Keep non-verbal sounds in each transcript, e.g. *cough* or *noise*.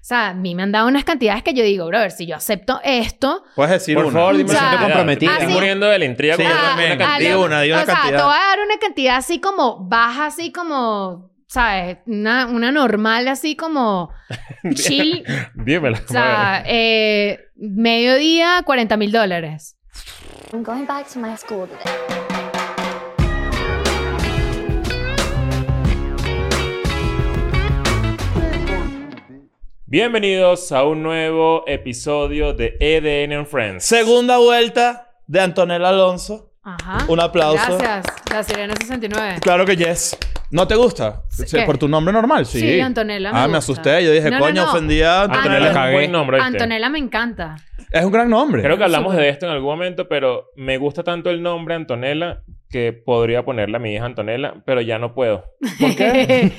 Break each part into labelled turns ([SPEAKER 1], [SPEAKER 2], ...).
[SPEAKER 1] sea, a mí me han dado unas cantidades que yo digo, brother, si yo acepto esto,
[SPEAKER 2] Puedes decir
[SPEAKER 3] Por
[SPEAKER 2] una.
[SPEAKER 3] favor, dime
[SPEAKER 1] dime si Ya.
[SPEAKER 3] si te
[SPEAKER 1] te comprometí.
[SPEAKER 3] comprometí. Estoy
[SPEAKER 1] Así.
[SPEAKER 3] muriendo de la intriga.
[SPEAKER 2] Sí,
[SPEAKER 3] con
[SPEAKER 2] yo
[SPEAKER 3] una
[SPEAKER 2] también.
[SPEAKER 3] cantidad.
[SPEAKER 1] ah, a
[SPEAKER 2] di una, di una
[SPEAKER 1] o sea,
[SPEAKER 2] cantidad.
[SPEAKER 1] te voy a dar una cantidad así como baja, así como, ¿sabes? Una, una normal, así como chill.
[SPEAKER 3] Dímela.
[SPEAKER 1] o sea, eh, mediodía, 40 mil dólares.
[SPEAKER 4] I'm going back to my school today.
[SPEAKER 3] Bienvenidos a un nuevo episodio de EDN and Friends.
[SPEAKER 2] Segunda vuelta de Antonella Alonso.
[SPEAKER 1] Ajá.
[SPEAKER 2] Un aplauso.
[SPEAKER 1] Gracias. La Sirena 69.
[SPEAKER 2] Claro que yes. ¿No te gusta?
[SPEAKER 1] Sí,
[SPEAKER 2] Sí,
[SPEAKER 1] ¿qué?
[SPEAKER 2] Por tu nombre normal, sí.
[SPEAKER 1] Sí, Antonella me
[SPEAKER 2] ah, me
[SPEAKER 1] gusta.
[SPEAKER 2] asusté. Yo dije,
[SPEAKER 1] No, no,
[SPEAKER 2] coño,
[SPEAKER 1] no.
[SPEAKER 2] ofendida.
[SPEAKER 3] Antonella
[SPEAKER 2] Antonella.
[SPEAKER 3] es un
[SPEAKER 1] Cagué.
[SPEAKER 3] buen nombre. ¿viste?
[SPEAKER 1] Antonella me encanta.
[SPEAKER 2] *laughs* Es un gran nombre.
[SPEAKER 3] Creo que hablamos de esto en algún momento, pero me gusta tanto el nombre Antonella que podría ponerle a mi hija Antonella, pero ya
[SPEAKER 1] *laughs*
[SPEAKER 3] no puedo. ¿Por qué?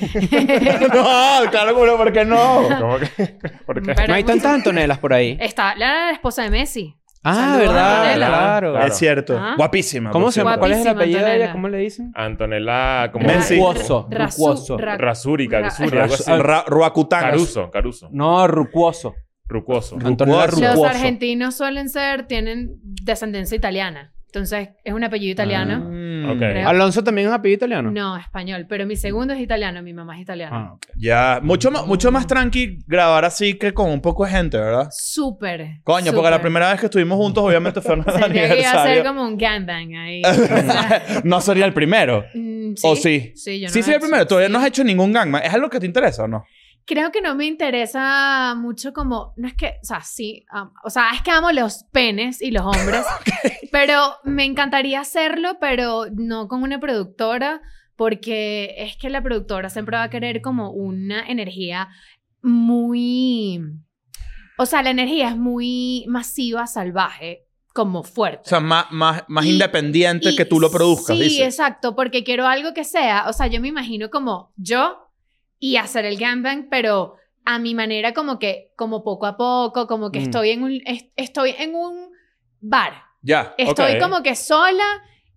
[SPEAKER 2] *laughs* no, claro, pero ¿por qué no?
[SPEAKER 3] ¿Cómo que? ¿Por qué?
[SPEAKER 1] Pero
[SPEAKER 5] No hay
[SPEAKER 1] es muy-
[SPEAKER 5] tantas Antonelas por ahí.
[SPEAKER 1] Está la esposa de Messi.
[SPEAKER 5] Ah,
[SPEAKER 1] Eh, Saludos,
[SPEAKER 5] ¿verdad?
[SPEAKER 1] Antonella.
[SPEAKER 5] Claro.
[SPEAKER 3] Claro.
[SPEAKER 2] Es cierto.
[SPEAKER 1] Ajá.
[SPEAKER 2] Guapísima.
[SPEAKER 5] ¿Cómo
[SPEAKER 2] por
[SPEAKER 5] se llama?
[SPEAKER 2] cierto.
[SPEAKER 5] ¿Cuál es el
[SPEAKER 1] Guapísima
[SPEAKER 5] apellido de
[SPEAKER 1] Antonella.
[SPEAKER 5] ella? ¿Cómo le dicen?
[SPEAKER 3] Antonella, como
[SPEAKER 2] Messi.
[SPEAKER 5] Rucuoso.
[SPEAKER 1] Rasu-
[SPEAKER 5] Rucuoso.
[SPEAKER 1] Ra-
[SPEAKER 3] Rasuri, Carusuri, algo así.
[SPEAKER 5] Rasu-
[SPEAKER 2] Ra- Ruacutangas.
[SPEAKER 3] Caruso, Caruso.
[SPEAKER 5] No, rucuoso.
[SPEAKER 3] Rucuoso.
[SPEAKER 2] Mm.
[SPEAKER 5] Antonella
[SPEAKER 2] Rucuoso.
[SPEAKER 1] Los
[SPEAKER 5] rucuoso.
[SPEAKER 1] argentinos suelen ser, tienen descendencia italiana. Entonces, es un apellido italiano.
[SPEAKER 2] Mm.
[SPEAKER 3] Ok.
[SPEAKER 1] Creo.
[SPEAKER 5] Alonso también es un apellido
[SPEAKER 2] Ah.
[SPEAKER 5] italiano.
[SPEAKER 1] No, español. Pero mi segundo es italiano, mi mamá es italiana.
[SPEAKER 5] Ah, ok.
[SPEAKER 2] Ya. Mucho, más- mucho más tranqui grabar así que con un poco de gente, ¿verdad?
[SPEAKER 1] Súper.
[SPEAKER 2] Coño, porque
[SPEAKER 1] súper.
[SPEAKER 2] la primera vez que estuvimos juntos, obviamente
[SPEAKER 1] *laughs*
[SPEAKER 2] fue en el
[SPEAKER 1] Sentía que iba a ser
[SPEAKER 2] aniversario.
[SPEAKER 1] como un gangbang ahí. O sea,
[SPEAKER 2] no sería el primero. *laughs*
[SPEAKER 1] mm,
[SPEAKER 2] ¿O sí?
[SPEAKER 1] Sí, yo no
[SPEAKER 2] sí,
[SPEAKER 1] he
[SPEAKER 2] sería el
[SPEAKER 1] hecho-
[SPEAKER 2] primero. Todavía no has hecho ningún gangman. ¿Es algo que te interesa o no?
[SPEAKER 1] Creo que no me interesa mucho como, no es que, o sea, sí, am- o sea, es que amo los penes y los hombres, pero me encantaría hacerlo, pero no con una productora, porque es que la productora siempre va a querer como una energía muy, o sea, la energía es muy masiva, salvaje, como
[SPEAKER 2] O
[SPEAKER 1] fuerte.
[SPEAKER 2] sea, más, más, más
[SPEAKER 1] Y-
[SPEAKER 2] independiente
[SPEAKER 1] Y
[SPEAKER 2] que tú lo produzcas,
[SPEAKER 1] Sí,
[SPEAKER 2] dices.
[SPEAKER 1] exacto, porque quiero algo que sea, o sea, yo me imagino como yo y hacer el gangbang, pero a mi manera como que, como poco a poco, como que
[SPEAKER 5] Mm.
[SPEAKER 1] estoy en un, est- estoy en un bar,
[SPEAKER 2] Ya.
[SPEAKER 1] estoy
[SPEAKER 3] Ok.
[SPEAKER 1] como que sola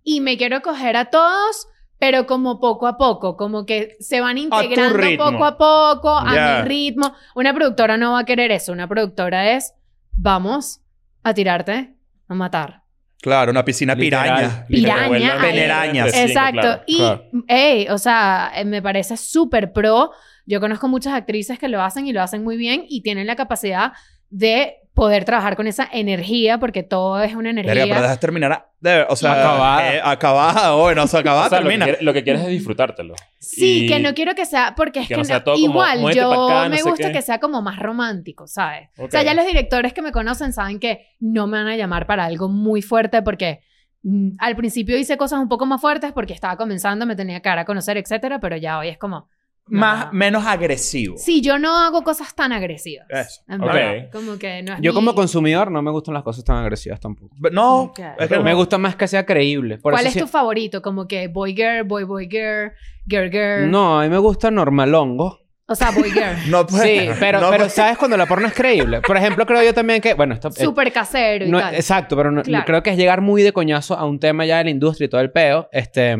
[SPEAKER 1] y me quiero coger a todos. Pero como poco a poco, como que se van integrando
[SPEAKER 2] ritmo.
[SPEAKER 1] poco a poco, a
[SPEAKER 2] Ya.
[SPEAKER 1] mi ritmo. Una productora no va a querer eso. Una productora es, vamos a tirarte a matar.
[SPEAKER 2] Claro, una piscina piraña.
[SPEAKER 3] Y te
[SPEAKER 1] Piraña, eh,
[SPEAKER 3] revuelvan
[SPEAKER 1] ahí.
[SPEAKER 2] Venerañas.
[SPEAKER 3] Sí,
[SPEAKER 1] Exacto.
[SPEAKER 3] claro.
[SPEAKER 1] Y,
[SPEAKER 2] claro.
[SPEAKER 1] ey, o sea, eh, me parece súper pro. Yo conozco muchas actrices que lo hacen y lo hacen muy bien y tienen la capacidad de poder trabajar con esa energía porque todo es una energía.
[SPEAKER 2] Verga, pero dejas terminar. a- de- o sea,
[SPEAKER 5] Acabada.
[SPEAKER 2] eh, acabada, bueno, o sea, acabada,
[SPEAKER 3] *laughs* O sea, lo que,
[SPEAKER 2] termina.
[SPEAKER 3] quiere- lo que quieres es disfrutártelo.
[SPEAKER 1] sí,
[SPEAKER 3] y-
[SPEAKER 1] que no quiero que sea porque es
[SPEAKER 3] que
[SPEAKER 1] que,
[SPEAKER 3] no sea
[SPEAKER 1] no-
[SPEAKER 3] todo como,
[SPEAKER 1] igual
[SPEAKER 3] muévete
[SPEAKER 1] yo
[SPEAKER 3] pa' acá, no
[SPEAKER 1] me
[SPEAKER 3] sé
[SPEAKER 1] gusta
[SPEAKER 3] qué.
[SPEAKER 1] que sea como más romántico, ¿sabes?
[SPEAKER 3] Ok.
[SPEAKER 1] O sea, ya los directores que me conocen saben que no me van a llamar para algo muy fuerte porque mm, al principio hice cosas un poco más fuertes porque estaba comenzando, me tenía cara a conocer, etcétera, pero ya hoy es como
[SPEAKER 2] Más,
[SPEAKER 1] no.
[SPEAKER 2] menos agresivo.
[SPEAKER 1] Sí, yo no hago cosas tan agresivas.
[SPEAKER 2] Eso.
[SPEAKER 1] En
[SPEAKER 3] Ok.
[SPEAKER 1] verdad. Como que no es
[SPEAKER 5] Yo
[SPEAKER 1] mi-
[SPEAKER 5] como consumidor no me gustan las cosas tan agresivas tampoco.
[SPEAKER 2] No,
[SPEAKER 1] Ok.
[SPEAKER 2] es que
[SPEAKER 5] Me
[SPEAKER 2] no.
[SPEAKER 5] gusta más que sea creíble. Por
[SPEAKER 1] ¿Cuál
[SPEAKER 5] eso
[SPEAKER 1] es
[SPEAKER 5] sí-
[SPEAKER 1] tu favorito? Como que boy girl, boy boy girl, girl girl.
[SPEAKER 5] No, a mí me gusta normalongo.
[SPEAKER 1] O sea, boy
[SPEAKER 5] *laughs*
[SPEAKER 1] girl.
[SPEAKER 2] No puede-
[SPEAKER 5] Sí, pero,
[SPEAKER 2] no
[SPEAKER 5] pero
[SPEAKER 1] pues,
[SPEAKER 2] puede-
[SPEAKER 5] ¿sabes cuando la porno es creíble? Por ejemplo, creo yo también que... Bueno, esto... eh,
[SPEAKER 1] Súper casero y
[SPEAKER 5] no-
[SPEAKER 1] tal.
[SPEAKER 5] exacto, pero no-
[SPEAKER 1] Claro.
[SPEAKER 5] creo que es llegar muy de coñazo a un tema ya de la industria y todo el peo. Este,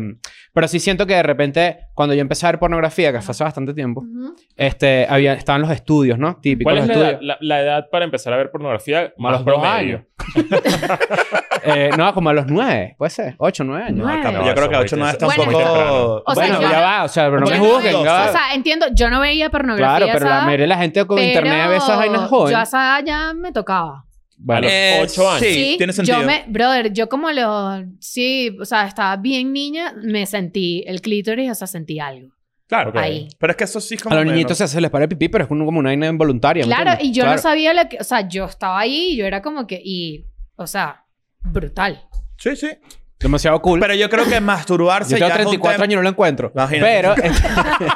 [SPEAKER 5] pero sí siento que de repente, cuando yo empecé a ver pornografía, que fue hace bastante tiempo,
[SPEAKER 1] Ujú.
[SPEAKER 5] este, había, estaban los estudios, ¿no? Típicos
[SPEAKER 3] ¿Cuál es
[SPEAKER 5] los
[SPEAKER 3] la
[SPEAKER 5] estudios.
[SPEAKER 3] edad, la- la edad para empezar a ver pornografía?
[SPEAKER 5] Como a
[SPEAKER 3] Más
[SPEAKER 5] los dos
[SPEAKER 3] promedio.
[SPEAKER 5] años. *laughs* Eh, no, como a los nueve, puede ser. Ocho, nueve años.
[SPEAKER 1] Nueve.
[SPEAKER 2] Capaz, yo
[SPEAKER 3] No,
[SPEAKER 2] creo que
[SPEAKER 3] eso
[SPEAKER 2] 8 no
[SPEAKER 3] es
[SPEAKER 2] es tampoco.
[SPEAKER 1] muy
[SPEAKER 3] temprano.
[SPEAKER 1] O sea,
[SPEAKER 5] bueno,
[SPEAKER 1] yo-
[SPEAKER 5] ya va, o sea, pero no
[SPEAKER 1] yo
[SPEAKER 5] me
[SPEAKER 1] no
[SPEAKER 5] juzguen.
[SPEAKER 2] veo,
[SPEAKER 5] ya va.
[SPEAKER 1] O sea, entiendo, yo no veía pornografía.
[SPEAKER 5] claro,
[SPEAKER 1] a
[SPEAKER 5] pero
[SPEAKER 1] esa
[SPEAKER 5] la
[SPEAKER 1] edad,
[SPEAKER 5] mayoría de la gente con internet ve esas
[SPEAKER 1] pero
[SPEAKER 5] vainas joven.
[SPEAKER 1] Yo a esa edad ya me tocaba.
[SPEAKER 5] Bueno,
[SPEAKER 3] A los
[SPEAKER 2] Eh,
[SPEAKER 3] ocho años.
[SPEAKER 2] Sí, tiene sentido.
[SPEAKER 1] Yo me, brother, yo como lo. Sí, o sea, estaba bien niña, me sentí el clítoris, o sea, sentí algo.
[SPEAKER 2] Claro.
[SPEAKER 3] Ok.
[SPEAKER 1] Ahí.
[SPEAKER 2] Pero es que eso sí es como
[SPEAKER 5] a los
[SPEAKER 2] menos.
[SPEAKER 5] niñitos se, se les para el pipí, pero es como una vaina involuntaria. ¿me
[SPEAKER 1] Claro,
[SPEAKER 5] entiendes?
[SPEAKER 1] y yo
[SPEAKER 5] Claro.
[SPEAKER 1] no sabía lo que. O sea, yo estaba ahí y yo era como que. Y, o sea, brutal.
[SPEAKER 2] Sí, sí.
[SPEAKER 5] Demasiado cool.
[SPEAKER 2] Pero yo creo que masturbarse
[SPEAKER 5] yo tengo
[SPEAKER 2] ya es un
[SPEAKER 5] 34
[SPEAKER 2] tema-
[SPEAKER 5] años y no lo encuentro.
[SPEAKER 2] Imagínate.
[SPEAKER 5] Pero...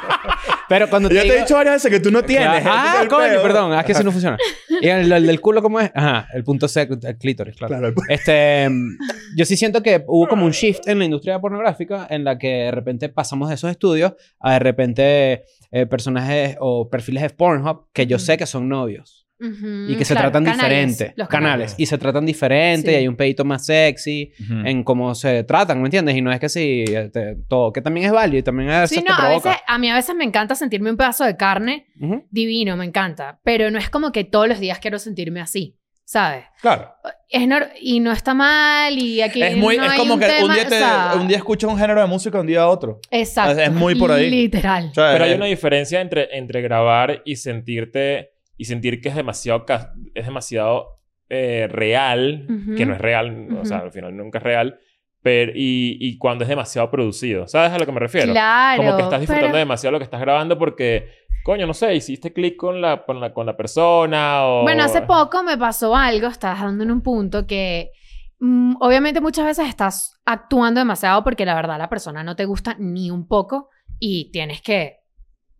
[SPEAKER 5] *laughs* pero cuando te
[SPEAKER 2] Yo te he
[SPEAKER 5] digo-
[SPEAKER 2] dicho varias veces que tú no tienes.
[SPEAKER 5] Claro.
[SPEAKER 2] ese es
[SPEAKER 5] Ah,
[SPEAKER 2] el
[SPEAKER 5] coño,
[SPEAKER 2] peo.
[SPEAKER 5] perdón. Ah, Es que eso no funciona. ¿Y el, el del culo cómo es? Ajá, el punto C, el clítoris, claro.
[SPEAKER 2] Claro.
[SPEAKER 5] Este, mm, yo sí siento que hubo como un shift en la industria pornográfica en la que de repente pasamos de esos estudios a de repente eh, personajes o perfiles de Pornhub que yo sé que son novios.
[SPEAKER 1] Ujú,
[SPEAKER 5] y que se
[SPEAKER 1] Mm, claro,
[SPEAKER 5] tratan
[SPEAKER 1] canales,
[SPEAKER 5] diferente.
[SPEAKER 1] Los
[SPEAKER 5] Los
[SPEAKER 1] canales.
[SPEAKER 5] canales. Y se tratan diferente y
[SPEAKER 1] Sí.
[SPEAKER 5] hay un pedito más sexy
[SPEAKER 2] Ujú.
[SPEAKER 5] en cómo se tratan, ¿me entiendes? Y no es que si eh, te- todo, que también es válido y también a veces
[SPEAKER 1] Sí, no,
[SPEAKER 5] te
[SPEAKER 1] a,
[SPEAKER 5] provoca.
[SPEAKER 1] veces, a mí a veces me encanta sentirme un pedazo de carne
[SPEAKER 5] Ujú.
[SPEAKER 1] divino, me encanta. Pero no es como que todos los días quiero sentirme así, ¿sabes?
[SPEAKER 2] Claro.
[SPEAKER 1] Es nor- y no está mal y aquí
[SPEAKER 2] Es, muy,
[SPEAKER 1] no
[SPEAKER 2] es
[SPEAKER 1] hay
[SPEAKER 2] como que un,
[SPEAKER 1] tema,
[SPEAKER 2] día
[SPEAKER 1] o
[SPEAKER 2] te-
[SPEAKER 1] sea,
[SPEAKER 2] un día escuchas un género de música, un día otro.
[SPEAKER 1] Exacto.
[SPEAKER 2] es muy por ahí.
[SPEAKER 1] Literal.
[SPEAKER 2] O sea,
[SPEAKER 3] Pero hay
[SPEAKER 2] eh,
[SPEAKER 3] una diferencia entre, entre grabar y sentirte y sentir que es demasiado, ca- es demasiado eh, real,
[SPEAKER 1] Ujú.
[SPEAKER 3] que no es real, o sea,
[SPEAKER 1] Ujú.
[SPEAKER 3] al final nunca es real, pero, y, y cuando es demasiado producido. ¿Sabes a lo que me refiero?
[SPEAKER 1] Claro.
[SPEAKER 3] Como que estás disfrutando
[SPEAKER 1] pero-
[SPEAKER 3] demasiado lo que estás grabando porque, coño, no sé, hiciste clic con la, con, la, con la persona o...
[SPEAKER 1] Bueno, hace poco me pasó algo, estás dando en un punto que mm, obviamente muchas veces estás actuando demasiado porque la verdad la persona no te gusta ni un poco y tienes que,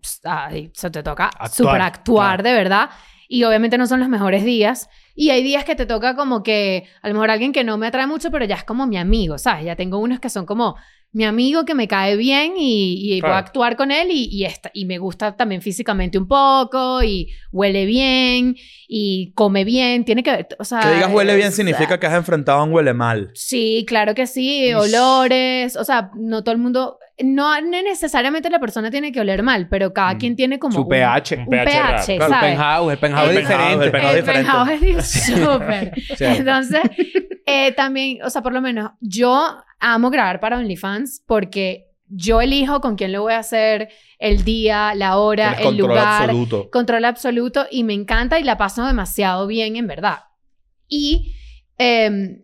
[SPEAKER 1] pss, ay, se te toca
[SPEAKER 5] Actuar,
[SPEAKER 1] superactuar de verdad y obviamente no son los mejores días y hay días que te toca como que a lo mejor alguien que no me atrae mucho pero ya es como mi amigo, ¿sabes? Ya tengo unos que son como mi amigo que me cae bien y, y puedo
[SPEAKER 3] Claro.
[SPEAKER 1] actuar con él y, y, esta- y me gusta también físicamente un poco y huele bien y come bien, tiene que ver, o sea...
[SPEAKER 2] que digas huele bien
[SPEAKER 1] es-
[SPEAKER 2] significa que has enfrentado a un huele mal.
[SPEAKER 1] Sí, claro que sí,
[SPEAKER 2] Ish.
[SPEAKER 1] olores, o sea, no todo el mundo, no no necesariamente la persona tiene que oler mal, pero cada
[SPEAKER 5] Mm.
[SPEAKER 1] quien tiene como...
[SPEAKER 5] Su
[SPEAKER 1] un-
[SPEAKER 5] pH.
[SPEAKER 1] Un,
[SPEAKER 3] Un pH raro.
[SPEAKER 1] pH,
[SPEAKER 5] Claro, el
[SPEAKER 1] ¿sabes?
[SPEAKER 5] penthouse, el
[SPEAKER 1] Eh,
[SPEAKER 5] penthouse
[SPEAKER 1] El
[SPEAKER 5] es
[SPEAKER 1] penthouse,
[SPEAKER 5] diferente. Eh,
[SPEAKER 2] el penthouse.
[SPEAKER 1] El
[SPEAKER 2] diferente.
[SPEAKER 1] penthouse es *laughs* súper.
[SPEAKER 5] Sí.
[SPEAKER 1] Entonces, eh, también, o sea, por lo menos yo amo grabar para OnlyFans porque yo elijo con quién lo voy a hacer, el día, la hora,
[SPEAKER 2] Tienes
[SPEAKER 1] el
[SPEAKER 2] control
[SPEAKER 1] lugar,
[SPEAKER 2] absoluto.
[SPEAKER 1] control absoluto y me encanta y la paso demasiado bien, en verdad. Y, em,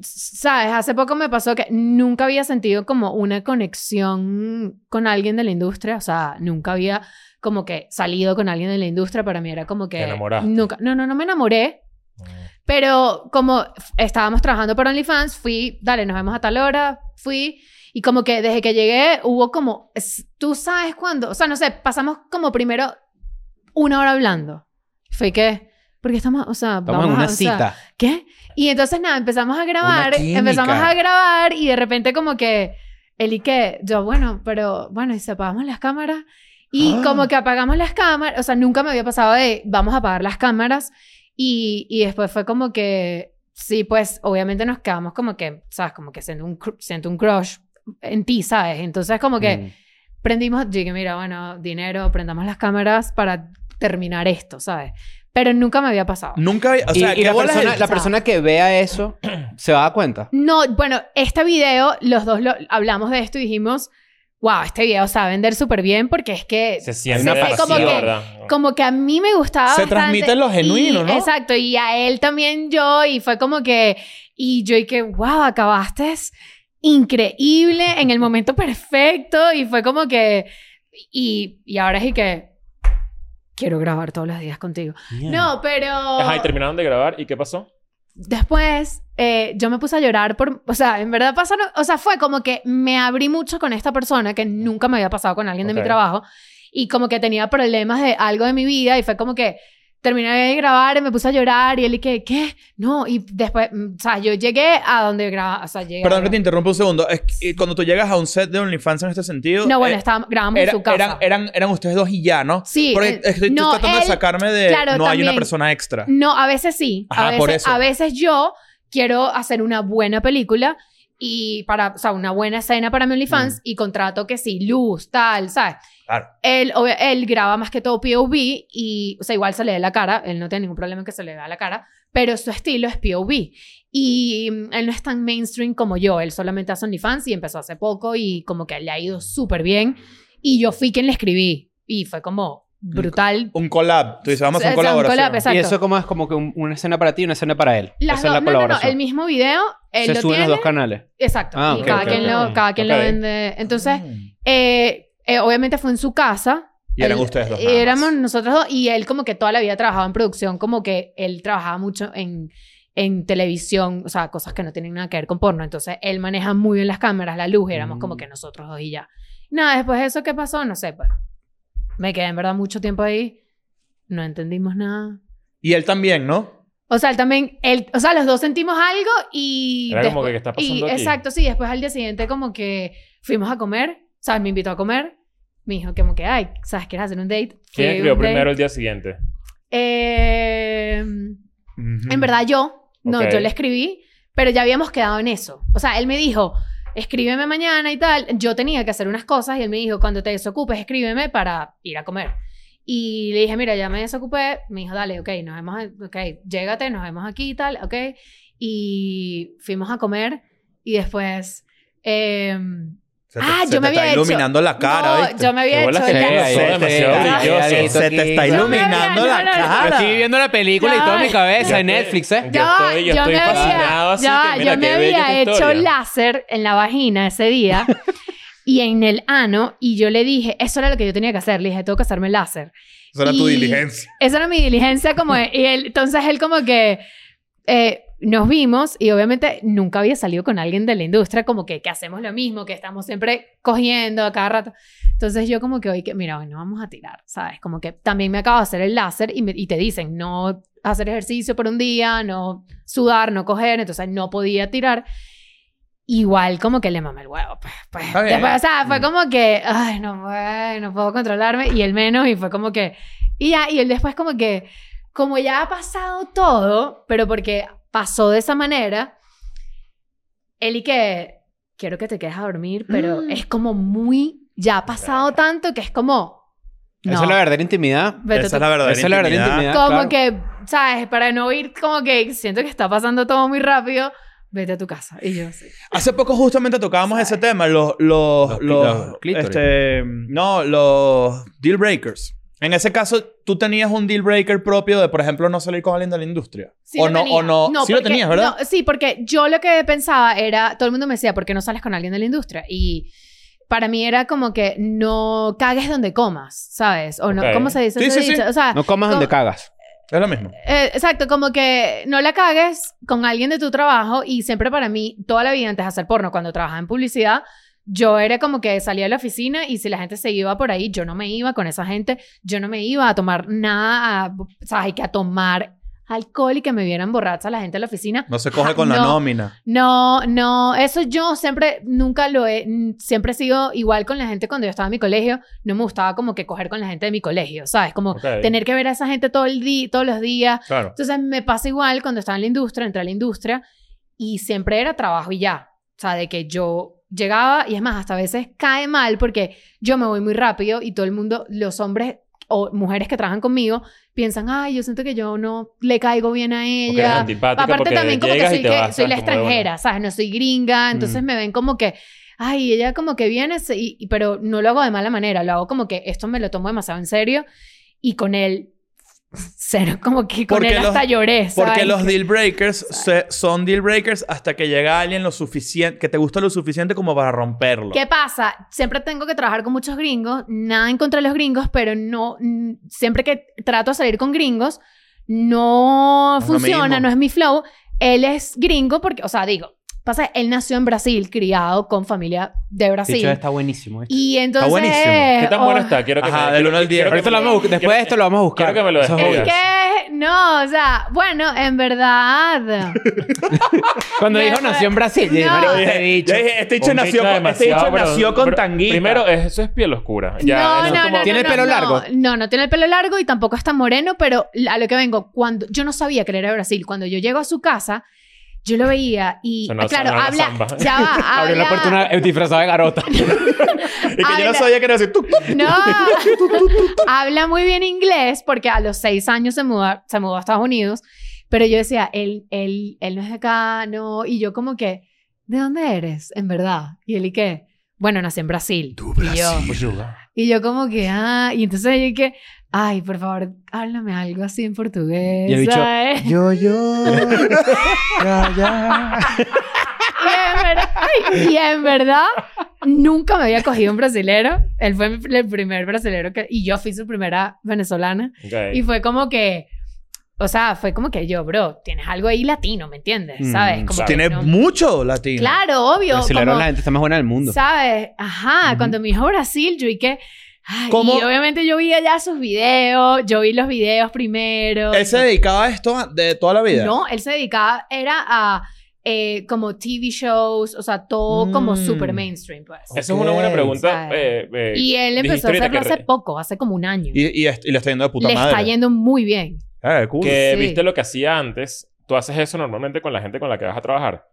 [SPEAKER 1] ¿sabes? Hace poco me pasó que nunca había sentido como una conexión con alguien de la industria, o sea, nunca había como que salido con alguien de la industria, para mí era como que...
[SPEAKER 3] Te enamoraste. Mm.
[SPEAKER 1] Nunca, no, no, no me enamoré, pero como f- estábamos trabajando para OnlyFans, fui, dale, nos vemos a tal hora, fui. Y como que desde que llegué hubo como, es- tú sabes cuándo, o sea, no sé, pasamos como primero una hora hablando. Fue que, porque estamos, o sea,
[SPEAKER 5] Estamos en
[SPEAKER 1] vamos a-
[SPEAKER 5] una
[SPEAKER 1] o sea,
[SPEAKER 5] cita.
[SPEAKER 1] ¿Qué? Y entonces nada, empezamos a grabar,
[SPEAKER 2] química.
[SPEAKER 1] empezamos a grabar y de repente como que él y que yo, bueno, pero bueno, y se apagamos las cámaras y
[SPEAKER 2] Ah.
[SPEAKER 1] como que apagamos las cámaras, o sea, nunca me había pasado de vamos a apagar las cámaras y, y después fue como que sí, pues obviamente nos quedamos como que, sabes, como que siento un, cr- siento un crush en ti, ¿sabes? Entonces como que
[SPEAKER 5] Mm.
[SPEAKER 1] prendimos, yo dije, mira, bueno, dinero, prendamos las cámaras para terminar esto, ¿sabes? Pero nunca me había pasado.
[SPEAKER 2] Nunca había... O
[SPEAKER 5] Y-
[SPEAKER 2] sea,
[SPEAKER 5] y
[SPEAKER 2] ¿qué
[SPEAKER 5] la
[SPEAKER 2] bolas
[SPEAKER 5] persona,
[SPEAKER 2] el-
[SPEAKER 5] la persona que vea eso se va a dar cuenta.
[SPEAKER 1] No, bueno, este video, los dos lo- hablamos de esto y dijimos, wow, este video se va a vender súper bien porque es que...
[SPEAKER 3] Se siente
[SPEAKER 1] se-
[SPEAKER 3] vacío,
[SPEAKER 1] como que-
[SPEAKER 3] ¿verdad?
[SPEAKER 1] Como que a mí me gustaba.
[SPEAKER 2] Se
[SPEAKER 1] bastante.
[SPEAKER 2] transmite lo genuino,
[SPEAKER 1] Y-
[SPEAKER 2] ¿no?
[SPEAKER 1] Exacto, y a él también yo, y fue como que. Y yo, y que, wow, acabaste increíble en el momento perfecto, y fue como que. Y, y ahora sí que. Quiero grabar todos los días contigo. No, pero.
[SPEAKER 3] Ajá, y terminaron de grabar. ¿Y qué pasó?
[SPEAKER 1] Después, eh, yo me puse a llorar por, o sea, en verdad pasaron, o sea, fue como que me abrí mucho con esta persona que nunca me había pasado con alguien de mi
[SPEAKER 3] Ok.
[SPEAKER 1] trabajo y como que tenía problemas de algo de mi vida y fue como que terminé de grabar y me puse a llorar y él y que, ¿qué? No, y después, mm, o sea, yo llegué a donde grababa, o sea, llegué. a
[SPEAKER 2] Perdón que te
[SPEAKER 1] grabar.
[SPEAKER 2] interrumpa un segundo. Es que, eh, cuando tú llegas a un set de OnlyFans en este sentido...
[SPEAKER 1] No, bueno,
[SPEAKER 2] eh,
[SPEAKER 1] estábamos- grabamos
[SPEAKER 2] era-
[SPEAKER 1] en su casa.
[SPEAKER 2] Eran, eran, eran ustedes dos y ya, ¿no?
[SPEAKER 1] sí,
[SPEAKER 2] Porque
[SPEAKER 1] eh,
[SPEAKER 2] estoy
[SPEAKER 1] no,
[SPEAKER 2] tratando de
[SPEAKER 1] él-
[SPEAKER 2] sacarme de...
[SPEAKER 1] claro,
[SPEAKER 2] no hay
[SPEAKER 1] también.
[SPEAKER 2] una persona extra.
[SPEAKER 1] No, a veces sí. a,
[SPEAKER 2] Ajá,
[SPEAKER 1] veces,
[SPEAKER 2] por eso.
[SPEAKER 1] a veces yo quiero hacer una buena película y para, o sea, una buena escena para mi OnlyFans
[SPEAKER 2] Mm.
[SPEAKER 1] y contrato que sí, luz, tal, ¿sabes?
[SPEAKER 2] Claro.
[SPEAKER 1] Él, obvia- él graba más que todo POV y, o sea, igual se le ve la cara, él no tiene ningún problema en que se le vea la cara, pero su estilo es POV. Y mm, él no es tan mainstream como yo, él solamente hace OnlyFans y empezó hace poco y como que le ha ido súper bien. Y yo fui quien le escribí y fue como brutal.
[SPEAKER 2] Un collab. Tú dices,
[SPEAKER 1] O
[SPEAKER 2] vamos a un
[SPEAKER 1] sea, un collab,
[SPEAKER 2] colaboración.
[SPEAKER 1] exacto.
[SPEAKER 5] Y eso como es como que un- una escena para ti y una escena para él.
[SPEAKER 1] Las
[SPEAKER 5] Esa
[SPEAKER 1] dos, no, no,
[SPEAKER 5] es la
[SPEAKER 1] no,
[SPEAKER 5] colaboración.
[SPEAKER 1] el mismo video, él
[SPEAKER 5] se
[SPEAKER 1] lo
[SPEAKER 5] suben
[SPEAKER 1] tiene.
[SPEAKER 5] los dos canales.
[SPEAKER 1] Exacto.
[SPEAKER 5] Ah,
[SPEAKER 1] y
[SPEAKER 5] ok,
[SPEAKER 1] cada,
[SPEAKER 5] ok,
[SPEAKER 1] quien,
[SPEAKER 3] ok.
[SPEAKER 1] Lo, cada quien lo
[SPEAKER 3] Ok.
[SPEAKER 1] vende. Entonces,
[SPEAKER 2] Mm.
[SPEAKER 1] eh, eh, obviamente fue en su casa.
[SPEAKER 2] Y eran
[SPEAKER 1] Él-
[SPEAKER 2] ustedes dos. nada más.
[SPEAKER 1] Éramos nosotros dos y él como que toda la vida trabajaba en producción, como que él trabajaba mucho en, en televisión, o sea, cosas que no tienen nada que ver con porno. Entonces, él maneja muy bien las cámaras, la luz, y éramos
[SPEAKER 5] Mm.
[SPEAKER 1] como que nosotros dos y ya. Nada, después de eso, ¿qué pasó? No sé, pues me quedé en verdad mucho tiempo ahí. No entendimos nada.
[SPEAKER 2] Y él también, ¿no?
[SPEAKER 1] O sea, él también, él, o sea, los dos sentimos algo y...
[SPEAKER 3] Era como
[SPEAKER 1] después-
[SPEAKER 3] que, ¿qué está
[SPEAKER 1] y,
[SPEAKER 3] pasando aquí?
[SPEAKER 1] Exacto, sí. Después al día siguiente como que fuimos a comer, o sea, me invitó a comer, me dijo como que, ay, ¿sabes? ¿Quieres hacer un date? Fui
[SPEAKER 3] ¿Quién
[SPEAKER 1] a
[SPEAKER 3] escribió
[SPEAKER 1] un date.
[SPEAKER 3] primero el día siguiente?
[SPEAKER 1] Eh, en verdad yo, no,
[SPEAKER 3] Ok.
[SPEAKER 1] yo le escribí, pero ya habíamos quedado en eso. O sea, él me dijo, escríbeme mañana y tal. Yo tenía que hacer unas cosas y él me dijo, cuando te desocupes, escríbeme para ir a comer. Y le dije, mira, ya me desocupé. Me dijo, dale, ok, nos vemos, a- ok, llégate, nos vemos aquí y tal, ok. Y fuimos a comer y después... em,
[SPEAKER 2] Se te,
[SPEAKER 1] Ah,
[SPEAKER 2] se
[SPEAKER 1] yo
[SPEAKER 2] te
[SPEAKER 1] me
[SPEAKER 2] está
[SPEAKER 1] había hecho-
[SPEAKER 2] iluminando la cara,
[SPEAKER 1] no,
[SPEAKER 2] ¿viste?
[SPEAKER 1] yo me había
[SPEAKER 3] Qué
[SPEAKER 1] hecho...
[SPEAKER 3] bolas que
[SPEAKER 1] ya-
[SPEAKER 3] te pasó.
[SPEAKER 5] sí,
[SPEAKER 3] demasiado
[SPEAKER 5] sí,
[SPEAKER 3] brilloso.
[SPEAKER 5] ahí,
[SPEAKER 2] Se
[SPEAKER 5] aquí.
[SPEAKER 2] te está
[SPEAKER 1] Yo me había-
[SPEAKER 2] iluminando
[SPEAKER 1] no,
[SPEAKER 2] la
[SPEAKER 1] no, no.
[SPEAKER 5] Yo
[SPEAKER 2] cara.
[SPEAKER 5] estoy viendo la película y
[SPEAKER 1] Ya
[SPEAKER 5] todo en
[SPEAKER 1] va.
[SPEAKER 5] mi cabeza
[SPEAKER 3] Ya
[SPEAKER 5] en
[SPEAKER 3] estoy-
[SPEAKER 5] Netflix, ¿eh?
[SPEAKER 3] Yo estoy, yo estoy fascinado así
[SPEAKER 1] ya,
[SPEAKER 3] que mira,
[SPEAKER 1] yo me
[SPEAKER 3] qué bella
[SPEAKER 1] había
[SPEAKER 3] tu
[SPEAKER 1] hecho
[SPEAKER 3] historia.
[SPEAKER 1] láser en la vagina ese
[SPEAKER 3] *laughs*
[SPEAKER 1] día y en el ano y yo le dije, eso era lo que yo tenía que hacer, le dije, tengo que hacerme láser.
[SPEAKER 2] Esa era tu
[SPEAKER 1] Y-
[SPEAKER 2] diligencia.
[SPEAKER 1] Esa era mi diligencia
[SPEAKER 3] *laughs*
[SPEAKER 1] como de- y él, entonces él como que eh, nos vimos y obviamente nunca había salido con alguien de la industria como que, que hacemos lo mismo, que estamos siempre cogiendo a cada rato. Entonces yo como que hoy que, mira, hoy no vamos a tirar, ¿sabes? Como que también me acabo de hacer el láser y, me- y te dicen no hacer ejercicio por un día, no sudar, no coger, entonces no podía tirar. Igual como que le mamé el huevo. Pues, pues,
[SPEAKER 2] Está bien.
[SPEAKER 1] después, o sea, fue
[SPEAKER 2] Mm.
[SPEAKER 1] como que, ay, no, puedo, no puedo controlarme y él menos y fue como que, y ya, y él después como que, como ya ha pasado todo, pero porque pasó de esa manera, él y que, quiero que te quedes a dormir, pero
[SPEAKER 4] Mm.
[SPEAKER 1] es como muy, ya ha pasado tanto que es como... No,
[SPEAKER 5] Esa es la verdadera intimidad.
[SPEAKER 1] vete
[SPEAKER 2] Esa
[SPEAKER 1] tú.
[SPEAKER 2] es la verdadera
[SPEAKER 5] Esa es la verdadera intimidad.
[SPEAKER 1] Como
[SPEAKER 5] claro.
[SPEAKER 1] que, ¿sabes? Para no ir como que siento que está pasando todo muy rápido, vete a tu casa. Y yo sí.
[SPEAKER 2] Hace poco justamente tocábamos ese tema, los, los,
[SPEAKER 5] Los
[SPEAKER 2] los,
[SPEAKER 5] cli- los clítoris.
[SPEAKER 2] este, no, los deal breakers. En ese caso, tú tenías un deal breaker propio de, por ejemplo, no salir con alguien de la industria.
[SPEAKER 1] Sí
[SPEAKER 2] o
[SPEAKER 1] lo
[SPEAKER 2] no,
[SPEAKER 1] tenía.
[SPEAKER 2] o no, sí lo
[SPEAKER 1] porque-
[SPEAKER 2] tenías, ¿verdad?
[SPEAKER 1] no, sí, porque yo lo que pensaba era, todo el mundo me decía, ¿por qué no sales con alguien de la industria? Y para mí era como que no cagues donde comas, ¿sabes? O no,
[SPEAKER 3] Ok.
[SPEAKER 1] ¿cómo se dice?
[SPEAKER 2] Sí,
[SPEAKER 1] ese
[SPEAKER 2] sí, sí.
[SPEAKER 1] dicho? O sea,
[SPEAKER 5] No comas donde
[SPEAKER 1] no-
[SPEAKER 5] cagas.
[SPEAKER 2] Es lo mismo.
[SPEAKER 1] eh, exacto, como que no la cagues con alguien de tu trabajo y siempre para mí, toda la vida antes de hacer porno, cuando trabajaba en publicidad, yo era como que salía de la oficina y si la gente se iba por ahí, yo no me iba con esa gente, yo no me iba a tomar nada, a- ¿sabes? Que a tomar alcohol y que me vieran borracha la gente de la oficina.
[SPEAKER 2] No se coge
[SPEAKER 1] Ja,
[SPEAKER 2] con la
[SPEAKER 1] Ah, no.
[SPEAKER 2] nómina.
[SPEAKER 1] No, no, eso yo siempre, nunca lo he, n- siempre he sido igual con la gente cuando yo estaba en mi colegio, no me gustaba como que coger con la gente de mi colegio, ¿sabes? Como
[SPEAKER 3] Ok,
[SPEAKER 1] tener que ver a esa gente todo el día, todos los días.
[SPEAKER 3] Claro.
[SPEAKER 1] Entonces me pasa igual cuando estaba en la industria, entré a la industria y siempre era trabajo y ya. O sea, de que yo llegaba y es más, hasta a veces cae mal porque yo me voy muy rápido y todo el mundo, los hombres o mujeres que trabajan conmigo, piensan, ay, yo siento que yo no le caigo bien a
[SPEAKER 3] Porque eres
[SPEAKER 1] ella.
[SPEAKER 3] antipática
[SPEAKER 1] Aparte
[SPEAKER 3] porque
[SPEAKER 1] también como que
[SPEAKER 3] llegas y
[SPEAKER 1] soy,
[SPEAKER 3] te
[SPEAKER 1] que-
[SPEAKER 3] vas,
[SPEAKER 1] soy la
[SPEAKER 3] ¿sabes? Como de una.
[SPEAKER 1] extranjera, ¿sabes? No soy gringa, entonces
[SPEAKER 5] Mm.
[SPEAKER 1] me ven como que, ay, ella como que viene, se- y- y- pero no lo hago de mala manera, lo hago como que esto me lo tomo demasiado en serio y con él, *laughs* cero, como que con
[SPEAKER 2] Porque
[SPEAKER 1] él
[SPEAKER 2] los-
[SPEAKER 1] hasta lloré, ¿sabes?
[SPEAKER 2] Porque los deal breakers se- son deal breakers hasta que llega alguien lo suficiente, que te gusta lo suficiente como para romperlo.
[SPEAKER 1] ¿Qué pasa? Siempre tengo que trabajar con muchos gringos, nada en contra de los gringos, pero no, mm, siempre que trato de salir con gringos, no
[SPEAKER 2] No es lo
[SPEAKER 1] funciona,
[SPEAKER 2] mismo.
[SPEAKER 1] no es mi flow. Él es gringo porque, o sea, digo, pasa, él nació en Brasil, criado con familia de
[SPEAKER 5] Sí,
[SPEAKER 1] Brasil.
[SPEAKER 5] está buenísimo. ¿viste?
[SPEAKER 1] Y entonces.
[SPEAKER 2] buenísimo.
[SPEAKER 3] ¿Qué tan bueno
[SPEAKER 1] oh,
[SPEAKER 3] está? Quiero que
[SPEAKER 2] Ajá,
[SPEAKER 3] me-
[SPEAKER 2] del
[SPEAKER 3] quiero-
[SPEAKER 2] uno al diez.
[SPEAKER 3] quiero que me-
[SPEAKER 5] Ahorita lo vamos a buscar. Después de esto lo vamos a buscar.
[SPEAKER 3] Quiero que me lo
[SPEAKER 5] Eso es
[SPEAKER 3] describas.
[SPEAKER 1] Es
[SPEAKER 5] obvio.
[SPEAKER 3] Yes.
[SPEAKER 1] que, no, o sea, bueno, en verdad.
[SPEAKER 5] Cuando
[SPEAKER 1] Me
[SPEAKER 5] dijo
[SPEAKER 1] fue-
[SPEAKER 5] nació en Brasil, yo dije,
[SPEAKER 1] No.
[SPEAKER 5] "Marico,
[SPEAKER 1] Yo
[SPEAKER 5] este bicho".
[SPEAKER 2] Yo dije, este
[SPEAKER 3] Un
[SPEAKER 2] hecho nació,
[SPEAKER 3] bicho
[SPEAKER 2] con- este
[SPEAKER 3] demasiado
[SPEAKER 2] bicho
[SPEAKER 3] bro-
[SPEAKER 2] nació con
[SPEAKER 3] bro-
[SPEAKER 2] tanguita.
[SPEAKER 3] Primero, es- eso es piel oscura. Ya,
[SPEAKER 1] no,
[SPEAKER 3] eso es
[SPEAKER 1] no,
[SPEAKER 3] como-
[SPEAKER 1] no.
[SPEAKER 5] ¿Tiene el
[SPEAKER 1] no,
[SPEAKER 5] pelo
[SPEAKER 1] no.
[SPEAKER 5] largo?
[SPEAKER 1] No, no tiene el pelo largo y tampoco está moreno, pero a lo que vengo, cuando yo no sabía que él era de Brasil, cuando yo llego a su casa, yo lo veía y
[SPEAKER 3] Sonó-
[SPEAKER 1] claro,
[SPEAKER 3] sonó la
[SPEAKER 1] habla,
[SPEAKER 3] samba.
[SPEAKER 1] ya va, habla.
[SPEAKER 5] *laughs* Abrió la puerta una eh, disfrazada
[SPEAKER 1] *laughs*
[SPEAKER 5] de garota.
[SPEAKER 2] Y que yo
[SPEAKER 1] Habla-
[SPEAKER 2] no sabía que era así. Tú,
[SPEAKER 1] No, habla muy bien inglés porque a los seis años se mudó, se mudó a Estados Unidos, pero yo decía, él, él, él no es de acá, no, y yo como que, ¿de dónde eres, en verdad? Y él y qué, bueno, nací en Brasil. Y yo,
[SPEAKER 5] Pues
[SPEAKER 1] y yo como que, ah, y entonces yo y que, ay, por favor, háblame algo así en portugués.
[SPEAKER 5] Y el bicho,
[SPEAKER 1] ¿sabes?
[SPEAKER 5] *laughs*
[SPEAKER 1] *laughs*
[SPEAKER 5] Yo, yo. Ya, ya.
[SPEAKER 1] Y en verdad, ay, y en verdad, nunca me había cogido un brasilero. Él fue mi- el primer brasilero que, y yo fui su primera venezolana.
[SPEAKER 3] Ok.
[SPEAKER 1] Y fue como que, o sea, fue como que yo, bro, tienes algo ahí latino, ¿me entiendes?
[SPEAKER 5] Mm,
[SPEAKER 1] ¿Sabes? Como que
[SPEAKER 2] Tiene
[SPEAKER 1] no-
[SPEAKER 2] mucho latino.
[SPEAKER 1] Claro, obvio.
[SPEAKER 5] Brasilero
[SPEAKER 1] como-
[SPEAKER 5] la gente está más buena del mundo.
[SPEAKER 1] ¿Sabes? Ajá,
[SPEAKER 5] Ujú.
[SPEAKER 1] cuando me dijo Brasil, yo vi que. ay,
[SPEAKER 2] ¿Cómo?
[SPEAKER 1] Y obviamente yo vi allá sus videos, yo vi los videos primero.
[SPEAKER 2] Él se dedicaba a esto de toda la vida.
[SPEAKER 1] No, él se dedicaba, era a. eh, como TV shows, o sea, todo como
[SPEAKER 2] Mm.
[SPEAKER 1] super mainstream, pues.
[SPEAKER 3] Esa es una buena
[SPEAKER 2] Ok.
[SPEAKER 3] pregunta.
[SPEAKER 1] ¿Sabes?
[SPEAKER 3] eh, eh,
[SPEAKER 1] Y él
[SPEAKER 3] dijiste
[SPEAKER 1] empezó a
[SPEAKER 3] ahorita
[SPEAKER 1] hacerlo
[SPEAKER 3] que-
[SPEAKER 1] hace poco, hace como un año.
[SPEAKER 2] Y, y, est- y le está yendo de puta
[SPEAKER 1] Le
[SPEAKER 2] madre.
[SPEAKER 1] está yendo muy bien.
[SPEAKER 2] Ah, qué cool.
[SPEAKER 3] que
[SPEAKER 1] Sí.
[SPEAKER 3] viste lo que hacía antes, tú haces eso normalmente con la gente con la que vas a trabajar.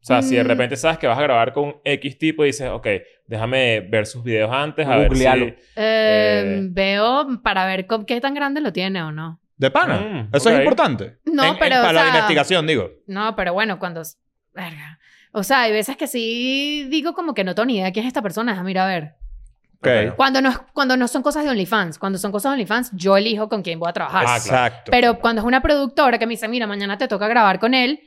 [SPEAKER 3] O sea, si de
[SPEAKER 1] Mm.
[SPEAKER 3] repente sabes que vas a grabar con X tipo y dices, ok, déjame ver sus videos antes, a
[SPEAKER 5] Googlealo.
[SPEAKER 3] ver si...
[SPEAKER 1] Eh,
[SPEAKER 3] Eh.
[SPEAKER 1] Veo para ver con- qué tan grande lo tiene o no.
[SPEAKER 2] De pana.
[SPEAKER 3] Mm,
[SPEAKER 2] Eso
[SPEAKER 3] ok.
[SPEAKER 2] es importante.
[SPEAKER 1] No,
[SPEAKER 2] En- en-
[SPEAKER 1] pero, o
[SPEAKER 2] para la
[SPEAKER 1] sea-
[SPEAKER 2] investigación, digo.
[SPEAKER 1] No, pero bueno, cuando... verga. O sea, hay veces que sí digo como que no tengo ni idea quién es esta persona. Déjame ir a ver.
[SPEAKER 2] Ok.
[SPEAKER 1] Cuando no, es- cuando no son cosas de OnlyFans. Cuando son cosas de OnlyFans, yo elijo con quién voy a trabajar.
[SPEAKER 3] Ah,
[SPEAKER 2] Exacto.
[SPEAKER 1] Pero cuando es una productora que me dice, mira, mañana te toca grabar con él,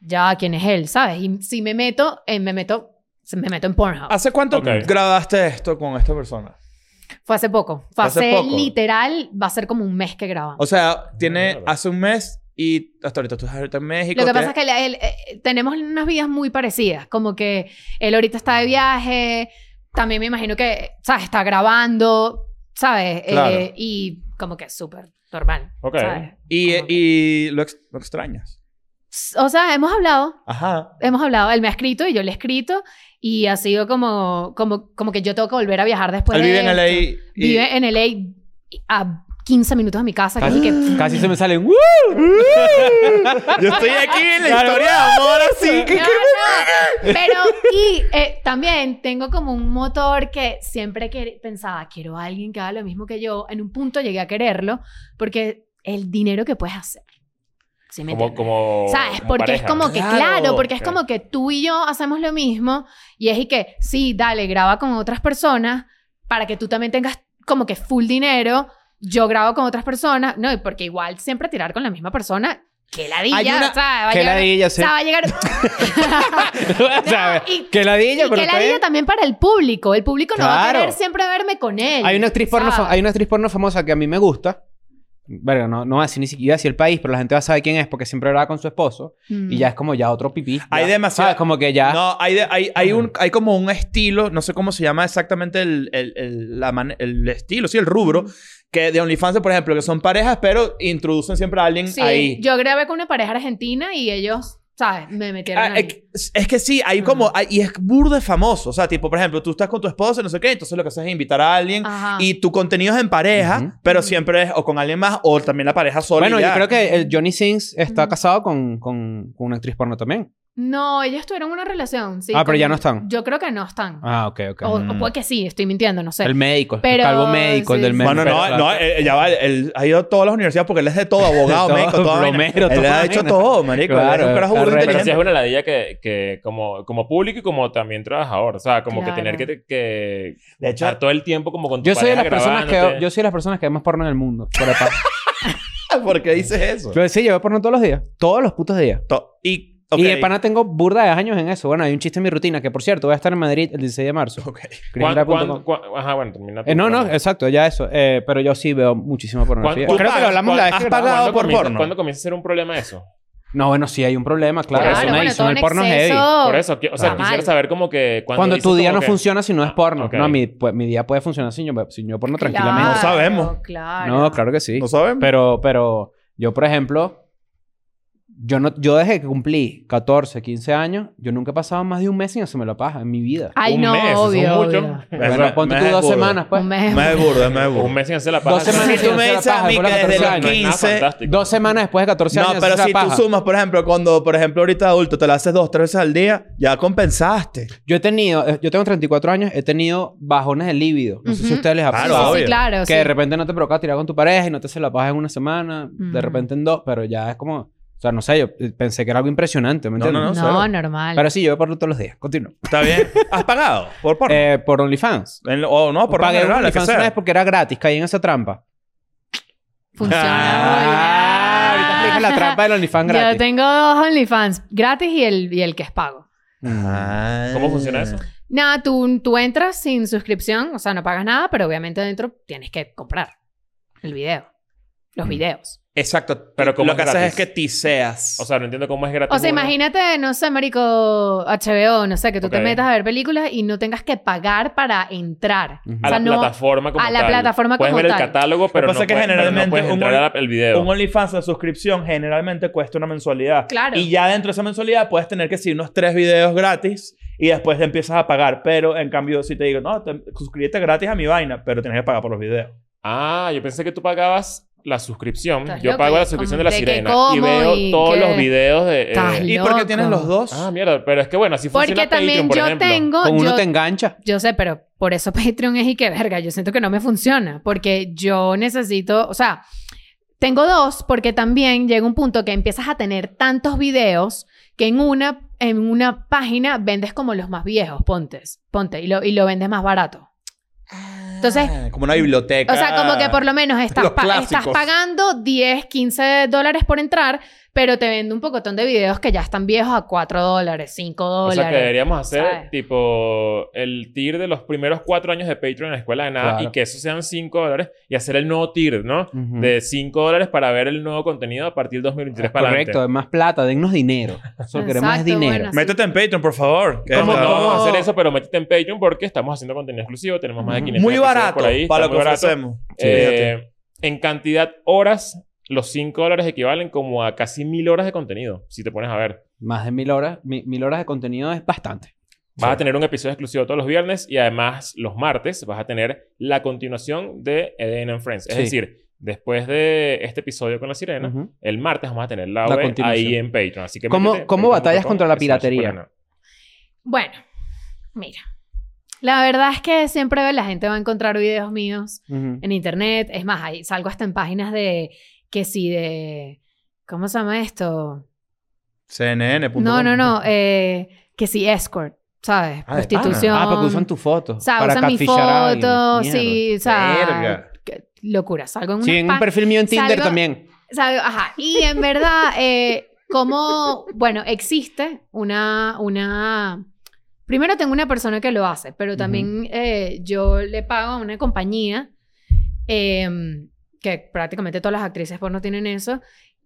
[SPEAKER 1] ya, ¿quién es él? ¿Sabes? Y si me meto, eh, me meto... Me meto en Pornhub.
[SPEAKER 2] ¿Hace cuánto
[SPEAKER 3] Ok.
[SPEAKER 2] grabaste esto con esta persona?
[SPEAKER 1] Fue hace poco. Fue
[SPEAKER 2] Hace
[SPEAKER 1] hace,
[SPEAKER 2] poco.
[SPEAKER 1] literal, va a ser como un mes que grabamos.
[SPEAKER 2] O sea, tiene
[SPEAKER 3] Mierda.
[SPEAKER 2] hace un mes y hasta ahorita tú estás ahorita en México.
[SPEAKER 1] Lo que
[SPEAKER 2] tiene-
[SPEAKER 1] pasa es que la- el- eh, tenemos unas vidas muy parecidas, como que él ahorita está de viaje, también me imagino que, ¿sabes? Está grabando, ¿sabes? Eh,
[SPEAKER 2] Claro.
[SPEAKER 1] y como que es súper normal.
[SPEAKER 3] Ok.
[SPEAKER 1] ¿sabes?
[SPEAKER 2] Y, eh,
[SPEAKER 1] Como que-
[SPEAKER 2] y lo, ex- lo extrañas.
[SPEAKER 1] O sea, hemos hablado,
[SPEAKER 2] Ajá.
[SPEAKER 1] hemos hablado, él me ha escrito y yo le he escrito y ha sido como, como, como que yo tengo que volver a viajar después.
[SPEAKER 2] Él
[SPEAKER 1] de
[SPEAKER 2] vive en
[SPEAKER 1] Pues esto.
[SPEAKER 2] LA. Y, Ah.
[SPEAKER 1] Vive en LA a 15 minutos de mi casa, que es
[SPEAKER 5] Casi,
[SPEAKER 1] que-
[SPEAKER 5] casi se me salen.
[SPEAKER 2] Yo estoy aquí en la historia de amor *laughs* así. que-
[SPEAKER 1] No, no. Pero, y eh, también tengo como un motor que siempre que pensaba, quiero a alguien que haga lo mismo que yo. En un punto llegué a quererlo porque el dinero que puedes hacer. ¿Sí me
[SPEAKER 3] Como,
[SPEAKER 1] entiendes?
[SPEAKER 3] como...
[SPEAKER 1] ¿Sabes?
[SPEAKER 3] como
[SPEAKER 1] Porque
[SPEAKER 3] pareja.
[SPEAKER 1] es como que,
[SPEAKER 2] Claro.
[SPEAKER 1] claro, porque es
[SPEAKER 3] Ok.
[SPEAKER 1] como que tú y yo hacemos lo mismo y es y que, sí, dale, graba con otras personas para que tú también tengas como que full dinero. Yo grabo con otras personas, no, y porque igual siempre tirar con la misma persona, que la
[SPEAKER 5] Hay una-
[SPEAKER 1] o sea, va a
[SPEAKER 5] que
[SPEAKER 1] llegar-
[SPEAKER 5] ladilla,
[SPEAKER 1] o sea,
[SPEAKER 5] *laughs* sí.
[SPEAKER 1] va a llegar. *laughs*
[SPEAKER 5] ¿Sabes?
[SPEAKER 1] y-
[SPEAKER 5] Que ladilla,
[SPEAKER 1] y
[SPEAKER 5] pero
[SPEAKER 1] que
[SPEAKER 5] está
[SPEAKER 1] la diga
[SPEAKER 5] bien.
[SPEAKER 1] también para el público. El público no va a
[SPEAKER 5] Claro.
[SPEAKER 1] querer siempre verme con él.
[SPEAKER 5] Hay una actriz porno,
[SPEAKER 1] ¿sabes?
[SPEAKER 5] fa- hay una actriz porno famosa que a mí me gusta. Verga, no, no así ni siquiera así el país, pero la gente va a saber quién es porque siempre graba con su esposo
[SPEAKER 1] Mm.
[SPEAKER 5] y ya es como ya otro pipí. ya.
[SPEAKER 2] Hay demasiado-
[SPEAKER 5] ¿Sabes? Como que ya.
[SPEAKER 2] No, hay, de- hay, hay, un, hay como un estilo, no sé cómo se llama exactamente el, el- el- la man- el estilo, sí, el rubro, que de OnlyFans, por ejemplo, que son parejas, pero introducen siempre a alguien
[SPEAKER 1] Sí,
[SPEAKER 2] ahí.
[SPEAKER 1] yo grabé con una pareja argentina y ellos, ¿sabes? Me metieron
[SPEAKER 2] Ah,
[SPEAKER 1] ahí.
[SPEAKER 2] es, es que sí, hay como. hay- y es burde famoso. O sea, tipo, por ejemplo, tú estás con tu esposa, no sé qué, entonces lo que haces es invitar a alguien
[SPEAKER 1] Ajá.
[SPEAKER 2] y tu contenido es en pareja,
[SPEAKER 5] Ujú.
[SPEAKER 2] pero siempre es o con alguien más o también la pareja sola. y
[SPEAKER 5] bueno, yo
[SPEAKER 2] ya.
[SPEAKER 5] creo que el Johnny Sins está
[SPEAKER 1] Mm.
[SPEAKER 5] casado con, con, con una actriz porno también.
[SPEAKER 1] No, ellos tuvieron una relación, sí.
[SPEAKER 5] Ah, pero
[SPEAKER 1] con-
[SPEAKER 5] ya no están.
[SPEAKER 1] Yo creo que no están.
[SPEAKER 5] Ah, ok, ok.
[SPEAKER 1] o,
[SPEAKER 2] mm.
[SPEAKER 1] o puede que Oh, sí, estoy mintiendo, no sé.
[SPEAKER 5] el médico, el
[SPEAKER 1] Pero-
[SPEAKER 5] calvo médico, el
[SPEAKER 1] sí,
[SPEAKER 5] del
[SPEAKER 1] sí.
[SPEAKER 5] médico.
[SPEAKER 2] Bueno, no, no, eh, ya va, él ha ido a todas las universidades porque él es de
[SPEAKER 5] *laughs*
[SPEAKER 2] todo, abogado,
[SPEAKER 5] De todo,
[SPEAKER 2] médico, todo.
[SPEAKER 5] plomero,
[SPEAKER 2] él
[SPEAKER 5] toda
[SPEAKER 2] ha hecho
[SPEAKER 5] vaina.
[SPEAKER 2] todo, marico.
[SPEAKER 5] Claro,
[SPEAKER 2] él es un carajo burdo
[SPEAKER 5] arrecho.
[SPEAKER 3] Pero sí es
[SPEAKER 2] inteligente.
[SPEAKER 3] una ladilla que, que como, como público y como también trabajador. O sea, como que tener
[SPEAKER 1] Claro.
[SPEAKER 3] que, que
[SPEAKER 2] De hecho,
[SPEAKER 3] estar todo el tiempo como con tu
[SPEAKER 5] Yo soy, de las
[SPEAKER 3] pareja
[SPEAKER 5] personas que,
[SPEAKER 3] grabándote.
[SPEAKER 5] yo soy de las personas que ve más porno en el mundo. por acá.
[SPEAKER 2] *laughs* ¿por qué dices eso?
[SPEAKER 5] Pero sí, yo veo porno todos los días. Todos los putos días.
[SPEAKER 2] To- y, ok.
[SPEAKER 5] Y de pana tengo burda de años en eso. Bueno, hay un chiste en mi rutina que, por cierto, voy a estar en Madrid el 16 de marzo.
[SPEAKER 2] Ok.
[SPEAKER 3] ¿Cuán-
[SPEAKER 5] Criandra punto
[SPEAKER 3] cuán-
[SPEAKER 5] com.
[SPEAKER 3] cuán- ajá, bueno, termina tú.
[SPEAKER 5] Eh, no, no, exacto, ya eso. Eh, pero yo sí veo muchísimo pornografía.
[SPEAKER 3] ¿Cuán-
[SPEAKER 5] Creo que
[SPEAKER 2] cuán-
[SPEAKER 5] lo hablamos la vez
[SPEAKER 2] has
[SPEAKER 5] que
[SPEAKER 2] pagado
[SPEAKER 3] ¿Cuándo
[SPEAKER 5] grabamos.
[SPEAKER 2] por
[SPEAKER 3] comienza-
[SPEAKER 2] porno?
[SPEAKER 3] ¿Cuándo comienza a ser un problema eso?
[SPEAKER 5] No, bueno, sí hay un problema, claro.
[SPEAKER 3] Por
[SPEAKER 5] es
[SPEAKER 3] eso,
[SPEAKER 5] una
[SPEAKER 1] bueno,
[SPEAKER 5] adicción.
[SPEAKER 1] todo
[SPEAKER 5] el
[SPEAKER 1] en
[SPEAKER 5] porno es heavy.
[SPEAKER 1] exceso.
[SPEAKER 3] Por eso, qui- o sea,
[SPEAKER 1] Está
[SPEAKER 3] quisiera
[SPEAKER 1] Oh, ah, mal.
[SPEAKER 3] saber como que...
[SPEAKER 5] Cuando
[SPEAKER 3] dices
[SPEAKER 5] tu día
[SPEAKER 3] como
[SPEAKER 5] no
[SPEAKER 3] que-
[SPEAKER 5] funciona si no es
[SPEAKER 3] Ah,
[SPEAKER 5] porno.
[SPEAKER 3] ok.
[SPEAKER 5] No, mi, pues, mi día puede funcionar sin yo, pues, sin yo porno
[SPEAKER 1] Claro,
[SPEAKER 5] tranquilamente.
[SPEAKER 2] No sabemos.
[SPEAKER 1] Claro.
[SPEAKER 5] No, claro que sí.
[SPEAKER 2] No saben.
[SPEAKER 5] Pero, pero yo, por ejemplo, yo, no, yo desde que cumplí 14, 15 años, yo nunca he pasado más de un mes sin hacerme la paja en mi vida.
[SPEAKER 1] Ay,
[SPEAKER 3] un
[SPEAKER 1] no,
[SPEAKER 3] mes, eso es
[SPEAKER 1] obvio.
[SPEAKER 3] mucho.
[SPEAKER 1] obvio.
[SPEAKER 5] bueno, ponte tú dos semanas, pues.
[SPEAKER 1] Un mes.
[SPEAKER 2] Me es burdo, me es burdo.
[SPEAKER 3] Un mes sin hacer la paja.
[SPEAKER 5] Dos semanas
[SPEAKER 2] Si
[SPEAKER 5] sin
[SPEAKER 2] tú me
[SPEAKER 5] hacer la
[SPEAKER 2] dices a
[SPEAKER 5] paja,
[SPEAKER 2] mí
[SPEAKER 5] fue la
[SPEAKER 2] que desde
[SPEAKER 5] catorce
[SPEAKER 2] los
[SPEAKER 5] años.
[SPEAKER 3] No es nada
[SPEAKER 2] 15
[SPEAKER 3] fantástico.
[SPEAKER 5] Dos semanas después de 14 años.
[SPEAKER 2] No,
[SPEAKER 5] de
[SPEAKER 2] pero
[SPEAKER 5] hacerse la
[SPEAKER 2] si tú
[SPEAKER 5] paja.
[SPEAKER 2] sumas, por ejemplo, cuando, por ejemplo, ahorita adulto te la haces dos, tres veces al día, ya compensaste.
[SPEAKER 5] Yo he tenido, eh, yo tengo 34 años, he tenido bajones de líbido. No sé si a
[SPEAKER 1] Ujú.
[SPEAKER 5] ustedes les ha
[SPEAKER 2] Claro,
[SPEAKER 5] pasado.
[SPEAKER 2] obvio.
[SPEAKER 1] Sí, claro.
[SPEAKER 5] Que
[SPEAKER 1] sí.
[SPEAKER 5] de repente no te provoca tirar con tu pareja y no te hace la paja en una semana, de
[SPEAKER 1] Ujú.
[SPEAKER 5] repente en dos, pero ya es como, o sea, no sé, yo eh, pensé que era algo impresionante, ¿me
[SPEAKER 2] No,
[SPEAKER 5] entiendes?
[SPEAKER 2] no,
[SPEAKER 1] No, normal.
[SPEAKER 5] Pero sí, yo veo porno todos los días, continúo.
[SPEAKER 2] Está
[SPEAKER 5] *laughs*
[SPEAKER 2] bien. ¿Has pagado por porno?
[SPEAKER 5] Eh, por OnlyFans.
[SPEAKER 2] En lo- o no, por
[SPEAKER 5] Pagué
[SPEAKER 2] porno,
[SPEAKER 5] un
[SPEAKER 2] no, la que
[SPEAKER 5] OnlyFans
[SPEAKER 2] sea.
[SPEAKER 5] una vez porque era gratis, caí en esa trampa.
[SPEAKER 3] Ah,
[SPEAKER 1] Funciona muy bien.
[SPEAKER 5] Ah, ahorita explico la trampa
[SPEAKER 1] *laughs*
[SPEAKER 5] del OnlyFans
[SPEAKER 1] Yo
[SPEAKER 5] gratis.
[SPEAKER 1] tengo dos OnlyFans, gratis y el, y el que es pago.
[SPEAKER 5] Mm.
[SPEAKER 2] Ah.
[SPEAKER 3] ¿Cómo funciona eso?
[SPEAKER 1] Nada, tú, tú entras sin suscripción,
[SPEAKER 3] Mm.
[SPEAKER 1] o sea, no pagas nada, pero obviamente dentro tienes que comprar el video, los videos.
[SPEAKER 2] Exacto.
[SPEAKER 3] Pero
[SPEAKER 2] lo
[SPEAKER 3] ¿cómo es
[SPEAKER 2] que haces
[SPEAKER 3] gratis?
[SPEAKER 2] es que tiseas.
[SPEAKER 3] O sea, no entiendo cómo es gratis.
[SPEAKER 1] O sea,
[SPEAKER 3] una.
[SPEAKER 1] imagínate, no sé, marico, HBO, no sé, que tú
[SPEAKER 3] Ok.
[SPEAKER 1] te metas a ver películas y no tengas que pagar para entrar.
[SPEAKER 5] Ujú.
[SPEAKER 3] A
[SPEAKER 1] o sea,
[SPEAKER 3] la
[SPEAKER 1] no-
[SPEAKER 3] plataforma como
[SPEAKER 1] a la
[SPEAKER 3] tal.
[SPEAKER 1] plataforma
[SPEAKER 3] puedes
[SPEAKER 1] como
[SPEAKER 3] ver
[SPEAKER 1] tal.
[SPEAKER 3] el catálogo, pero no,
[SPEAKER 2] pasa es que
[SPEAKER 3] puedes, pero no
[SPEAKER 2] generalmente
[SPEAKER 3] puedes
[SPEAKER 2] un
[SPEAKER 3] entrar
[SPEAKER 2] buen-
[SPEAKER 3] al al video.
[SPEAKER 2] Un OnlyFans de suscripción generalmente cuesta una mensualidad.
[SPEAKER 1] Claro.
[SPEAKER 2] Y ya dentro de esa mensualidad puedes tener que seguir unos tres videos gratis y después te empiezas a pagar. Pero en cambio, si te digo, no, te- suscríbete gratis a mi vaina, pero tienes que pagar por los videos.
[SPEAKER 3] Ah, yo pensé que tú pagabas la suscripción.
[SPEAKER 1] Estás
[SPEAKER 3] Yo
[SPEAKER 1] loco,
[SPEAKER 3] pago la
[SPEAKER 1] ¿y
[SPEAKER 3] suscripción
[SPEAKER 1] cómo-
[SPEAKER 3] de la
[SPEAKER 1] de qué
[SPEAKER 3] sirena. Y
[SPEAKER 1] como
[SPEAKER 3] veo
[SPEAKER 1] y
[SPEAKER 3] todos
[SPEAKER 1] qué?
[SPEAKER 3] los videos de. eh,
[SPEAKER 1] Estás
[SPEAKER 2] ¿Y por qué
[SPEAKER 1] Loco.
[SPEAKER 2] tienes los dos?
[SPEAKER 3] Ah, mierda. Pero es que bueno, así funciona
[SPEAKER 1] Porque también
[SPEAKER 3] Patreon, por
[SPEAKER 1] yo
[SPEAKER 3] ejemplo.
[SPEAKER 1] tengo.
[SPEAKER 5] Con uno
[SPEAKER 1] yo-
[SPEAKER 5] te engancha.
[SPEAKER 1] Yo sé, pero por eso *laughs* Patreon es y que verga. Yo siento que no me funciona porque yo necesito, o sea, tengo dos porque también llega un punto que empiezas a tener tantos videos que en una, en una página vendes como los más viejos, ponte, ponte, y lo, y lo vendes más barato. Entonces,
[SPEAKER 2] Ah, como una biblioteca.
[SPEAKER 1] o sea, como que por lo menos estás,
[SPEAKER 2] Los
[SPEAKER 1] pa- estás
[SPEAKER 2] clásicos.
[SPEAKER 1] pagando 10, 15 dólares por entrar, pero te vende un pocotón de videos que ya están viejos a 4 dólares, 5
[SPEAKER 3] O
[SPEAKER 1] dólares.
[SPEAKER 3] sea, que deberíamos hacer
[SPEAKER 1] ¿sabes?
[SPEAKER 3] tipo el tier de los primeros cuatro años de Patreon en la escuela de nada
[SPEAKER 5] Claro.
[SPEAKER 3] y que eso sean cinco dólares y hacer el nuevo tier, ¿no?
[SPEAKER 5] Ujú.
[SPEAKER 3] De cinco dólares para ver el nuevo contenido a partir del 2023 para
[SPEAKER 5] Correcto,
[SPEAKER 3] adelante.
[SPEAKER 5] más plata, dennos dinero. Eso queremos es
[SPEAKER 1] Exacto,
[SPEAKER 5] dinero.
[SPEAKER 1] bueno.
[SPEAKER 2] Métete en Patreon, por favor. que
[SPEAKER 3] Vamos,
[SPEAKER 2] está-
[SPEAKER 3] no vamos a hacer eso, pero métete en Patreon porque estamos haciendo contenido exclusivo. Tenemos más de
[SPEAKER 5] Ujú.
[SPEAKER 3] 500
[SPEAKER 2] Muy
[SPEAKER 3] episodios
[SPEAKER 2] barato
[SPEAKER 3] por ahí.
[SPEAKER 2] para lo
[SPEAKER 3] está
[SPEAKER 2] que
[SPEAKER 3] muy barato.
[SPEAKER 2] ofrecemos. Fíjate.
[SPEAKER 3] Eh, en cantidad horas, los 5 dólares equivalen como a casi mil horas de contenido, si te pones a ver.
[SPEAKER 5] Más de mil horas, mi- mil horas de contenido es bastante.
[SPEAKER 3] Vas
[SPEAKER 2] Sí.
[SPEAKER 3] a tener un episodio exclusivo todos los viernes y además los martes vas a tener la continuación de Eden and Friends. Es
[SPEAKER 5] Sí.
[SPEAKER 3] decir, después de este episodio con la sirena,
[SPEAKER 5] Ujú.
[SPEAKER 3] el martes vamos a tener la,
[SPEAKER 5] La
[SPEAKER 3] web
[SPEAKER 5] continuación.
[SPEAKER 3] ahí en Patreon. Así que
[SPEAKER 5] ¿Cómo-
[SPEAKER 3] métete, patreon.com
[SPEAKER 5] cómo batallas contra la
[SPEAKER 3] slash
[SPEAKER 5] piratería?
[SPEAKER 3] Polana.
[SPEAKER 1] Bueno, mira. La verdad es que siempre la gente va a encontrar videos míos
[SPEAKER 5] Ujú.
[SPEAKER 1] en internet. Es más, ahí salgo hasta en páginas de que si de. ¿Cómo se llama esto?
[SPEAKER 2] CNN.com.
[SPEAKER 1] No, no, no. eh, que si escort, ¿sabes?
[SPEAKER 2] Ah, de
[SPEAKER 1] Prostitución.
[SPEAKER 5] Ah, porque usan tu foto.
[SPEAKER 1] O sea,
[SPEAKER 5] para
[SPEAKER 1] usan mi
[SPEAKER 5] catfishar a alguien.
[SPEAKER 1] foto,
[SPEAKER 5] Mierda.
[SPEAKER 1] sí, o sea,
[SPEAKER 2] Verga.
[SPEAKER 1] que- locura. Salgo en una
[SPEAKER 5] Sí, en un perfil mío en Tinder
[SPEAKER 1] salgo-
[SPEAKER 5] también.
[SPEAKER 1] ¿Sabe? Ajá. Y en verdad, eh, como, bueno, existe una, una... Primero tengo una persona que lo hace, pero también eh, yo le pago a una compañía, em, que prácticamente todas las actrices porno tienen eso,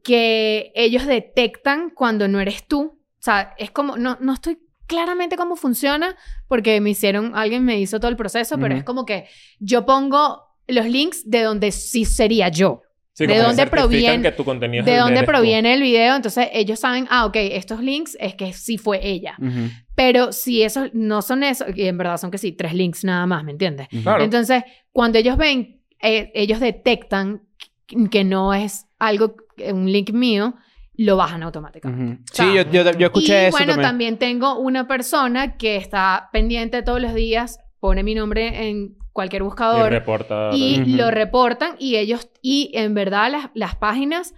[SPEAKER 1] que ellos detectan cuando no eres tú. O sea, es como, no, no estoy claramente cómo funciona, porque me hicieron, alguien me hizo todo el proceso, pero
[SPEAKER 5] Ujú.
[SPEAKER 1] es como que yo pongo los links de donde sí sería yo.
[SPEAKER 3] Sí,
[SPEAKER 1] ¿De
[SPEAKER 3] como que
[SPEAKER 1] dónde
[SPEAKER 3] certifican
[SPEAKER 1] proviene-
[SPEAKER 3] que tu contenido es
[SPEAKER 1] ¿De
[SPEAKER 3] el-
[SPEAKER 1] dónde
[SPEAKER 3] eres tú.
[SPEAKER 1] proviene el video? Entonces ellos saben, ah, ok, estos links es que sí fue ella.
[SPEAKER 5] Ujú.
[SPEAKER 1] Pero si esos no son esos, y en verdad son que sí, tres links nada más, ¿me entiendes?
[SPEAKER 5] Ujú.
[SPEAKER 2] Claro.
[SPEAKER 1] Entonces, cuando ellos ven, eh, ellos detectan que- que no es algo, eh, un link mío, lo bajan automáticamente.
[SPEAKER 5] Ujú.
[SPEAKER 1] sea,
[SPEAKER 5] Sí, yo, yo, yo escuché
[SPEAKER 1] y
[SPEAKER 5] eso
[SPEAKER 1] bueno,
[SPEAKER 5] también.
[SPEAKER 1] también. tengo una persona que está pendiente todos los días, pone mi nombre en cualquier
[SPEAKER 3] Y
[SPEAKER 1] buscador
[SPEAKER 3] reporta.
[SPEAKER 1] y
[SPEAKER 5] Ujú.
[SPEAKER 1] lo reportan y ellos y en verdad las, las páginas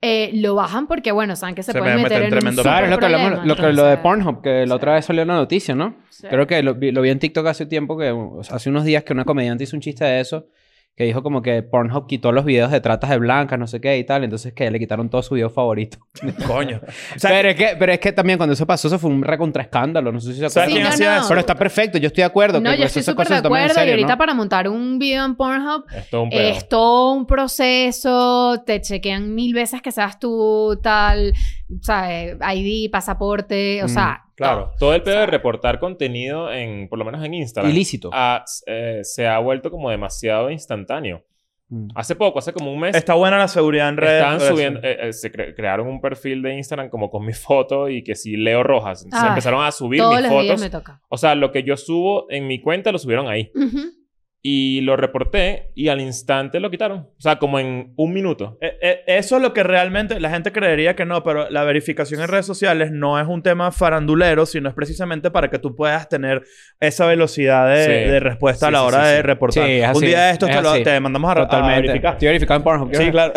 [SPEAKER 1] eh, lo bajan porque bueno saben que se,
[SPEAKER 2] Se
[SPEAKER 1] pueden
[SPEAKER 2] me meten
[SPEAKER 1] meter en
[SPEAKER 2] tremendo
[SPEAKER 1] un
[SPEAKER 5] Claro, es lo que
[SPEAKER 1] súper
[SPEAKER 5] hablamos, lo,
[SPEAKER 1] problema,
[SPEAKER 5] que, lo de
[SPEAKER 1] entonces,
[SPEAKER 5] Pornhub, que la otra vez salió en la noticia, ¿no?
[SPEAKER 1] sí.
[SPEAKER 5] Creo que lo vi, lo vi en TikTok hace tiempo, que o sea, hace unos días que una comediante hizo un chiste de eso, que dijo como que Pornhub quitó los videos de tratas de blancas, no sé qué y tal, entonces que le quitaron todos sus videos favoritos.
[SPEAKER 2] Coño. O sea,
[SPEAKER 5] pero, es que, pero es que también cuando eso pasó, eso fue un recontraescándalo, no sé si se
[SPEAKER 2] ¿sabes
[SPEAKER 1] Sí,
[SPEAKER 5] acuerdan.
[SPEAKER 2] quién
[SPEAKER 1] no,
[SPEAKER 2] hacía
[SPEAKER 1] no.
[SPEAKER 2] eso?
[SPEAKER 5] Pero está perfecto, yo estoy de acuerdo.
[SPEAKER 1] no
[SPEAKER 5] que
[SPEAKER 1] yo
[SPEAKER 5] esas
[SPEAKER 1] estoy súper
[SPEAKER 5] cosas
[SPEAKER 1] de
[SPEAKER 5] se toman en
[SPEAKER 1] acuerdo y
[SPEAKER 5] serio,
[SPEAKER 1] ahorita
[SPEAKER 5] ¿no?
[SPEAKER 1] para montar un video en Pornhub
[SPEAKER 3] Es todo un pedo.
[SPEAKER 1] es todo un proceso te chequean mil veces que seas tú tal sabes ID pasaporte o
[SPEAKER 5] Mm,
[SPEAKER 1] sea
[SPEAKER 2] Claro.
[SPEAKER 3] Todo el pedo de reportar contenido en, por lo menos en Instagram,
[SPEAKER 5] Ilícito.
[SPEAKER 3] ha- eh, se ha vuelto como demasiado instantáneo.
[SPEAKER 5] Mm.
[SPEAKER 3] Hace poco, hace como un mes,
[SPEAKER 2] Está buena la seguridad en redes.
[SPEAKER 3] estaban
[SPEAKER 2] por eso.
[SPEAKER 3] subiendo, eh, eh, se cre- crearon un perfil de Instagram como con mi foto y que si Leo Rojas. Se
[SPEAKER 1] Ah,
[SPEAKER 3] empezaron a subir
[SPEAKER 1] todos
[SPEAKER 3] mis
[SPEAKER 1] los días me
[SPEAKER 3] fotos.
[SPEAKER 1] toca
[SPEAKER 3] O sea, lo que yo subo en mi cuenta lo subieron ahí.
[SPEAKER 1] Ujú.
[SPEAKER 3] Y lo reporté y al instante lo quitaron. O sea, como en un minuto.
[SPEAKER 2] Eh, eh, eso es lo que realmente la gente creería que no, pero la verificación en redes sociales no es un tema farandulero, sino es precisamente para que tú puedas tener esa velocidad de,
[SPEAKER 3] Sí.
[SPEAKER 2] de respuesta a
[SPEAKER 3] Sí,
[SPEAKER 2] la
[SPEAKER 3] sí,
[SPEAKER 2] hora
[SPEAKER 3] sí,
[SPEAKER 2] de
[SPEAKER 3] sí.
[SPEAKER 2] reportar.
[SPEAKER 5] Sí, es
[SPEAKER 2] un
[SPEAKER 5] así,
[SPEAKER 2] día de estos
[SPEAKER 5] es
[SPEAKER 2] te, lo-
[SPEAKER 5] así.
[SPEAKER 2] te mandamos a, re- a
[SPEAKER 5] Totalmente.
[SPEAKER 2] verificar.
[SPEAKER 5] Estoy verificado en Pornhub.
[SPEAKER 2] ah, *laughs* Sí, claro.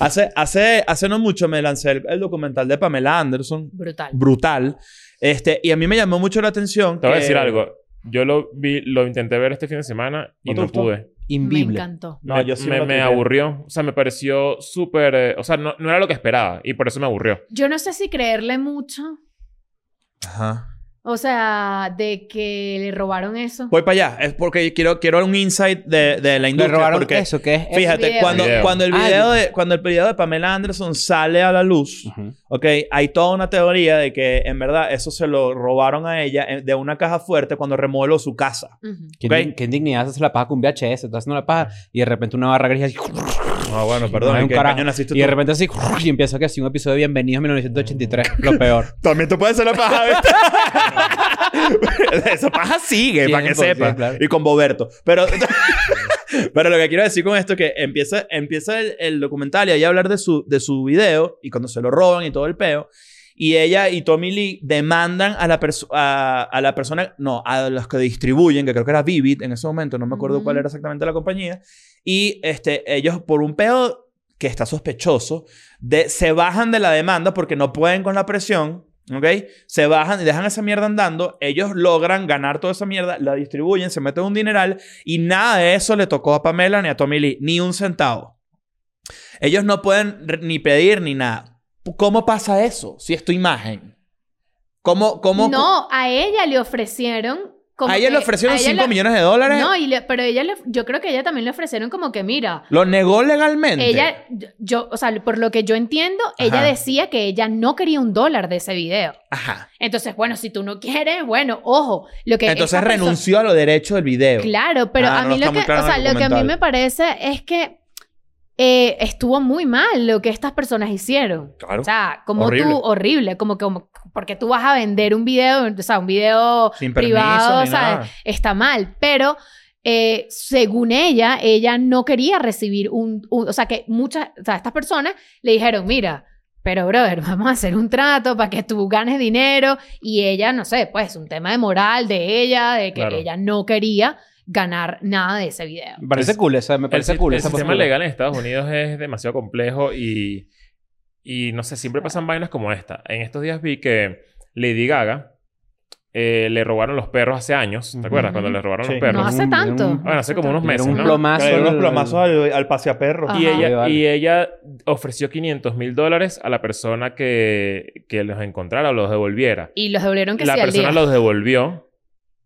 [SPEAKER 2] hace, hace, hace no mucho me lancé el, el documental de Pamela Anderson,
[SPEAKER 1] brutal
[SPEAKER 2] brutal. Este, y a mí me llamó mucho la atención.
[SPEAKER 3] Te voy a
[SPEAKER 2] que-
[SPEAKER 3] decir algo. Yo lo vi, lo intenté ver este fin de semana y
[SPEAKER 2] ¿No te
[SPEAKER 3] no,
[SPEAKER 2] gustó?
[SPEAKER 3] pude.
[SPEAKER 1] me
[SPEAKER 5] Invible.
[SPEAKER 1] encantó
[SPEAKER 2] No,
[SPEAKER 3] me,
[SPEAKER 2] yo sí
[SPEAKER 3] me,
[SPEAKER 2] lo
[SPEAKER 3] me
[SPEAKER 2] tuiteé.
[SPEAKER 3] aburrió. O sea, me pareció súper... eh, o sea, no, no era lo que esperaba y por eso me aburrió.
[SPEAKER 1] yo no sé si creerle mucho
[SPEAKER 2] Ajá.
[SPEAKER 1] O sea, de que le robaron eso.
[SPEAKER 2] Voy para allá. Es porque quiero, quiero un insight de, de la
[SPEAKER 5] Le
[SPEAKER 2] industria.
[SPEAKER 5] robaron
[SPEAKER 2] porque,
[SPEAKER 5] eso, ¿qué es eso?
[SPEAKER 2] Fíjate,
[SPEAKER 1] video.
[SPEAKER 2] cuando,
[SPEAKER 3] Video.
[SPEAKER 2] Cuando, el
[SPEAKER 5] Ah,
[SPEAKER 2] video de, cuando el video de Pamela Anderson sale a la luz,
[SPEAKER 5] Ujú.
[SPEAKER 2] ¿ok? Hay toda una teoría de que en verdad eso se lo robaron a ella eh, de una caja fuerte cuando remodeló su casa.
[SPEAKER 1] Ujú.
[SPEAKER 5] ¿Qué,
[SPEAKER 2] Ok.
[SPEAKER 5] indig- qué indignidad haces la paja con un VHS? Estás haciendo la paja y de repente una barra gris así, *laughs*
[SPEAKER 2] Ah, bueno,
[SPEAKER 5] Ay,
[SPEAKER 2] perdón.
[SPEAKER 5] un
[SPEAKER 2] ¿Qué
[SPEAKER 5] carajo.
[SPEAKER 2] año naciste
[SPEAKER 5] y de
[SPEAKER 2] tú?
[SPEAKER 5] repente así *laughs* y empieza que así un episodio de Bienvenidos 1983, lo peor.
[SPEAKER 2] También te puedes hacer la *laughs* paja. ¿viste? Esa paja sigue, para que
[SPEAKER 5] 100%,
[SPEAKER 2] sepa.
[SPEAKER 5] claro.
[SPEAKER 2] Y con Boberto. Pero, *laughs* pero lo que quiero decir con esto es que empieza, empieza el, el documental y ahí hablar de su, de su video y cuando se lo roban y todo el peo. Y ella y Tommy Lee demandan a la, perso- a, a la persona, no, a los que distribuyen, que creo que era Vivid en ese momento, no me acuerdo
[SPEAKER 1] Ujú.
[SPEAKER 2] cuál era exactamente la compañía. Y este, ellos por un peo que está sospechoso, de, se bajan de la demanda porque no pueden con la presión, ¿ok? Se bajan y dejan esa mierda andando, ellos logran ganar toda esa mierda, la distribuyen, se meten un dineral y nada de eso le tocó a Pamela ni a Tommy Lee, ni un centavo. Ellos no pueden re- ni pedir ni nada. ¿Cómo pasa eso si es tu imagen? ¿Cómo? cómo
[SPEAKER 1] No, a ella le ofrecieron. Como
[SPEAKER 2] a ella
[SPEAKER 1] que-
[SPEAKER 2] le ofrecieron
[SPEAKER 1] a ella
[SPEAKER 2] 5
[SPEAKER 1] le-
[SPEAKER 2] millones de dólares.
[SPEAKER 1] No, y le- pero ella le- yo creo que a ella también le ofrecieron como que, mira,
[SPEAKER 2] lo negó legalmente.
[SPEAKER 1] ella, yo- yo, o sea, por lo que yo entiendo, ella
[SPEAKER 2] Ajá.
[SPEAKER 1] decía que ella no quería un dólar de ese video.
[SPEAKER 2] Ajá.
[SPEAKER 1] Entonces, bueno, si tú no quieres, bueno, ojo, lo que
[SPEAKER 2] Entonces
[SPEAKER 1] esa persona-
[SPEAKER 2] renunció a los derechos del video.
[SPEAKER 1] Claro, pero
[SPEAKER 2] Ah,
[SPEAKER 1] a
[SPEAKER 2] no
[SPEAKER 1] mí
[SPEAKER 2] está
[SPEAKER 1] lo
[SPEAKER 2] muy
[SPEAKER 1] que,
[SPEAKER 2] claro
[SPEAKER 1] o
[SPEAKER 2] en el
[SPEAKER 1] sea, lo que a mí
[SPEAKER 2] documental.
[SPEAKER 1] me parece es que eh, estuvo muy mal lo que estas personas hicieron.
[SPEAKER 2] Claro.
[SPEAKER 1] O sea, como
[SPEAKER 2] Horrible.
[SPEAKER 1] tú, horrible, como que, como, porque tú vas a vender un video, o sea, un video
[SPEAKER 2] Sin permiso
[SPEAKER 1] privado, o
[SPEAKER 2] ni
[SPEAKER 1] sea,
[SPEAKER 2] nada.
[SPEAKER 1] está mal, pero eh, según ella, ella no quería recibir un, un- o sea, que muchas, o sea, estas personas le dijeron, mira, pero brother, vamos a hacer un trato para que tú ganes dinero y ella, no sé, pues un tema de moral de ella, de que
[SPEAKER 3] Claro.
[SPEAKER 1] ella no quería ganar nada de ese video.
[SPEAKER 5] Me parece
[SPEAKER 3] El-
[SPEAKER 5] cool esa, me parece
[SPEAKER 3] el, si-
[SPEAKER 5] cool
[SPEAKER 3] el
[SPEAKER 5] esa
[SPEAKER 3] sistema
[SPEAKER 5] postura.
[SPEAKER 3] legal en Estados Unidos es demasiado complejo y, y no sé, siempre pasan vainas como esta. En estos días vi que Lady Gaga eh, le robaron los perros hace años. ¿Te acuerdas?
[SPEAKER 1] Ujú.
[SPEAKER 3] Cuando le robaron
[SPEAKER 2] Sí.
[SPEAKER 3] los perros.
[SPEAKER 1] No hace tanto.
[SPEAKER 3] Bueno, hace como unos
[SPEAKER 5] Dieron
[SPEAKER 3] meses,
[SPEAKER 5] un
[SPEAKER 3] ¿no?
[SPEAKER 5] plomazo.
[SPEAKER 2] Le dieron
[SPEAKER 5] al-
[SPEAKER 2] unos plomazos al, al paseaperro.
[SPEAKER 1] Ajá.
[SPEAKER 3] Y
[SPEAKER 5] Sí,
[SPEAKER 3] ella,
[SPEAKER 5] vale.
[SPEAKER 3] y ella ofreció 500 mil dólares a la persona que, que los encontrara o los devolviera.
[SPEAKER 1] Y los devolvieron que
[SPEAKER 3] La
[SPEAKER 1] sí al día.
[SPEAKER 3] persona los devolvió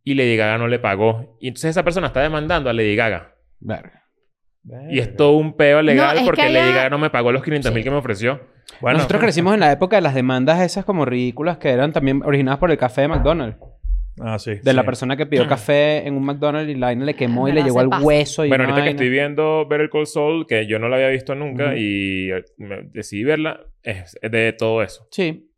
[SPEAKER 3] y Lady Gaga no le pagó. Y entonces esa persona está demandando a Lady Gaga.
[SPEAKER 5] Verga.
[SPEAKER 3] Y es todo un peo legal
[SPEAKER 1] No, es
[SPEAKER 3] porque
[SPEAKER 1] que
[SPEAKER 3] Lady
[SPEAKER 1] allá-
[SPEAKER 3] Gaga no me pagó los 500 mil
[SPEAKER 1] Sí.
[SPEAKER 3] que me ofreció.
[SPEAKER 2] Bueno,
[SPEAKER 5] Nosotros crecimos en la época de las demandas esas como ridículas que eran también originadas por el café de McDonald's.
[SPEAKER 2] Ah, sí.
[SPEAKER 5] De la
[SPEAKER 2] sí.
[SPEAKER 5] persona que pidió café en un McDonald's y la vaina le quemó y
[SPEAKER 1] Pero
[SPEAKER 5] le
[SPEAKER 1] no
[SPEAKER 5] llegó
[SPEAKER 1] se
[SPEAKER 5] al
[SPEAKER 1] pasa.
[SPEAKER 5] hueso y
[SPEAKER 3] Bueno,
[SPEAKER 5] una
[SPEAKER 3] ahorita que
[SPEAKER 5] vaina.
[SPEAKER 3] estoy viendo Better Call Saul, que yo no la había visto nunca
[SPEAKER 5] Ujú.
[SPEAKER 3] y eh, me- decidí verla, es de todo eso.
[SPEAKER 5] Sí.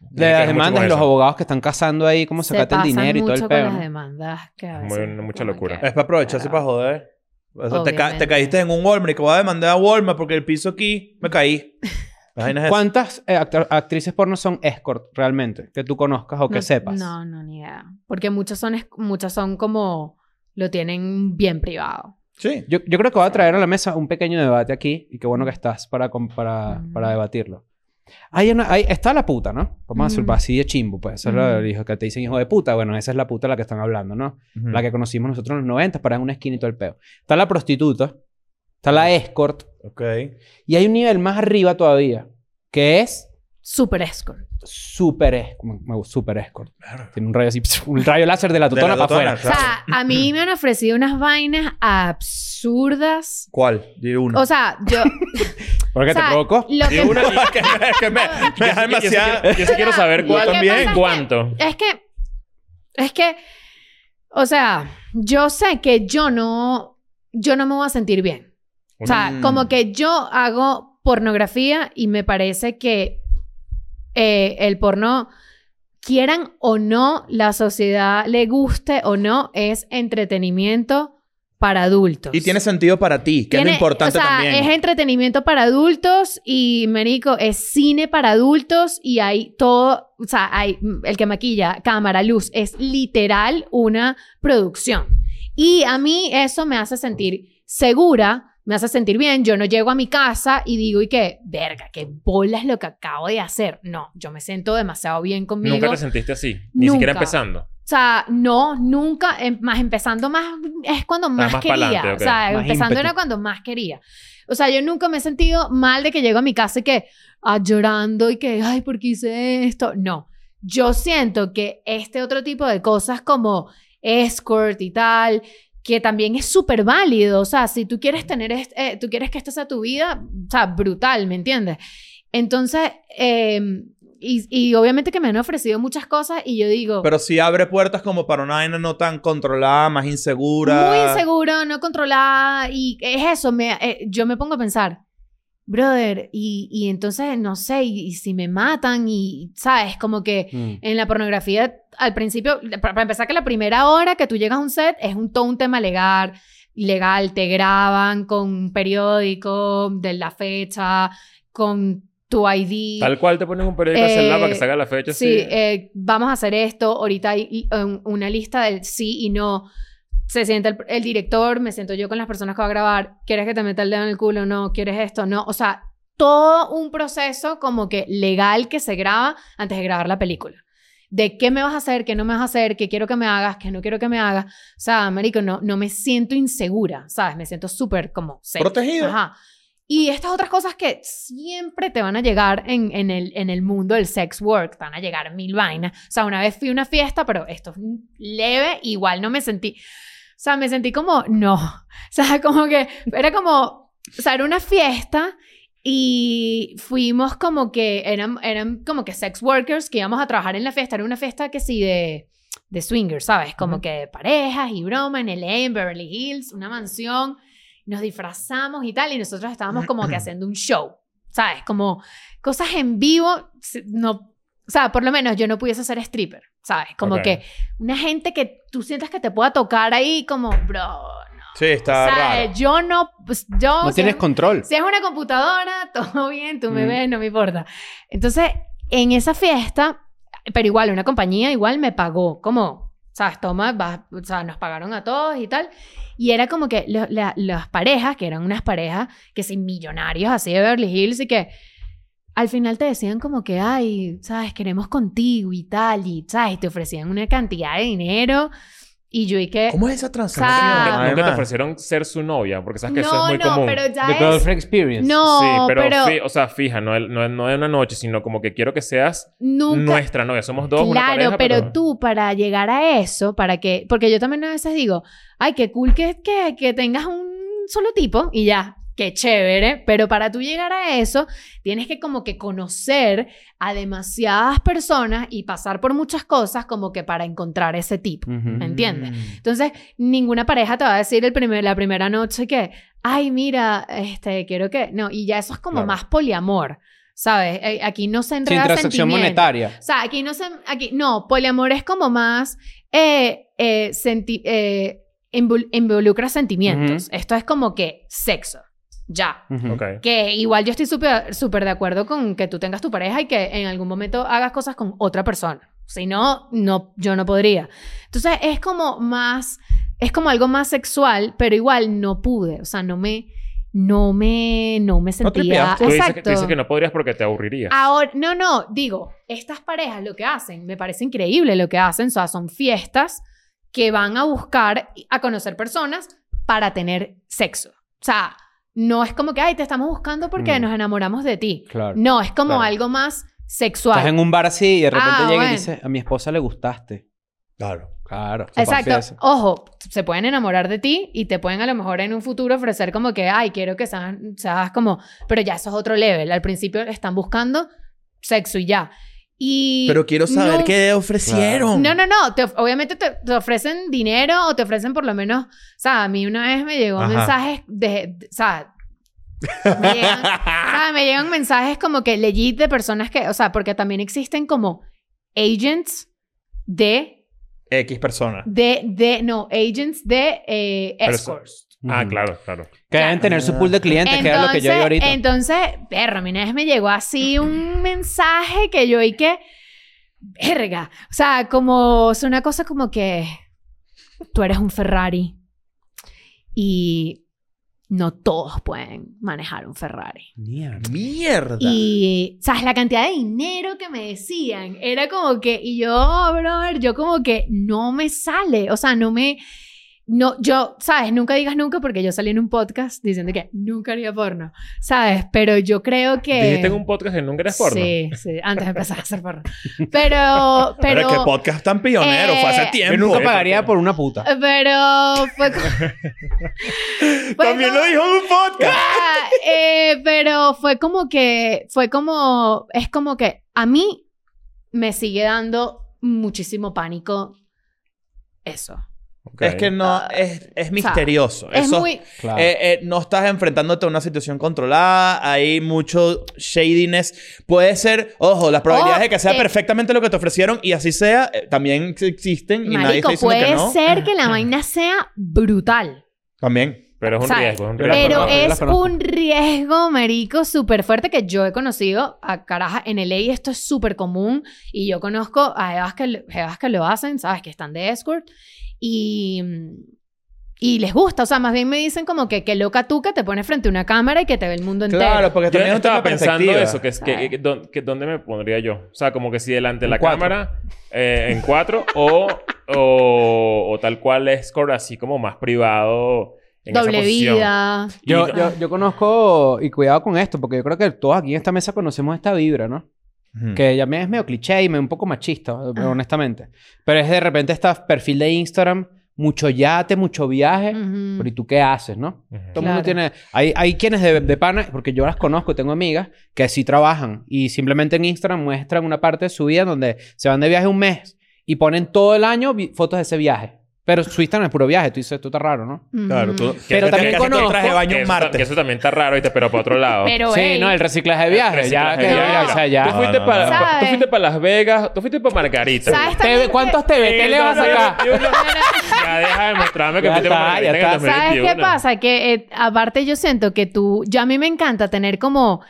[SPEAKER 3] Me
[SPEAKER 5] De las
[SPEAKER 3] quedo mucho
[SPEAKER 5] demandas
[SPEAKER 3] con
[SPEAKER 5] y los
[SPEAKER 3] eso.
[SPEAKER 5] abogados que están cazando ahí cómo
[SPEAKER 1] Se
[SPEAKER 5] sacate el
[SPEAKER 1] pasan
[SPEAKER 5] dinero y todo el
[SPEAKER 1] mucho
[SPEAKER 5] pedo.
[SPEAKER 1] con las em-
[SPEAKER 5] ¿no?
[SPEAKER 1] demandas que a
[SPEAKER 3] Muy-
[SPEAKER 1] veces-
[SPEAKER 3] mucha locura.
[SPEAKER 2] Es para aprovecharse y para joder. O sea, te, ca-
[SPEAKER 1] Obviamente.
[SPEAKER 2] te caíste en un Walmart y que voy a demandar a Walmart porque el piso aquí me caí.
[SPEAKER 1] *laughs*
[SPEAKER 2] Imagínate eso.
[SPEAKER 5] ¿Cuántas eh, actor- actrices porno son escort realmente? Que tú conozcas o que
[SPEAKER 1] No-
[SPEAKER 5] sepas.
[SPEAKER 1] No, no, ni idea. Porque muchas son, es- muchas son como lo tienen bien privado.
[SPEAKER 2] Sí.
[SPEAKER 5] Yo, yo creo que voy a traer a la mesa un pequeño debate aquí y qué bueno
[SPEAKER 1] Mm.
[SPEAKER 5] que estás para, com- para,
[SPEAKER 1] Ujú.
[SPEAKER 5] para debatirlo. Hay una- hay- está la puta, ¿no? Vamos a
[SPEAKER 1] Ujú.
[SPEAKER 5] decirlo así de chimbo, pues. Eso es lo
[SPEAKER 1] Ujú.
[SPEAKER 5] hijo que te dicen hijo de puta. Bueno, esa es la puta de la que están hablando, ¿no?
[SPEAKER 3] Mm.
[SPEAKER 5] La que conocimos nosotros en los 90 para en una esquina y todo el peo. Está la prostituta, está
[SPEAKER 3] Mm.
[SPEAKER 5] la escort
[SPEAKER 2] Ok.
[SPEAKER 5] y hay un nivel más arriba todavía que es
[SPEAKER 1] Super escort.
[SPEAKER 5] super escort. me- me- Super escort. Tiene un rayo así, *laughs* un rayo láser de la
[SPEAKER 2] De la
[SPEAKER 5] totona para
[SPEAKER 2] totona,
[SPEAKER 1] O
[SPEAKER 5] afuera.
[SPEAKER 1] sea, a mí me han ofrecido unas vainas absurdas.
[SPEAKER 2] ¿Cuál? Di uno.
[SPEAKER 1] O sea,
[SPEAKER 5] *laughs*
[SPEAKER 1] yo...
[SPEAKER 5] ¿Por
[SPEAKER 1] o
[SPEAKER 5] qué
[SPEAKER 1] sea,
[SPEAKER 5] te provocó?
[SPEAKER 1] Lo
[SPEAKER 3] Y
[SPEAKER 1] que,
[SPEAKER 3] una-
[SPEAKER 2] *laughs*
[SPEAKER 3] y-
[SPEAKER 2] que me, que
[SPEAKER 3] *laughs*
[SPEAKER 2] me, me
[SPEAKER 3] yo
[SPEAKER 2] da
[SPEAKER 3] sí- yo sí
[SPEAKER 2] demasiada-
[SPEAKER 3] quiero- Yo sí quiero saber
[SPEAKER 1] Lo que
[SPEAKER 3] cuánto.
[SPEAKER 1] pasa es que-
[SPEAKER 3] ¿Cuánto?
[SPEAKER 1] es que... Es que... O sea, yo sé que yo no... Yo no me voy a sentir bien. O sea,
[SPEAKER 2] Mm.
[SPEAKER 1] como que yo hago pornografía y me parece que eh, el porno, quieran o no, la sociedad le guste o no, es entretenimiento para adultos.
[SPEAKER 2] Y tiene sentido para ti, que es lo
[SPEAKER 1] Tiene-
[SPEAKER 2] importante
[SPEAKER 1] o sea,
[SPEAKER 2] también.
[SPEAKER 1] Es entretenimiento para adultos y, Merico, es cine para adultos y hay todo, o sea, hay mm, el que maquilla, cámara, luz, es literal una producción. Y a mí eso me hace sentir segura, me hace sentir bien. Yo no llego a mi casa y digo, ¿y qué? Verga, qué bolas lo que acabo de hacer. No, yo me siento demasiado bien conmigo.
[SPEAKER 3] Nunca te sentiste así, ni
[SPEAKER 1] Nunca.
[SPEAKER 3] siquiera empezando.
[SPEAKER 1] O sea, no, nunca, em- más empezando más, es cuando más,
[SPEAKER 3] Ah, más
[SPEAKER 1] quería.
[SPEAKER 3] pa'lante, ok.
[SPEAKER 1] O sea,
[SPEAKER 5] Más
[SPEAKER 1] empezando
[SPEAKER 5] ímpetu.
[SPEAKER 1] era cuando más quería. O sea, yo nunca me he sentido mal de que llego a mi casa y que, ah, llorando y que, ay, ¿por qué hice esto? No. Yo siento que este otro tipo de cosas como escort y tal, que también es súper válido, o sea, si tú quieres tener, est- eh, tú quieres que esta sea tu vida, o sea, brutal, ¿me entiendes? Entonces, eh, y, y obviamente que me han ofrecido muchas cosas y yo digo...
[SPEAKER 2] Pero sí abre puertas como para una vaina no tan controlada, más insegura.
[SPEAKER 1] Muy inseguro, no controlada. Y es eso, me, eh, yo me pongo a pensar, brother, y, y entonces, no sé, y, y si me matan, y, ¿sabes? Como que
[SPEAKER 5] Mm.
[SPEAKER 1] en la pornografía, al principio, pa- para empezar que la primera hora que tú llegas a un set es un, todo un tema legal, legal, te graban con un periódico de la fecha, con tu ID.
[SPEAKER 3] Tal cual te ponen un periódico
[SPEAKER 1] Eh,
[SPEAKER 3] de celular para que salga la fecha.
[SPEAKER 1] Sí,
[SPEAKER 3] Sí.
[SPEAKER 1] eh, vamos a hacer esto. Ahorita hay y- un- una lista del sí y no. Se sienta el, el director, me siento yo con las personas que va a grabar. ¿Quieres que te meta el dedo en el culo? No. ¿Quieres esto? No. O sea, todo un proceso como que legal que se graba antes de grabar la película. De qué me vas a hacer, qué no me vas a hacer, qué quiero que me hagas, qué no quiero que me hagas. O sea, marico, no, no me siento insegura, ¿sabes? Me siento súper como... safe.
[SPEAKER 2] Protegida.
[SPEAKER 1] Ajá. Y estas otras cosas que siempre te van a llegar en, en, el, en el mundo del sex work, te van a llegar mil vainas. O sea, una vez fui a una fiesta, pero esto es leve, igual no me sentí. O sea, me sentí como, no. *laughs* O sea, como que era como, o sea, era una fiesta y fuimos como que, eran, eran como que sex workers que íbamos a trabajar en la fiesta. Era una fiesta que sí de, de swingers, ¿sabes? Como que de parejas y broma en el en Beverly Hills, una mansión nos disfrazamos y tal, y nosotros estábamos como que haciendo un show, ¿sabes? Como cosas en vivo, si- no, o sea, por lo menos yo no pudiese ser stripper, ¿sabes? Como
[SPEAKER 3] Ok.
[SPEAKER 1] que una gente que tú sientas que te pueda tocar ahí como, bro, no,
[SPEAKER 2] Sí, está
[SPEAKER 1] ¿sabes?
[SPEAKER 2] raro.
[SPEAKER 1] Yo no, pues, yo...
[SPEAKER 5] No
[SPEAKER 1] si
[SPEAKER 5] tienes
[SPEAKER 1] es-
[SPEAKER 5] control.
[SPEAKER 1] si es una computadora, *laughs* todo bien, tú me
[SPEAKER 5] Mm.
[SPEAKER 1] ves, no me importa. Entonces, en esa fiesta, pero igual, una compañía igual me pagó, como, sabes, toma, vas- o sea, nos pagaron a todos y tal. Y era como que lo- la- las parejas, que eran unas parejas, que sí, millonarios, así de Beverly Hills, y que al final te decían como que, ay, sabes, queremos contigo y tal, y, sabes, te ofrecían una cantidad de dinero. Y yo y que...
[SPEAKER 2] ¿Cómo es esa
[SPEAKER 1] O
[SPEAKER 2] transacción?
[SPEAKER 1] sea,
[SPEAKER 3] Nunca, nunca te
[SPEAKER 2] Además.
[SPEAKER 3] ofrecieron ser su novia, porque sabes que eso
[SPEAKER 1] Ah. no,
[SPEAKER 3] es muy
[SPEAKER 1] no,
[SPEAKER 3] común.
[SPEAKER 1] pero ya
[SPEAKER 5] The
[SPEAKER 1] es-
[SPEAKER 5] girlfriend experience.
[SPEAKER 1] No,
[SPEAKER 3] sí, pero,
[SPEAKER 1] pero-
[SPEAKER 3] fi- o sea, fija, no, el- no, el- no de una noche, sino como que quiero que seas
[SPEAKER 1] nunca,
[SPEAKER 3] nuestra novia. Somos dos, una
[SPEAKER 1] Claro,
[SPEAKER 3] pareja,
[SPEAKER 1] pero, tú para llegar a eso, para que, porque yo también a veces digo, ay, qué cool que, que, que tengas un solo tipo y ya, qué chévere, pero para tú llegar a eso, tienes que como que conocer a demasiadas personas y pasar por muchas cosas como que para encontrar ese tipo.
[SPEAKER 5] Ujú.
[SPEAKER 1] ¿Me
[SPEAKER 3] Mm.
[SPEAKER 1] entiendes? Entonces, ninguna pareja te va a decir el primer, la primera noche que, ay, mira, este, quiero que, no, y ya eso es como
[SPEAKER 3] Claro.
[SPEAKER 1] más poliamor, ¿sabes? Eh, Aquí no se
[SPEAKER 5] Sin
[SPEAKER 1] entrega
[SPEAKER 5] transacción
[SPEAKER 1] sentimiento.
[SPEAKER 5] monetaria.
[SPEAKER 1] O sea, aquí no se... Aquí, no, poliamor es como más... eh, eh, senti- eh, invol- involucra sentimientos. Esto es como que sexo. Ya.
[SPEAKER 5] Ujú.
[SPEAKER 3] Ok.
[SPEAKER 1] Que igual yo estoy súper súper de acuerdo con que tú tengas tu pareja y que en algún momento hagas cosas con otra persona. Si no, no yo no podría. Entonces es como más, es como algo más sexual, pero igual no pude. O sea, no me, no me, no me sentía.
[SPEAKER 2] tripeaste.
[SPEAKER 3] Tú dices, que,
[SPEAKER 1] Exacto. Ah,
[SPEAKER 3] tú dices que no podrías porque te aburrirías.
[SPEAKER 1] Ahora, no, no, digo, estas parejas lo que hacen, me parece increíble lo que hacen, o sea, son fiestas que van a buscar a conocer personas para tener sexo. O sea, no es como que, ay, te estamos buscando porque
[SPEAKER 5] Mm.
[SPEAKER 1] nos enamoramos de ti.
[SPEAKER 5] Claro.
[SPEAKER 1] No, es como
[SPEAKER 5] Claro.
[SPEAKER 1] algo más
[SPEAKER 5] Estás
[SPEAKER 1] sexual.
[SPEAKER 5] en un bar así y de repente
[SPEAKER 1] Ah,
[SPEAKER 5] llega y
[SPEAKER 1] bueno.
[SPEAKER 5] dice, a mi esposa le gustaste.
[SPEAKER 2] Claro.
[SPEAKER 5] Claro. se
[SPEAKER 1] Exacto.
[SPEAKER 5] parece a
[SPEAKER 1] Ojo, se pueden enamorar de ti y te pueden a lo mejor en un futuro ofrecer como que, ay, quiero que seas, seas como, pero ya eso es otro level. Al principio están buscando sexo y ya. Y
[SPEAKER 2] Pero quiero saber
[SPEAKER 1] no-
[SPEAKER 2] qué ofrecieron.
[SPEAKER 1] No, no, no. Te of- obviamente te, te ofrecen dinero o te ofrecen por lo menos. O sea, a mí una vez me llegó
[SPEAKER 2] Ajá.
[SPEAKER 1] mensajes de, de- O sea. Me llegan, ¿sabes? me llegan mensajes como que legit de personas que. O sea, porque también existen como agents de.
[SPEAKER 2] X persona.
[SPEAKER 1] de, de no, agents de eh,
[SPEAKER 3] Pero eso-
[SPEAKER 1] escorts.
[SPEAKER 3] Ah,
[SPEAKER 5] Ujú.
[SPEAKER 3] claro, claro.
[SPEAKER 5] Que deben tener su pool de clientes, que era lo que yo vi ahorita.
[SPEAKER 1] Entonces, perro, a mí una vez me llegó así un mensaje que yo y que, verga, o sea, como, es una cosa como que tú eres un Ferrari y no todos pueden manejar un Ferrari.
[SPEAKER 5] Mierda.
[SPEAKER 2] Mierda.
[SPEAKER 1] Y, ¿sabes? La cantidad de dinero que me decían era como que, y yo, brother, yo como que no me sale, o sea, no me, no, yo, sabes, nunca digas nunca porque yo salí en un podcast diciendo que nunca haría porno, sabes, pero yo creo que...
[SPEAKER 3] Dijiste en un podcast que nunca eres porno.
[SPEAKER 1] Sí, sí, antes de empezar a hacer porno. Pero,
[SPEAKER 2] Pero, qué
[SPEAKER 1] pero,
[SPEAKER 2] podcast tan pionero, fue hace
[SPEAKER 1] eh,
[SPEAKER 2] tiempo.
[SPEAKER 5] Yo nunca
[SPEAKER 3] Eh,
[SPEAKER 5] pagaría por una puta.
[SPEAKER 1] pero fue como- fue
[SPEAKER 2] También
[SPEAKER 1] como-
[SPEAKER 2] lo dijo en un podcast.
[SPEAKER 1] Ah, eh, pero fue como que, fue como, es como que a mí me sigue dando muchísimo pánico eso.
[SPEAKER 3] Ok.
[SPEAKER 2] Es que no, es, es misterioso.
[SPEAKER 1] Es
[SPEAKER 2] Eso-
[SPEAKER 1] muy,
[SPEAKER 5] Claro.
[SPEAKER 2] Eh, eh, no estás enfrentándote a una situación controlada, hay mucho shadiness. Puede ser, ojo, las probabilidades
[SPEAKER 1] Oh,
[SPEAKER 2] de que sea
[SPEAKER 1] eh.
[SPEAKER 2] perfectamente lo que te ofrecieron y así sea, eh, también ex- existen y nadie está
[SPEAKER 1] marico,
[SPEAKER 2] diciendo
[SPEAKER 1] puede
[SPEAKER 2] que no.
[SPEAKER 1] ser que la vaina sea brutal.
[SPEAKER 2] También.
[SPEAKER 3] Pero es un
[SPEAKER 1] ¿sabes?
[SPEAKER 3] riesgo, es un
[SPEAKER 5] Pero-
[SPEAKER 3] riesgo.
[SPEAKER 1] Pero
[SPEAKER 5] conozco, yo las
[SPEAKER 1] es
[SPEAKER 5] conozco.
[SPEAKER 1] un riesgo, marico, súper fuerte que yo he conocido a caraja en el ley. Esto es súper común y yo conozco a jevas que, jevas que lo hacen, ¿sabes? Que están de escort y, y les gusta. O sea, más bien me dicen como que qué loca tú que te pones frente a una cámara y que te ve el mundo entero.
[SPEAKER 2] Claro, porque
[SPEAKER 3] Yo
[SPEAKER 2] también es un tema
[SPEAKER 3] estaba
[SPEAKER 2] de
[SPEAKER 3] pensando
[SPEAKER 2] perspectiva.
[SPEAKER 3] eso, que, es, que,
[SPEAKER 1] Claro.
[SPEAKER 3] que- don- que dónde me pondría yo. O sea, como que si delante de
[SPEAKER 5] En
[SPEAKER 3] la
[SPEAKER 5] cuatro.
[SPEAKER 3] cámara, eh, en cuatro, o, o, o tal cual es score así como más privado en
[SPEAKER 1] Doble
[SPEAKER 3] esa posición.
[SPEAKER 1] vida.
[SPEAKER 3] Y
[SPEAKER 5] Yo,
[SPEAKER 3] no-
[SPEAKER 5] yo, yo conozco, y cuidado con esto, porque yo creo que todos aquí en esta mesa conocemos esta vibra, ¿no?
[SPEAKER 2] Ujú.
[SPEAKER 5] Que ya me es medio cliché y me un poco machista,
[SPEAKER 1] Ah.
[SPEAKER 5] honestamente. Pero es de repente este perfil de Instagram, mucho yate, mucho viaje.
[SPEAKER 1] Ujú.
[SPEAKER 5] Pero ¿y tú qué haces, no?
[SPEAKER 3] Ujú.
[SPEAKER 5] Todo el mundo
[SPEAKER 1] Claro.
[SPEAKER 5] tiene... Hay, hay quienes de, de pana, porque yo las conozco, tengo amigas, que sí trabajan y simplemente en Instagram muestran una parte de su vida donde se van de viaje un mes y ponen todo el año vi- fotos de ese viaje. Pero su Instagram es puro viaje. Tú dices, tú estás raro, ¿no?
[SPEAKER 1] Ujú.
[SPEAKER 2] Claro, tú-
[SPEAKER 3] Que
[SPEAKER 5] Pero
[SPEAKER 3] eso
[SPEAKER 5] también
[SPEAKER 3] tiene-
[SPEAKER 5] conozco-
[SPEAKER 2] traje de baño
[SPEAKER 3] que
[SPEAKER 2] un
[SPEAKER 3] eso ta-
[SPEAKER 2] martes.
[SPEAKER 3] que eso también está raro, ¿viste? Pero para otro lado.
[SPEAKER 1] Pero,
[SPEAKER 5] sí,
[SPEAKER 1] ey,
[SPEAKER 5] no, el reciclaje de viaje. Ah,
[SPEAKER 3] Reciclaje
[SPEAKER 5] ya, que-
[SPEAKER 3] de
[SPEAKER 5] ya,
[SPEAKER 3] viaje.
[SPEAKER 5] o sea,
[SPEAKER 3] Tú
[SPEAKER 5] ya.
[SPEAKER 2] No,
[SPEAKER 3] fuiste
[SPEAKER 2] no,
[SPEAKER 3] para-
[SPEAKER 1] no.
[SPEAKER 3] tú
[SPEAKER 1] ¿Sabes?
[SPEAKER 3] fuiste para Las Vegas, tú fuiste para Margarita.
[SPEAKER 1] ¿Sabes también
[SPEAKER 5] TV,
[SPEAKER 1] que-
[SPEAKER 5] ¿Cuántos
[SPEAKER 3] En
[SPEAKER 5] TBT le vas a sacar?
[SPEAKER 3] 2021. Ya deja de mostrarme que
[SPEAKER 5] Ya
[SPEAKER 3] fuiste
[SPEAKER 5] está,
[SPEAKER 3] para Margarita
[SPEAKER 5] ya
[SPEAKER 3] en el
[SPEAKER 5] está.
[SPEAKER 1] ¿Sabes
[SPEAKER 3] 2021.
[SPEAKER 1] qué pasa? Que eh, aparte yo siento que tú, yo a mí me encanta tener como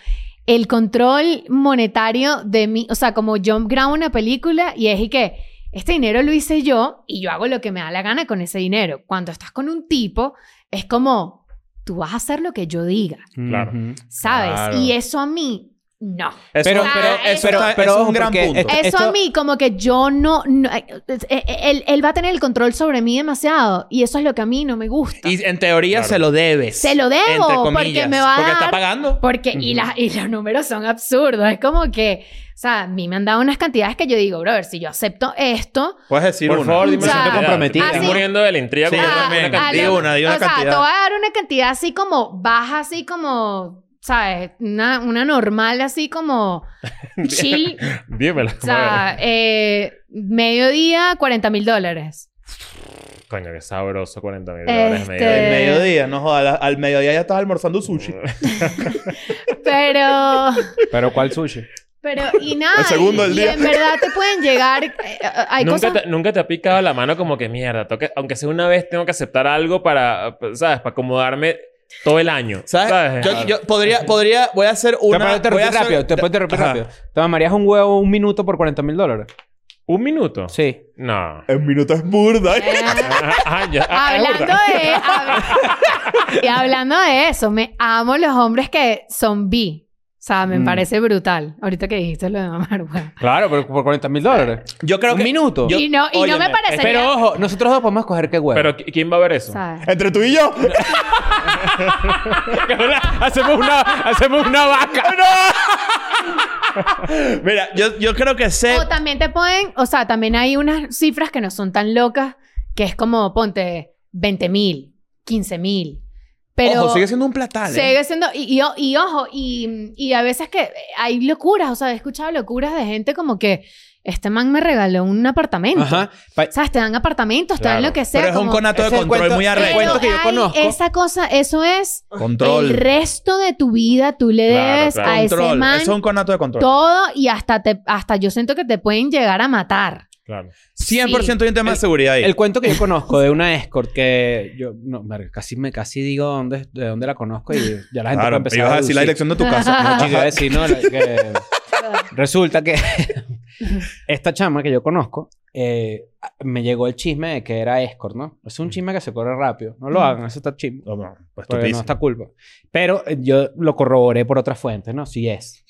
[SPEAKER 1] el control monetario de mí, o sea, como yo grabo una película y es y que este dinero lo hice yo y yo hago lo que me da la gana con ese dinero. Cuando estás con un tipo, es como, tú vas a hacer lo que yo diga,
[SPEAKER 3] Claro.
[SPEAKER 5] Ujú.
[SPEAKER 1] ¿sabes?
[SPEAKER 2] Claro.
[SPEAKER 1] Y eso a mí, no.
[SPEAKER 2] Eso-
[SPEAKER 5] Pero-
[SPEAKER 2] eso
[SPEAKER 1] pero-
[SPEAKER 2] está-
[SPEAKER 5] pero-
[SPEAKER 2] eso
[SPEAKER 5] pero
[SPEAKER 2] es
[SPEAKER 5] ojo,
[SPEAKER 2] un gran
[SPEAKER 5] porque
[SPEAKER 2] punto.
[SPEAKER 5] esto-
[SPEAKER 1] Eso a mí, como que yo no, no- eh, eh, él, él va a tener el control sobre mí demasiado y eso es lo que a mí no me gusta.
[SPEAKER 2] Y en teoría
[SPEAKER 3] Claro.
[SPEAKER 2] se lo debes.
[SPEAKER 1] Se lo debo,
[SPEAKER 2] entre
[SPEAKER 1] porque
[SPEAKER 2] comillas,
[SPEAKER 1] me va a
[SPEAKER 2] Porque está
[SPEAKER 1] dar-
[SPEAKER 2] pagando.
[SPEAKER 1] Porque, y,
[SPEAKER 5] Ujú.
[SPEAKER 1] la- y los números son absurdos. Es como que, o sea, a mí me han dado unas cantidades que yo digo, brother, si yo acepto esto,
[SPEAKER 2] Puedes decir
[SPEAKER 3] Por
[SPEAKER 2] una.
[SPEAKER 3] favor, dime
[SPEAKER 1] O
[SPEAKER 3] si
[SPEAKER 1] sea,
[SPEAKER 3] te comprometiste.
[SPEAKER 1] así-
[SPEAKER 3] Estoy muriendo de la intriga.
[SPEAKER 2] Sí,
[SPEAKER 3] con
[SPEAKER 2] yo
[SPEAKER 3] una-
[SPEAKER 2] también.
[SPEAKER 3] una cantidad.
[SPEAKER 2] Di una, di una
[SPEAKER 1] o sea,
[SPEAKER 2] cantidad.
[SPEAKER 1] te voy a dar una cantidad así como baja, así como, ¿sabes? Una, una normal, así
[SPEAKER 2] *laughs*
[SPEAKER 1] como chill.
[SPEAKER 3] Dímela.
[SPEAKER 1] o sea, eh, mediodía, 40 mil dólares.
[SPEAKER 3] Coño, qué sabroso 40 mil
[SPEAKER 1] Este-
[SPEAKER 3] dólares.
[SPEAKER 2] Al
[SPEAKER 3] medio.
[SPEAKER 2] mediodía, no jodas. la- Al mediodía ya estás almorzando sushi.
[SPEAKER 1] Pero,
[SPEAKER 5] Pero ¿cuál sushi?
[SPEAKER 1] pero, y nada.
[SPEAKER 2] *laughs* El segundo
[SPEAKER 1] y-
[SPEAKER 2] del
[SPEAKER 1] y
[SPEAKER 2] día.
[SPEAKER 1] en verdad te pueden llegar. eh, eh, hay
[SPEAKER 3] ¿Nunca,
[SPEAKER 1] cosas
[SPEAKER 3] te, nunca te ha picado la mano como que mierda, toque- aunque sea una vez tengo que aceptar algo para, ¿sabes? Para acomodarme todo el año. ¿Sabes?
[SPEAKER 2] *laughs* ¿Sabes? Yo, yo podría, podría, voy a hacer
[SPEAKER 5] Te
[SPEAKER 2] una.
[SPEAKER 5] puedo
[SPEAKER 2] voy a
[SPEAKER 5] interrumpir
[SPEAKER 2] hacer-
[SPEAKER 5] rápido, te puedo interrumpir
[SPEAKER 2] Ajá.
[SPEAKER 5] rápido. ¿Te mamarías un huevo un minuto por 40 mil dólares?
[SPEAKER 3] ¿Un minuto?
[SPEAKER 5] Sí.
[SPEAKER 3] No. *laughs*
[SPEAKER 2] En minutos es burda.
[SPEAKER 1] Eh,
[SPEAKER 3] Ah, ya. Ah, es
[SPEAKER 1] Hablando
[SPEAKER 3] burda.
[SPEAKER 1] de, hab- y hablando de eso, me amo los hombres que son bi. O sea, me
[SPEAKER 5] Mm.
[SPEAKER 1] parece brutal. Ahorita que dijiste lo de mamar, huevo.
[SPEAKER 5] Claro, pero por 40 mil dólares.
[SPEAKER 2] Yo creo
[SPEAKER 5] Un
[SPEAKER 2] que.
[SPEAKER 5] minuto.
[SPEAKER 2] Yo-
[SPEAKER 1] y no, y no
[SPEAKER 2] óyeme,
[SPEAKER 1] me parece
[SPEAKER 5] Eh, Pero ojo, nosotros dos podemos escoger qué huevo.
[SPEAKER 3] Pero ¿qui- ¿quién va a ver eso?
[SPEAKER 2] Entre tú y yo.
[SPEAKER 3] *laughs*
[SPEAKER 5] hacemos, una, hacemos una vaca.
[SPEAKER 2] Mira, yo, yo creo que sé.
[SPEAKER 1] O también te pueden, o sea, también hay unas cifras que no son tan locas, que es como, ponte, 20 mil, 15 mil. Pero
[SPEAKER 2] Ojo, sigue siendo un platal. ¿eh?
[SPEAKER 1] sigue siendo- y, y o- y ojo, y, y a veces que hay locuras, o sea, he escuchado locuras de gente como que, este man me regaló un apartamento.
[SPEAKER 5] Ajá. Pa-
[SPEAKER 1] ¿Sabes? Te dan apartamentos, te dan
[SPEAKER 3] Claro.
[SPEAKER 1] lo que sea.
[SPEAKER 2] Pero es un
[SPEAKER 1] como-
[SPEAKER 2] conato de
[SPEAKER 5] Ese es el
[SPEAKER 2] control
[SPEAKER 5] cuento-
[SPEAKER 2] muy
[SPEAKER 5] el
[SPEAKER 1] Pero
[SPEAKER 2] arrecho.
[SPEAKER 5] cuento que yo
[SPEAKER 1] hay
[SPEAKER 5] conozco.
[SPEAKER 1] Esa cosa, eso es el
[SPEAKER 2] Control.
[SPEAKER 1] resto de tu vida. Tú le
[SPEAKER 3] Claro,
[SPEAKER 1] debes
[SPEAKER 3] claro.
[SPEAKER 1] a ese
[SPEAKER 2] Control.
[SPEAKER 1] man
[SPEAKER 2] Eso es un conato de control.
[SPEAKER 1] todo y hasta, te, hasta yo siento que te pueden llegar a matar.
[SPEAKER 3] Claro.
[SPEAKER 2] 100% hay un tema de seguridad ahí.
[SPEAKER 5] El cuento que yo conozco de una escort que yo no, verga, casi me casi digo dónde, de dónde la conozco y ya la gente va a
[SPEAKER 2] Claro,
[SPEAKER 5] empezar
[SPEAKER 2] ibas a decir la
[SPEAKER 5] deducir.
[SPEAKER 2] dirección de tu
[SPEAKER 5] *laughs*
[SPEAKER 2] casa.
[SPEAKER 5] Ajá, sí, no, la- que- resulta que *laughs* esta chama que yo conozco eh, me llegó el chisme de que era escort, ¿no? Es
[SPEAKER 2] Mm.
[SPEAKER 5] un chisme que se corre rápido. No lo hagan, eso está chisme.
[SPEAKER 2] No, no, pues
[SPEAKER 5] Porque
[SPEAKER 2] estupidísimo.
[SPEAKER 5] no está culpa. Pero eh, yo lo corroboré por otra fuente, ¿no? Sí es.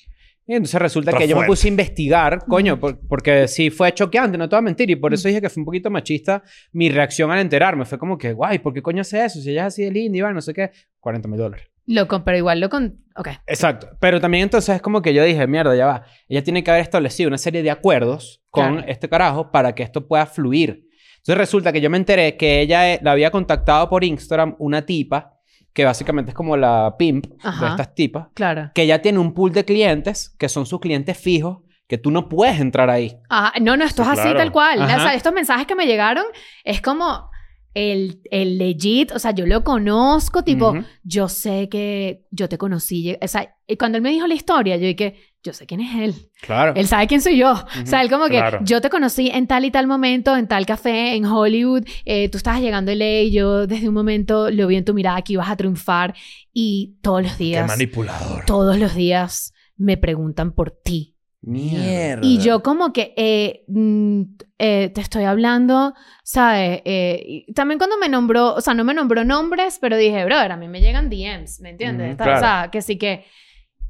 [SPEAKER 5] Y entonces resulta
[SPEAKER 2] Otra
[SPEAKER 5] que yo me
[SPEAKER 2] fuente. Mm.
[SPEAKER 5] puse a investigar, coño, por- porque sí fue choqueante, no te voy a mentir. Y por eso dije que fue un poquito machista mi reacción al enterarme. Fue como que, guay, ¿por qué coño hace eso? Si ella es así de linda y va, no sé qué. 40 mil dólares.
[SPEAKER 1] Loco, pero igual lo con... Ok.
[SPEAKER 5] Exacto. Pero también entonces es como que yo dije, mierda, ya va. Ella tiene que haber establecido una serie de acuerdos con
[SPEAKER 1] Claro.
[SPEAKER 5] este carajo para que esto pueda fluir. Entonces resulta que yo me enteré que ella eh, la había contactado por Instagram una tipa que básicamente es como la pimp
[SPEAKER 1] Ajá.
[SPEAKER 5] de estas tipas,
[SPEAKER 1] Claro.
[SPEAKER 5] que ya tiene un pool de clientes que son sus clientes fijos que tú no puedes entrar ahí.
[SPEAKER 1] Ajá, No, no, esto
[SPEAKER 3] Sí,
[SPEAKER 1] es así
[SPEAKER 3] claro.
[SPEAKER 1] tal cual.
[SPEAKER 5] Ajá.
[SPEAKER 1] O sea, estos mensajes que me llegaron es como el, el legit, o sea, yo lo conozco, tipo,
[SPEAKER 5] Ujú.
[SPEAKER 1] yo sé que yo te conocí. lleg- O sea, y cuando él me dijo la historia, yo dije, yo sé quién es él.
[SPEAKER 5] Claro.
[SPEAKER 1] Él sabe quién soy yo. O sea, él como que,
[SPEAKER 3] Claro.
[SPEAKER 1] yo te conocí en tal y tal momento, en tal café, en Hollywood. eh, tú estabas llegando a LA y yo desde un momento lo vi en tu mirada que ibas a triunfar. Y todos los
[SPEAKER 2] Qué
[SPEAKER 1] días,
[SPEAKER 2] manipulador.
[SPEAKER 1] todos los días me preguntan por ti.
[SPEAKER 5] Mierda.
[SPEAKER 1] Y yo como que eh, mm, eh, te estoy hablando, ¿sabes? Eh, y también cuando me nombró, o sea, no me nombró nombres, pero dije, brother, a mí me llegan DMs, ¿me entiendes?
[SPEAKER 5] Ujú,
[SPEAKER 1] Está-
[SPEAKER 3] claro.
[SPEAKER 1] O sea, que sí que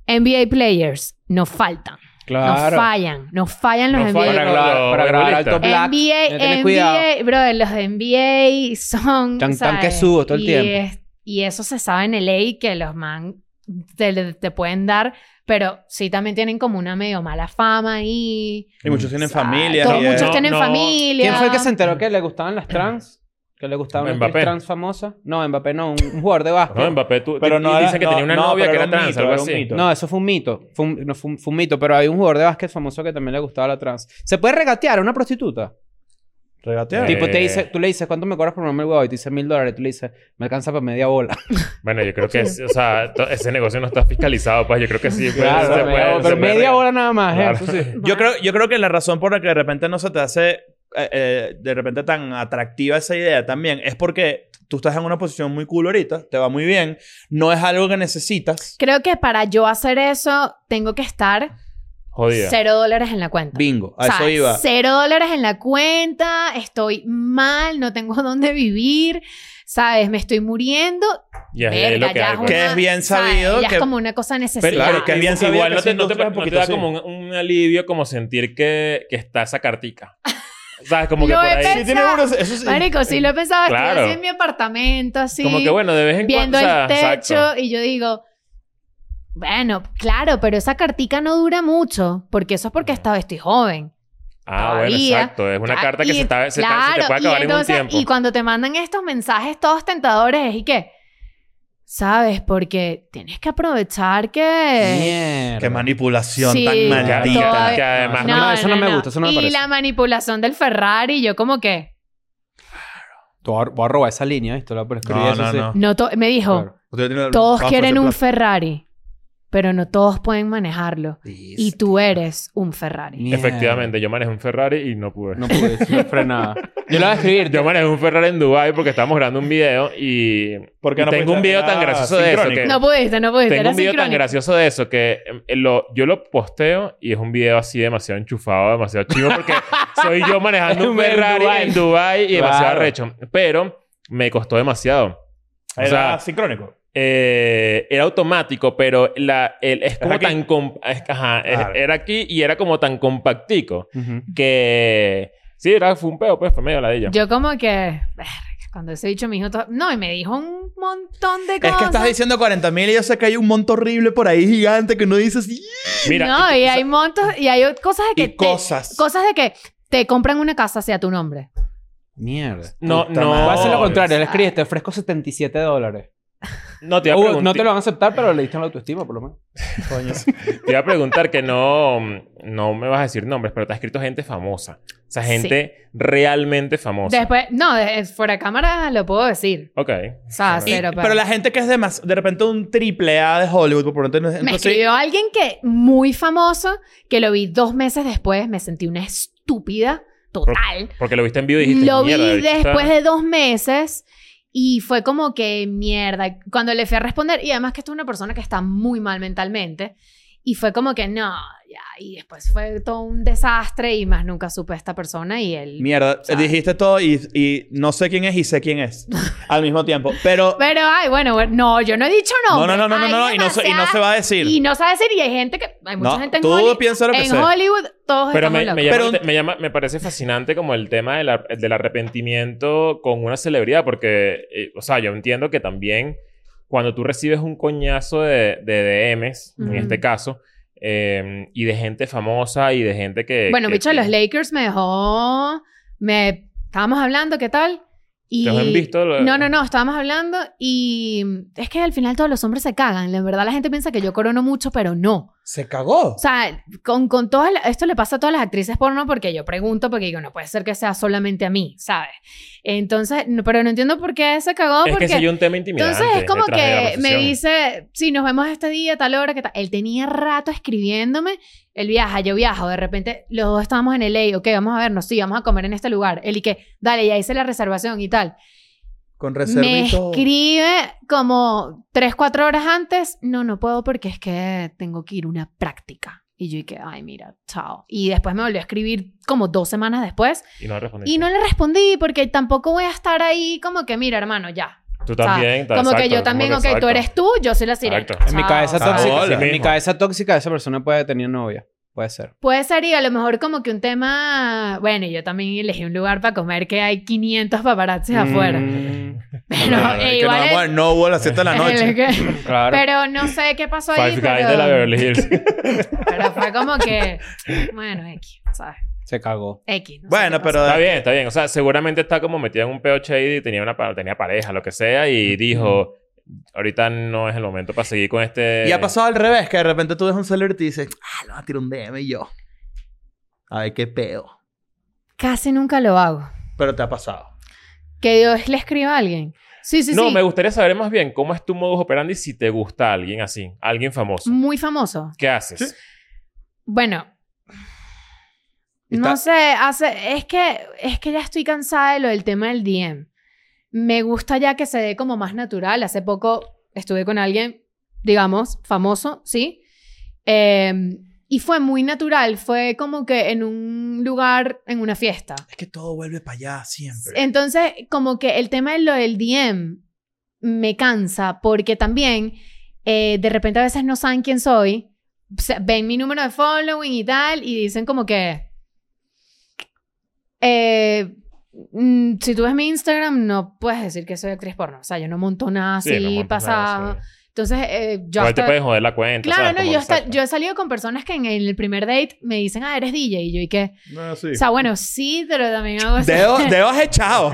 [SPEAKER 1] NBA players no faltan,
[SPEAKER 5] Claro.
[SPEAKER 1] no fallan, no fallan los
[SPEAKER 3] No
[SPEAKER 1] NBA.
[SPEAKER 3] fallan
[SPEAKER 5] Para, grabar- para
[SPEAKER 3] Los
[SPEAKER 5] grabar
[SPEAKER 3] beisbolistas.
[SPEAKER 5] alto black. hay que tener
[SPEAKER 1] NBA,
[SPEAKER 5] cuidado.
[SPEAKER 1] NBA, brother, los de NBA son...
[SPEAKER 5] Tan- tan
[SPEAKER 1] ¿sabes?
[SPEAKER 5] que subo todo el
[SPEAKER 1] Y
[SPEAKER 5] tiempo.
[SPEAKER 1] es- y eso se sabe en LA que los man te, te pueden dar, pero sí también tienen como una medio mala fama ahí.
[SPEAKER 2] Y muchos tienen
[SPEAKER 1] O sea,
[SPEAKER 2] familia.
[SPEAKER 1] todos-
[SPEAKER 2] y, eh,
[SPEAKER 1] muchos
[SPEAKER 3] no,
[SPEAKER 1] tienen
[SPEAKER 3] no.
[SPEAKER 1] familia.
[SPEAKER 5] ¿Quién fue el que se enteró que le gustaban las trans? ¿Que le gustaba una actriz
[SPEAKER 3] Mbappé.
[SPEAKER 5] trans famosa? No, Mbappé no, un, un jugador de básquet.
[SPEAKER 3] No, Mbappé, tú...
[SPEAKER 2] Pero
[SPEAKER 3] di-
[SPEAKER 2] no era-
[SPEAKER 3] dicen que
[SPEAKER 2] no,
[SPEAKER 3] tenía una
[SPEAKER 2] no,
[SPEAKER 3] novia
[SPEAKER 2] pero
[SPEAKER 3] que
[SPEAKER 2] era
[SPEAKER 3] era
[SPEAKER 2] un
[SPEAKER 3] trans,
[SPEAKER 2] mito,
[SPEAKER 3] algo
[SPEAKER 2] era un
[SPEAKER 3] así.
[SPEAKER 2] mito.
[SPEAKER 5] No, eso fue un mito. Fue un, no, fue un, fue un mito, pero hay un jugador de básquet famoso que también le gustaba la trans. ¿Se puede regatear a una prostituta?
[SPEAKER 2] regatear.
[SPEAKER 3] Tipo-
[SPEAKER 5] Tipo, te dice, tú le dices, ¿cuánto me cobras por mamar el huevo? Y te dice mil dólares. Tú le dices, me alcanza para
[SPEAKER 3] *laughs*
[SPEAKER 5] media bola.
[SPEAKER 3] Bueno, yo creo que... es- o sea, to- ese negocio no está fiscalizado, pues. Yo creo que sí. pues,
[SPEAKER 5] Claro,
[SPEAKER 3] se
[SPEAKER 5] media
[SPEAKER 3] puede-
[SPEAKER 5] bola,
[SPEAKER 3] se
[SPEAKER 5] pero
[SPEAKER 3] puede-
[SPEAKER 5] media bola nada más. ¿eh?
[SPEAKER 3] Claro. *laughs*
[SPEAKER 5] Eso sí.
[SPEAKER 2] Yo creo, yo creo que la razón por la que de repente no se te hace eh, eh, de repente tan atractiva esa idea también es porque tú estás en una posición muy cool ahorita, te va muy bien, no es algo que necesitas.
[SPEAKER 1] Creo que para yo hacer eso tengo que estar
[SPEAKER 2] Oh,
[SPEAKER 3] Jodida.
[SPEAKER 1] cero dólares en la cuenta.
[SPEAKER 2] Bingo, a
[SPEAKER 1] O sea,
[SPEAKER 2] eso iba.
[SPEAKER 1] Cero dólares en la cuenta, estoy mal, no tengo *laughs* dónde vivir, ¿sabes? Me estoy muriendo.
[SPEAKER 3] Y es- es
[SPEAKER 1] Verga,
[SPEAKER 3] lo que
[SPEAKER 1] ya
[SPEAKER 3] hay,
[SPEAKER 1] es
[SPEAKER 3] pues.
[SPEAKER 2] Que es bien sabido
[SPEAKER 1] ¿sabes? Ya
[SPEAKER 2] que-
[SPEAKER 1] es como una cosa de necesidad.
[SPEAKER 3] Pero,
[SPEAKER 2] Claro,
[SPEAKER 3] pero
[SPEAKER 2] que es bien sabido
[SPEAKER 3] igual
[SPEAKER 2] que
[SPEAKER 3] no te,
[SPEAKER 2] esa
[SPEAKER 3] no te-
[SPEAKER 2] industria es
[SPEAKER 3] no te
[SPEAKER 2] poquito
[SPEAKER 3] da
[SPEAKER 2] así.
[SPEAKER 3] como un, un alivio como sentir que, que está
[SPEAKER 1] *laughs*
[SPEAKER 3] esa cartica. ¿Sabes? Como que
[SPEAKER 1] Lo
[SPEAKER 3] por
[SPEAKER 1] he
[SPEAKER 3] ahí.
[SPEAKER 1] pensado.
[SPEAKER 2] unos- eso sí.
[SPEAKER 1] Marico, sí lo he pensado, estoy
[SPEAKER 3] Claro.
[SPEAKER 1] así en mi apartamento, así.
[SPEAKER 3] Como que bueno, de vez en
[SPEAKER 1] viendo
[SPEAKER 3] cuando... o sea,
[SPEAKER 1] el techo
[SPEAKER 3] exacto.
[SPEAKER 1] y yo digo, bueno, claro, pero esa cartica no dura mucho, porque eso es porque estaba, estoy joven.
[SPEAKER 3] Ah, bueno,
[SPEAKER 1] Todavía.
[SPEAKER 3] exacto. Es una
[SPEAKER 1] Ah,
[SPEAKER 3] carta que
[SPEAKER 1] y-
[SPEAKER 3] se, está, se, está- se te
[SPEAKER 1] claro, y
[SPEAKER 3] puede acabar en un
[SPEAKER 1] entonces-
[SPEAKER 3] tiempo.
[SPEAKER 1] Y cuando te mandan estos mensajes todos tentadores, es y que, ¿sabes? Porque tienes que aprovechar que...
[SPEAKER 5] Mierda.
[SPEAKER 2] eh, Qué manipulación
[SPEAKER 1] Sí,
[SPEAKER 2] tan
[SPEAKER 3] Que además-
[SPEAKER 1] todavía-
[SPEAKER 2] maldita.
[SPEAKER 3] que además
[SPEAKER 5] No, eso no me gusta, eso no me
[SPEAKER 1] y
[SPEAKER 5] parece.
[SPEAKER 1] la manipulación del Ferrari, yo como que...
[SPEAKER 5] Te voy a- voy a robar esa línea, ¿viste? La voy a escribir,
[SPEAKER 2] No,
[SPEAKER 5] eso
[SPEAKER 2] no,
[SPEAKER 5] sí.
[SPEAKER 2] no.
[SPEAKER 1] No to- me dijo,
[SPEAKER 5] Claro.
[SPEAKER 1] todos quieren un Ferrari, pero no todos pueden manejarlo. Y tú eres un Ferrari.
[SPEAKER 5] Mierda.
[SPEAKER 3] Efectivamente, yo manejé un Ferrari y no pude.
[SPEAKER 5] No pude, no frenaba. Yo la voy a escribir.
[SPEAKER 3] Yo manejé un Ferrari en Dubai porque estábamos grabando un video y,
[SPEAKER 2] ¿Por qué
[SPEAKER 3] y
[SPEAKER 2] no
[SPEAKER 3] tengo
[SPEAKER 2] fuiste
[SPEAKER 3] un video
[SPEAKER 2] a-
[SPEAKER 3] tan gracioso de eso
[SPEAKER 2] sincrónico?
[SPEAKER 3] que
[SPEAKER 1] No pudiste, no pudiste.
[SPEAKER 3] tengo
[SPEAKER 1] era
[SPEAKER 3] un video tan
[SPEAKER 1] sincrónico.
[SPEAKER 3] gracioso de eso que eh, lo, yo lo posteo y es un video así demasiado enchufado, demasiado chivo porque soy yo manejando un
[SPEAKER 5] En
[SPEAKER 3] Ferrari
[SPEAKER 5] Dubái.
[SPEAKER 3] en Dubai y demasiado
[SPEAKER 5] Claro.
[SPEAKER 3] arrecho, pero me costó demasiado. O
[SPEAKER 2] Era
[SPEAKER 3] sea,
[SPEAKER 2] sincrónico.
[SPEAKER 3] Eh, era automático, pero la, el- es como
[SPEAKER 2] aquí.
[SPEAKER 3] tan... comp- es- ajá, es-
[SPEAKER 2] Claro.
[SPEAKER 3] era aquí y era como tan compactico
[SPEAKER 5] Ujú.
[SPEAKER 3] que... Sí, era, fue un peo, pues, fue medio ladilla.
[SPEAKER 1] Yo como que... verga, Cuando ese dicho me dijo... to- No, y me dijo un montón de cosas.
[SPEAKER 2] Es que estás diciendo 40 mil y yo sé que hay un monto horrible por ahí gigante que no dices. "Ih".
[SPEAKER 3] Mira,
[SPEAKER 1] no, y hay montos... Y hay cosas de que...
[SPEAKER 2] Y
[SPEAKER 1] te-
[SPEAKER 2] cosas.
[SPEAKER 1] Cosas de que te compran una casa sea tu nombre.
[SPEAKER 5] Mierda.
[SPEAKER 3] no,
[SPEAKER 2] Puta
[SPEAKER 3] no...
[SPEAKER 2] madre.
[SPEAKER 5] Voy a hacer lo
[SPEAKER 2] Oh,
[SPEAKER 5] contrario. Le escribes, te ofrezco 77 dólares.
[SPEAKER 3] No, te iba a
[SPEAKER 5] Uh,
[SPEAKER 3] preguntar...
[SPEAKER 5] no te lo van a aceptar, pero le diste la autoestima, por lo menos.
[SPEAKER 2] Coño.
[SPEAKER 3] Te iba a preguntar que no, no me vas a decir nombres, pero te ha escrito gente famosa. O sea, gente realmente famosa.
[SPEAKER 1] Después... No, de- fuera de cámara lo puedo decir.
[SPEAKER 3] Ok.
[SPEAKER 1] O sea,
[SPEAKER 3] Y-
[SPEAKER 1] cero.
[SPEAKER 2] Pero, la gente que es de, más, de repente un triple A de Hollywood, por ponerte *laughs* un
[SPEAKER 1] Me
[SPEAKER 2] ejemplo, sí.
[SPEAKER 1] escribió alguien que... Muy famoso. Que lo vi dos meses después. Me sentí una estúpida. Total.
[SPEAKER 3] Porque lo viste en vivo y dijiste...
[SPEAKER 1] lo vi
[SPEAKER 3] "Mierda, bicho, está-
[SPEAKER 1] después de dos meses y fue como que mierda. Cuando le fui a responder, y además que esto es una persona que está muy mal mentalmente. Y fue como que no, ya. Y después fue todo un desastre y más nunca supe a esta persona y él.
[SPEAKER 2] Mierda,
[SPEAKER 1] sea-
[SPEAKER 2] dijiste todo y, y no sé quién es y sé
[SPEAKER 1] *laughs*
[SPEAKER 2] quién es al mismo tiempo. Pero.
[SPEAKER 1] Pero, ay, bueno, bueno, no, yo no he dicho
[SPEAKER 2] No,
[SPEAKER 1] no.
[SPEAKER 2] no, no, no, no, no, y no, se, y no se va a decir.
[SPEAKER 1] Y no se va a decir, y hay gente que. Hay mucha
[SPEAKER 2] No,
[SPEAKER 1] gente en,
[SPEAKER 2] tú
[SPEAKER 1] Hollywood,
[SPEAKER 2] piensa lo que
[SPEAKER 1] en
[SPEAKER 2] sea.
[SPEAKER 1] Hollywood. Todos
[SPEAKER 3] Pero
[SPEAKER 1] estamos
[SPEAKER 3] me,
[SPEAKER 1] locos.
[SPEAKER 3] me llama,
[SPEAKER 2] Pero-
[SPEAKER 3] te- me, llama- me parece fascinante como el tema del, ar- del arrepentimiento con una celebridad, porque, eh, o sea, yo entiendo que también cuando tú recibes un coñazo de, de DMs, en
[SPEAKER 1] Ujú.
[SPEAKER 3] este caso, eh, y de gente famosa y de gente que...
[SPEAKER 1] Bueno,
[SPEAKER 3] Eh, que-
[SPEAKER 1] bicho,
[SPEAKER 3] que-
[SPEAKER 1] los Lakers me dejó. Me estábamos hablando, ¿qué tal? Y,
[SPEAKER 3] ¿Te han visto lo-
[SPEAKER 1] No, no, no, estábamos hablando y es que al final todos los hombres se cagan. En verdad la gente piensa que yo corono mucho, pero no.
[SPEAKER 2] Se cagó.
[SPEAKER 1] O sea, con, con todas la- esto le pasa a todas las actrices porno porque yo pregunto, porque digo, no puede ser que sea solamente a mí, ¿sabes? Entonces, no- pero no entiendo por qué se cagó.
[SPEAKER 3] es
[SPEAKER 1] porque...
[SPEAKER 3] que se dio un tema intimidante.
[SPEAKER 1] Entonces es como
[SPEAKER 3] detrás de la
[SPEAKER 1] que me
[SPEAKER 3] profesión.
[SPEAKER 1] dice, sí, nos vemos este día, tal hora, que tal. Él tenía rato escribiéndome, él viaja, yo viajo, de repente los dos estábamos en LA, ok, vamos a vernos, sí, vamos a comer en este lugar. Él y que, dale, ya hice la reservación y tal.
[SPEAKER 2] Con
[SPEAKER 1] Me
[SPEAKER 2] reservito.
[SPEAKER 1] escribe como tres, cuatro horas antes, no, no puedo porque es que tengo que ir a una práctica. Y yo y que, ay, mira, chao. Y después me volvió a escribir como dos semanas después
[SPEAKER 3] Y no respondiste.
[SPEAKER 1] y no le respondí porque tampoco voy a estar ahí como que, mira, hermano, ya,
[SPEAKER 3] Tú
[SPEAKER 1] sea,
[SPEAKER 3] también. ta-
[SPEAKER 1] como que
[SPEAKER 3] exacto,
[SPEAKER 1] yo también, ok,
[SPEAKER 3] como que
[SPEAKER 1] tú
[SPEAKER 3] exacto.
[SPEAKER 1] eres tú, yo soy la sirena. Ah,
[SPEAKER 3] Exacto.
[SPEAKER 5] En mi
[SPEAKER 1] Chao.
[SPEAKER 5] cabeza
[SPEAKER 2] Chao.
[SPEAKER 5] tóxica,
[SPEAKER 2] Hola.
[SPEAKER 5] en mi cabeza tóxica esa persona puede tener novia. Puede ser.
[SPEAKER 1] Puede ser y a lo mejor como que un tema, bueno, yo también elegí un lugar para comer que hay 500 paparazzis afuera.
[SPEAKER 5] Mm,
[SPEAKER 1] Pero
[SPEAKER 2] Claro,
[SPEAKER 1] eh,
[SPEAKER 2] es que
[SPEAKER 1] igual
[SPEAKER 2] no,
[SPEAKER 1] es-
[SPEAKER 2] bueno, no hubo las 7
[SPEAKER 1] *laughs*
[SPEAKER 2] de la
[SPEAKER 1] el
[SPEAKER 2] noche.
[SPEAKER 1] que-
[SPEAKER 5] claro.
[SPEAKER 1] pero no sé qué pasó ahí,
[SPEAKER 3] Five Guys de la
[SPEAKER 1] pero, *laughs*
[SPEAKER 3] Beverly Hills.
[SPEAKER 1] pero fue como que, bueno, X, ¿sabes?
[SPEAKER 5] Se cagó.
[SPEAKER 1] X. no sé
[SPEAKER 2] Bueno,
[SPEAKER 1] qué pasó.
[SPEAKER 2] pero.
[SPEAKER 3] Está bien, está bien. O sea, seguramente está como metida en un peo shady y tenía, una, pa- tenía pareja, lo que sea, y dijo, ahorita no es el momento para seguir con este...
[SPEAKER 2] Y ha pasado al revés, que de repente tú ves un celebrity y dices, ah, lo va a tirar un DM y yo. A ver qué pedo.
[SPEAKER 1] Casi nunca lo hago.
[SPEAKER 2] Pero te ha pasado. Que
[SPEAKER 1] Que Dios le escriba a alguien. Sí, sí,
[SPEAKER 3] no,
[SPEAKER 1] sí.
[SPEAKER 3] me gustaría saber más bien cómo es tu modus operandi si te gusta alguien así, alguien famoso.
[SPEAKER 1] Muy famoso.
[SPEAKER 3] ¿Qué haces?
[SPEAKER 1] Bueno.
[SPEAKER 2] Está-
[SPEAKER 1] No sé, hace, es, que, es que ya estoy cansada de lo del tema del DM. Me gusta ya que se dé como más natural. Hace poco estuve con alguien, digamos, famoso, ¿sí? Eh, y fue muy natural, fue como que en un lugar, en una fiesta.
[SPEAKER 2] Es que todo vuelve para allá siempre.
[SPEAKER 1] Entonces, como que el tema de lo del DM me cansa porque también eh, de repente a veces no saben quién soy, se- ven mi número de following y tal y dicen como que... eh, mm, si tú ves mi Instagram, no puedes decir que soy actriz porno. O sea, yo no monto nada así
[SPEAKER 3] no montas nada,
[SPEAKER 1] pasado.
[SPEAKER 3] sí.
[SPEAKER 1] Entonces, eh, yo
[SPEAKER 3] Igual
[SPEAKER 1] hasta-
[SPEAKER 3] te pueden joder la cuenta.
[SPEAKER 1] Claro,
[SPEAKER 3] ¿sabes?
[SPEAKER 1] no,
[SPEAKER 3] Como
[SPEAKER 1] yo, hasta-
[SPEAKER 3] exacto.
[SPEAKER 1] yo he salido con personas que en el primer date me dicen, ah, eres DJ. Y yo, ¿y qué?
[SPEAKER 2] No, sí.
[SPEAKER 1] O sea, bueno, sí, pero también
[SPEAKER 3] *laughs*
[SPEAKER 1] *laughs* hago... eso.
[SPEAKER 2] Dedos, dedos echados.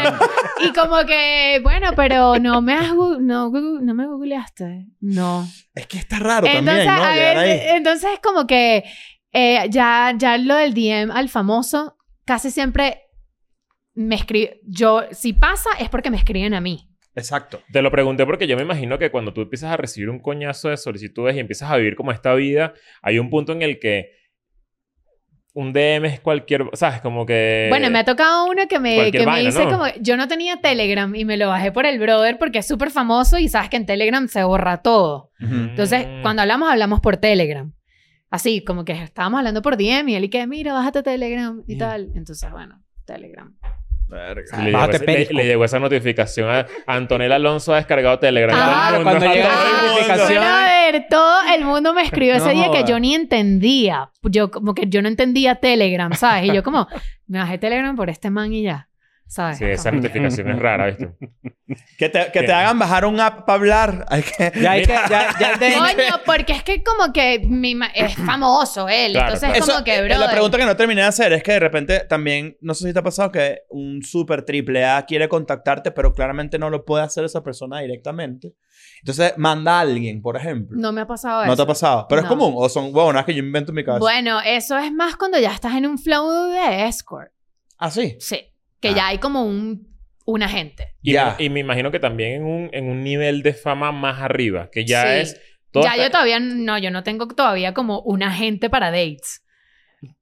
[SPEAKER 1] *laughs* y como que, bueno, pero no me has gu- no, gu- no me googleaste. No.
[SPEAKER 2] Es que está raro
[SPEAKER 1] Entonces,
[SPEAKER 2] también, ¿no?
[SPEAKER 1] a
[SPEAKER 2] Llegar
[SPEAKER 1] ver, eh,
[SPEAKER 2] ahí.
[SPEAKER 1] entonces es como que eh, ya, ya lo del DM al famoso, casi siempre me escribe. Yo, si pasa, es porque me escriben a mí.
[SPEAKER 2] Exacto.
[SPEAKER 3] Te lo pregunté porque yo me imagino que cuando tú empiezas a recibir un coñazo de solicitudes y empiezas a vivir como esta vida, hay un punto en el que un DM es cualquier... ¿Sabes? Como
[SPEAKER 2] Eh,
[SPEAKER 3] que...
[SPEAKER 1] bueno, me ha tocado uno que me,
[SPEAKER 3] cualquier
[SPEAKER 1] que me
[SPEAKER 3] vaina,
[SPEAKER 1] dice
[SPEAKER 3] ¿no?
[SPEAKER 1] como, yo no tenía Telegram y me lo bajé por el brother porque es súper famoso y sabes que en Telegram se borra todo. Entonces,
[SPEAKER 3] Mm.
[SPEAKER 1] cuando hablamos, hablamos por Telegram. Así, como que estábamos hablando por DM y él y que, mira, bájate Telegram y tal. Entonces, bueno, Telegram.
[SPEAKER 3] Y Le llegó,
[SPEAKER 5] Bájate
[SPEAKER 3] ese- le,
[SPEAKER 5] Periscope.
[SPEAKER 3] le llegó esa notificación a Antonella Alonso ha descargado Telegram.
[SPEAKER 1] Ah,
[SPEAKER 3] Todo el mundo-
[SPEAKER 5] cuando llega
[SPEAKER 2] todo el
[SPEAKER 5] la
[SPEAKER 2] mundo.
[SPEAKER 1] Pero
[SPEAKER 5] notificación.
[SPEAKER 1] a ver, todo el mundo me escribió ese
[SPEAKER 5] No
[SPEAKER 1] día que
[SPEAKER 5] joda.
[SPEAKER 1] yo ni entendía. Yo como que yo no entendía Telegram, ¿sabes? Y yo como, *laughs* me bajé Telegram por este man y ya, ¿sabes?
[SPEAKER 3] Sí, esa
[SPEAKER 1] Como-
[SPEAKER 3] notificación es rara, ¿viste?
[SPEAKER 2] Que te, que
[SPEAKER 3] ¿Qué?
[SPEAKER 2] te hagan bajar un app para hablar. *laughs* Hay que...
[SPEAKER 5] Ya hay que, ya,
[SPEAKER 2] *laughs*
[SPEAKER 5] ya el DM
[SPEAKER 1] Coño, porque es que como que me ima- es famoso él.
[SPEAKER 3] Claro,
[SPEAKER 1] entonces
[SPEAKER 2] Eso,
[SPEAKER 1] es pues, como que,
[SPEAKER 2] eh,
[SPEAKER 1] bro.
[SPEAKER 2] la pregunta que no terminé de hacer es que de repente también, no sé si te ha pasado que un super triple A quiere contactarte, pero claramente no lo puede hacer esa persona directamente. Entonces manda a alguien, por ejemplo.
[SPEAKER 1] No me ha pasado eso.
[SPEAKER 2] No te ha pasado. Pero
[SPEAKER 1] No.
[SPEAKER 2] es común. O son huevonas que yo invento en mi cabeza.
[SPEAKER 1] Bueno, eso es más cuando ya estás en un flow de escort.
[SPEAKER 2] Ah, sí.
[SPEAKER 1] Sí, que
[SPEAKER 2] Ah.
[SPEAKER 1] ya hay como un, un agente.
[SPEAKER 3] Y,
[SPEAKER 2] Ya.
[SPEAKER 3] me, y me imagino que también en un, en un nivel de fama más arriba, que ya
[SPEAKER 1] Sí.
[SPEAKER 3] es... todo
[SPEAKER 1] ya
[SPEAKER 3] está-
[SPEAKER 1] yo todavía, no, yo no tengo todavía como un agente para dates.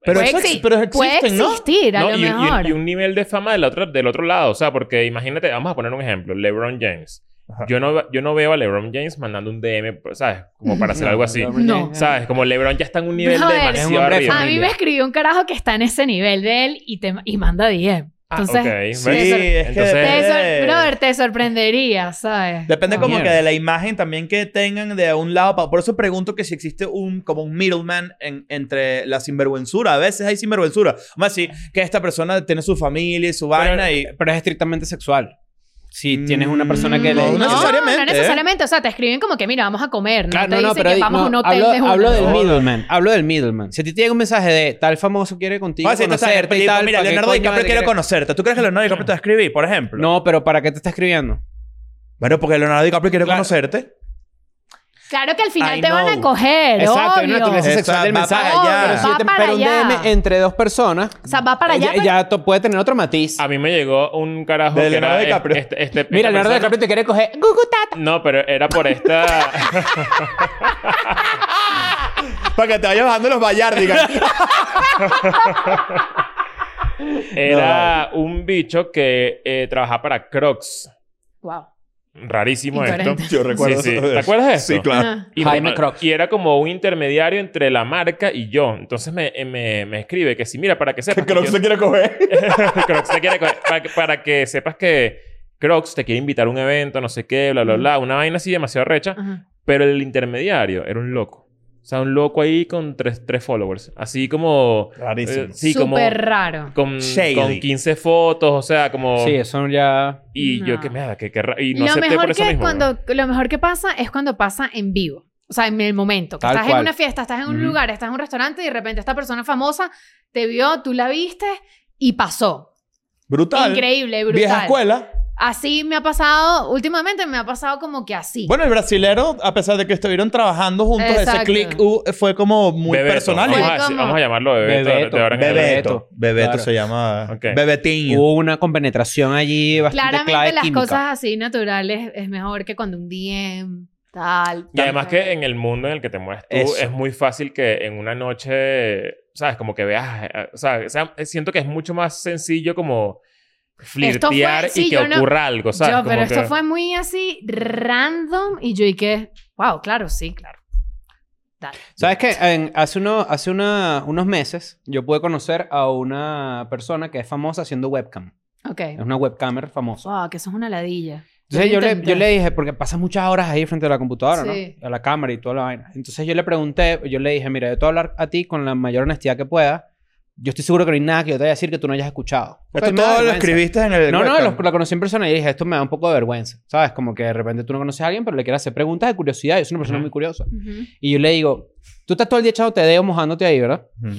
[SPEAKER 2] Pero,
[SPEAKER 1] Puede
[SPEAKER 2] eso ex-
[SPEAKER 1] exi-
[SPEAKER 2] pero
[SPEAKER 1] Puede
[SPEAKER 2] existen, ¿no?
[SPEAKER 1] existir, a
[SPEAKER 3] No,
[SPEAKER 1] lo
[SPEAKER 3] y, y-
[SPEAKER 1] mejor.
[SPEAKER 3] y un nivel de fama del otro, del otro lado. O sea, porque imagínate, vamos a poner un ejemplo. LeBron James.
[SPEAKER 2] Ajá.
[SPEAKER 3] Yo no, yo no veo a LeBron James mandando un DM, ¿sabes? Como para hacer
[SPEAKER 2] *laughs*
[SPEAKER 3] algo así.
[SPEAKER 1] No.
[SPEAKER 3] ¿Sabes? Como LeBron ya está en un nivel
[SPEAKER 1] Brother.
[SPEAKER 5] Es
[SPEAKER 3] demasiado
[SPEAKER 5] un hombre
[SPEAKER 3] arriba.
[SPEAKER 1] A mí
[SPEAKER 5] familia.
[SPEAKER 1] me escribió un carajo que está en ese nivel de él y, te, y manda 10.
[SPEAKER 3] Ah,
[SPEAKER 1] Entonces,
[SPEAKER 3] ok.
[SPEAKER 2] Sí,
[SPEAKER 1] Te
[SPEAKER 3] ¿Ves?
[SPEAKER 1] sor-
[SPEAKER 2] es que
[SPEAKER 3] Entonces-
[SPEAKER 1] te,
[SPEAKER 2] depende.
[SPEAKER 1] sor- brother, te sorprendería, ¿sabes?
[SPEAKER 2] Depende
[SPEAKER 1] Ah.
[SPEAKER 2] como
[SPEAKER 3] Mierda.
[SPEAKER 2] que de la imagen también que tengan de un lado. pa- Por eso pregunto que si existe un como un middleman en- entre la sinvergüenzura. A veces hay sinvergüenzura. Más si que esta persona tiene su familia y su vaina y...
[SPEAKER 5] Pero es estrictamente sexual. Si tienes una persona que
[SPEAKER 2] No,
[SPEAKER 5] le...
[SPEAKER 1] No,
[SPEAKER 2] necesariamente,
[SPEAKER 1] no necesariamente. O sea, te escriben como que, mira, vamos a comer. No
[SPEAKER 5] Claro,
[SPEAKER 1] te
[SPEAKER 5] no, no,
[SPEAKER 1] dicen
[SPEAKER 5] pero
[SPEAKER 1] que
[SPEAKER 5] di-
[SPEAKER 1] vamos a
[SPEAKER 5] no,
[SPEAKER 1] un hotel
[SPEAKER 5] hablo,
[SPEAKER 1] de una.
[SPEAKER 5] hablo del
[SPEAKER 2] No, no.
[SPEAKER 5] middleman. Hablo del middleman. Si a ti te llega un mensaje de tal famoso quiere contigo
[SPEAKER 2] Ah, sí, tú sabes,
[SPEAKER 5] conocerte y
[SPEAKER 2] película,
[SPEAKER 5] tal...
[SPEAKER 2] mira,
[SPEAKER 5] ¿para qué
[SPEAKER 2] Leonardo
[SPEAKER 5] coño
[SPEAKER 2] DiCaprio
[SPEAKER 5] te
[SPEAKER 2] quiere
[SPEAKER 5] quiere-
[SPEAKER 2] conocerte. ¿Tú crees que Leonardo DiCaprio te va a escribir, por ejemplo?
[SPEAKER 5] No, pero ¿para qué te está escribiendo?
[SPEAKER 2] Bueno, porque Leonardo DiCaprio quiere
[SPEAKER 5] Claro.
[SPEAKER 2] *laughs* conocerte.
[SPEAKER 1] Claro que al final
[SPEAKER 2] I
[SPEAKER 1] te van
[SPEAKER 2] know.
[SPEAKER 1] a coger,
[SPEAKER 5] Exacto, hay una
[SPEAKER 1] obvio.
[SPEAKER 5] naturaleza
[SPEAKER 2] Esa
[SPEAKER 5] sexual del
[SPEAKER 2] va
[SPEAKER 5] mensaje.
[SPEAKER 2] para allá.
[SPEAKER 5] Pero, si
[SPEAKER 1] Va
[SPEAKER 5] te-
[SPEAKER 1] para
[SPEAKER 5] pero un
[SPEAKER 1] allá.
[SPEAKER 5] DM entre dos personas.
[SPEAKER 1] O sea, va para allá,
[SPEAKER 5] Ya,
[SPEAKER 1] pero-
[SPEAKER 5] ya to- puede tener otro matiz.
[SPEAKER 3] A mí me llegó un carajo
[SPEAKER 2] De
[SPEAKER 3] que
[SPEAKER 2] Leonardo
[SPEAKER 3] era
[SPEAKER 2] DiCaprio.
[SPEAKER 3] este- este- esta
[SPEAKER 5] Mira, Leonardo
[SPEAKER 3] persona-
[SPEAKER 5] DiCaprio te quiere coger. Gugutat.
[SPEAKER 3] No, pero era por esta...
[SPEAKER 2] *laughs* Para que te vaya bajando los *laughs* vallardigas.
[SPEAKER 3] Era un bicho que eh, trabajaba para Crocs.
[SPEAKER 1] Wow.
[SPEAKER 3] Rarísimo esto.
[SPEAKER 1] Incoherente.
[SPEAKER 2] Yo recuerdo
[SPEAKER 3] Sí, sí.
[SPEAKER 2] eso.
[SPEAKER 3] ¿Te acuerdas de eso?
[SPEAKER 2] Sí, claro.
[SPEAKER 1] Ah.
[SPEAKER 3] Y
[SPEAKER 5] Jaime
[SPEAKER 3] bueno,
[SPEAKER 5] Crocs.
[SPEAKER 3] Y era como un intermediario entre la marca y yo. Entonces me, eh, me, me escribe que sí, mira, para que sepas.
[SPEAKER 2] Creo que
[SPEAKER 3] yo-
[SPEAKER 2] se quiere coger.
[SPEAKER 3] *laughs* Crocs te quiere coger- para, que, para que sepas que Crocs te quiere invitar a un evento, no sé qué, bla, bla, bla. Una vaina así demasiado recha.
[SPEAKER 1] Ajá.
[SPEAKER 3] Pero el intermediario era un loco. O sea, un loco ahí con tres, tres followers. Así como...
[SPEAKER 2] Rarísimo.
[SPEAKER 3] eh, sí, como...
[SPEAKER 1] Súper raro.
[SPEAKER 3] Con,
[SPEAKER 2] Shady.
[SPEAKER 3] con 15 fotos, o sea, como...
[SPEAKER 5] Sí, eso ya.
[SPEAKER 3] Y
[SPEAKER 1] No.
[SPEAKER 3] yo que me que, que ra- y no
[SPEAKER 1] lo,
[SPEAKER 3] acepté por
[SPEAKER 1] mejor
[SPEAKER 3] eso
[SPEAKER 1] que
[SPEAKER 3] mismo.
[SPEAKER 1] cuando, lo mejor que pasa es cuando pasa en vivo. O sea, en el momento. Que
[SPEAKER 5] Tal
[SPEAKER 1] estás
[SPEAKER 5] cual.
[SPEAKER 1] en una fiesta, estás en un
[SPEAKER 5] Ujú.
[SPEAKER 1] lugar, estás en un restaurante y de repente esta persona famosa te vio, tú la viste y pasó.
[SPEAKER 2] Brutal.
[SPEAKER 1] Increíble, brutal.
[SPEAKER 2] Vieja escuela.
[SPEAKER 1] Así me ha pasado, últimamente me ha pasado como que así.
[SPEAKER 2] Bueno, el brasilero, a pesar de que estuvieron trabajando juntos, ese
[SPEAKER 1] Exacto.
[SPEAKER 2] click uh, fue como muy
[SPEAKER 3] Bebeto.
[SPEAKER 2] personal.
[SPEAKER 3] Vamos
[SPEAKER 1] Fue
[SPEAKER 3] a, decir-
[SPEAKER 1] como-
[SPEAKER 3] vamos a llamarlo Bebeto.
[SPEAKER 5] Bebeto.
[SPEAKER 3] de ahora en adelante.
[SPEAKER 2] Bebeto.
[SPEAKER 5] Bebeto.
[SPEAKER 2] Bebeto
[SPEAKER 5] Claro.
[SPEAKER 2] se llama.
[SPEAKER 3] Ok.
[SPEAKER 2] Bebetinho.
[SPEAKER 5] Hubo una compenetración allí bastante clara
[SPEAKER 1] Claramente
[SPEAKER 5] de
[SPEAKER 1] las
[SPEAKER 5] química.
[SPEAKER 1] cosas así naturales es mejor que cuando un DM, tal.
[SPEAKER 3] Y además
[SPEAKER 1] tal.
[SPEAKER 3] que en el mundo en el que te mueves tú,
[SPEAKER 2] Eso.
[SPEAKER 3] es muy fácil que en una noche, ¿sabes? Como que veas, eh, o sea, sea- siento que es mucho más sencillo como flirtear
[SPEAKER 1] sí,
[SPEAKER 3] y que
[SPEAKER 1] yo no-
[SPEAKER 3] ocurra algo, ¿sabes?
[SPEAKER 1] Yo,
[SPEAKER 3] Como
[SPEAKER 1] pero
[SPEAKER 3] que-
[SPEAKER 1] esto fue muy así random y yo y que, wow, claro, sí, claro. Dale.
[SPEAKER 5] ¿Sabes qué? En- hace uno, hace una- unos meses yo pude conocer a una persona que es famosa haciendo webcam. Es
[SPEAKER 1] Ok.
[SPEAKER 5] una webcamer famosa.
[SPEAKER 1] Wow, que eso es una ladilla.
[SPEAKER 5] Entonces
[SPEAKER 1] lo
[SPEAKER 5] yo le,
[SPEAKER 1] intenté.
[SPEAKER 5] yo le dije, porque pasas muchas horas ahí frente a la computadora,
[SPEAKER 1] Sí.
[SPEAKER 5] ¿no? A la cámara y toda la vaina. Entonces yo le pregunté, yo le dije, mira, yo te voy a hablar a ti con la mayor honestidad que pueda. Yo estoy seguro que no hay nada que yo te vaya a decir que tú no hayas escuchado. Porque
[SPEAKER 2] Esto
[SPEAKER 5] me da
[SPEAKER 2] todo lo
[SPEAKER 5] vergüenza.
[SPEAKER 2] escribiste en el.
[SPEAKER 5] No, no,
[SPEAKER 2] webcam.
[SPEAKER 5] lo, lo conocí en persona y dije, esto me da un poco de vergüenza. ¿Sabes? Como que de repente tú no conoces a alguien, pero le quieres hacer preguntas de curiosidad. Yo soy una persona
[SPEAKER 3] Ujú.
[SPEAKER 5] muy curiosa.
[SPEAKER 1] Ujú.
[SPEAKER 5] Y yo le digo, tú estás todo el día echado te deo mojándote ahí, ¿verdad?
[SPEAKER 2] Ujú.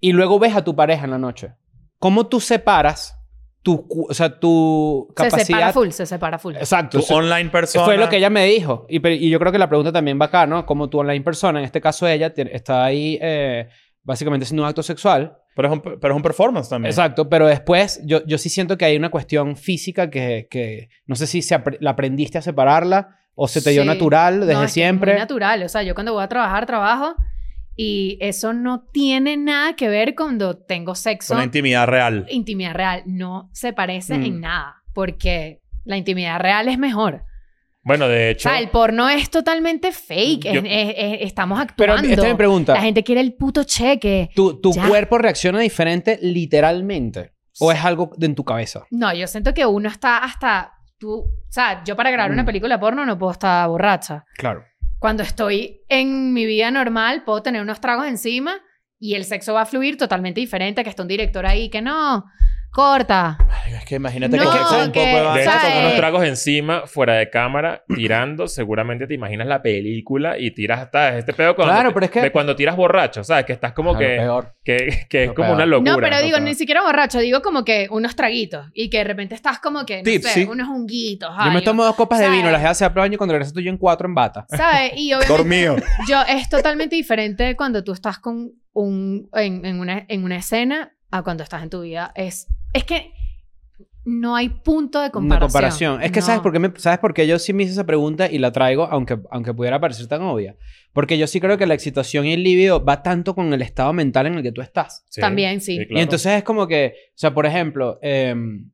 [SPEAKER 5] y luego ves a tu pareja en la noche. ¿Cómo tú separas tu, cu- o sea, tu
[SPEAKER 1] Se separa
[SPEAKER 5] capacidad?
[SPEAKER 1] full, se separa full.
[SPEAKER 5] Exacto.
[SPEAKER 2] Tu
[SPEAKER 5] Se-
[SPEAKER 2] online persona.
[SPEAKER 5] Fue lo que ella me dijo. Y, pe- y yo creo que la pregunta también va acá, ¿no? Como tu online persona, en este caso ella tiene- está ahí eh, básicamente haciendo un acto sexual.
[SPEAKER 2] Pero es un, pero es un performance también.
[SPEAKER 5] Exacto, pero después yo, yo sí siento que hay una cuestión física que, que no sé si se apre- la aprendiste a separarla o se te dio
[SPEAKER 1] Sí.
[SPEAKER 5] natural
[SPEAKER 1] No,
[SPEAKER 5] desde
[SPEAKER 1] es que es muy
[SPEAKER 5] siempre.
[SPEAKER 1] natural. O sea, yo cuando voy a trabajar, trabajo. Y eso no tiene nada que ver cuando tengo sexo.
[SPEAKER 2] Con la intimidad real.
[SPEAKER 1] intimidad real. No se parece
[SPEAKER 5] Mm.
[SPEAKER 1] en nada. Porque la intimidad real es mejor.
[SPEAKER 3] Bueno, de
[SPEAKER 1] O
[SPEAKER 3] hecho,
[SPEAKER 1] sea, el porno es totalmente fake. es-
[SPEAKER 3] Yo-
[SPEAKER 1] es- es- estamos
[SPEAKER 5] pero
[SPEAKER 1] actuando.
[SPEAKER 5] esta es mi pregunta.
[SPEAKER 1] la gente quiere el puto cheque.
[SPEAKER 5] ¿Tu, tu
[SPEAKER 1] Ya.
[SPEAKER 5] cuerpo reacciona diferente literalmente? ¿O es algo de- en tu cabeza?
[SPEAKER 1] No, yo siento que uno está hasta tú, o sea, yo para grabar
[SPEAKER 5] Mm.
[SPEAKER 1] una película porno no puedo estar borracha.
[SPEAKER 5] Claro.
[SPEAKER 1] Cuando estoy en mi vida normal puedo tener unos tragos encima y el sexo va a fluir totalmente diferente que está un director ahí que no corta.
[SPEAKER 2] Ay, es que imagínate
[SPEAKER 1] No,
[SPEAKER 2] que, es un
[SPEAKER 1] que-
[SPEAKER 2] poco de
[SPEAKER 3] de hecho,
[SPEAKER 2] vaina.
[SPEAKER 1] ¿sabes?
[SPEAKER 3] con unos
[SPEAKER 1] eh.
[SPEAKER 3] tragos encima, fuera de cámara, tirando, seguramente te imaginas la película y tiras hasta este pedo cuando,
[SPEAKER 5] Claro, pero es que-
[SPEAKER 3] de cuando tiras borracho, ¿sabes? Que estás como
[SPEAKER 5] Ah,
[SPEAKER 3] que,
[SPEAKER 5] lo peor.
[SPEAKER 3] que, que es
[SPEAKER 5] Lo
[SPEAKER 3] como
[SPEAKER 5] peor.
[SPEAKER 3] una locura.
[SPEAKER 1] no, pero digo,
[SPEAKER 5] no.
[SPEAKER 1] ni siquiera borracho, digo como que unos traguitos y que de repente estás como que, no sé,
[SPEAKER 2] Tipsy.
[SPEAKER 1] unos honguitos.
[SPEAKER 5] Yo me
[SPEAKER 1] algo,
[SPEAKER 5] tomo dos copas de
[SPEAKER 1] ¿sabes?
[SPEAKER 5] vino, las dejé hace al año y cuando regresaste yo en cuatro en bata.
[SPEAKER 1] ¿Sabes?
[SPEAKER 5] *laughs*
[SPEAKER 1] Y obviamente
[SPEAKER 2] Dormido.
[SPEAKER 1] Yo, es totalmente diferente cuando tú estás con un, en, en una, en una escena a cuando estás en tu vida. Es, es que no hay punto de
[SPEAKER 5] Una
[SPEAKER 1] comparación.
[SPEAKER 5] Es que
[SPEAKER 1] No.
[SPEAKER 5] ¿sabes, por qué me- ¿sabes por qué yo sí me hice esa pregunta y la traigo, aunque, aunque pudiera parecer tan obvia? Porque yo sí creo que la excitación y el líbido va tanto con el estado mental en el que tú estás.
[SPEAKER 3] Sí,
[SPEAKER 1] También, sí.
[SPEAKER 3] claro.
[SPEAKER 5] Y entonces es como que, o sea, por ejemplo, em,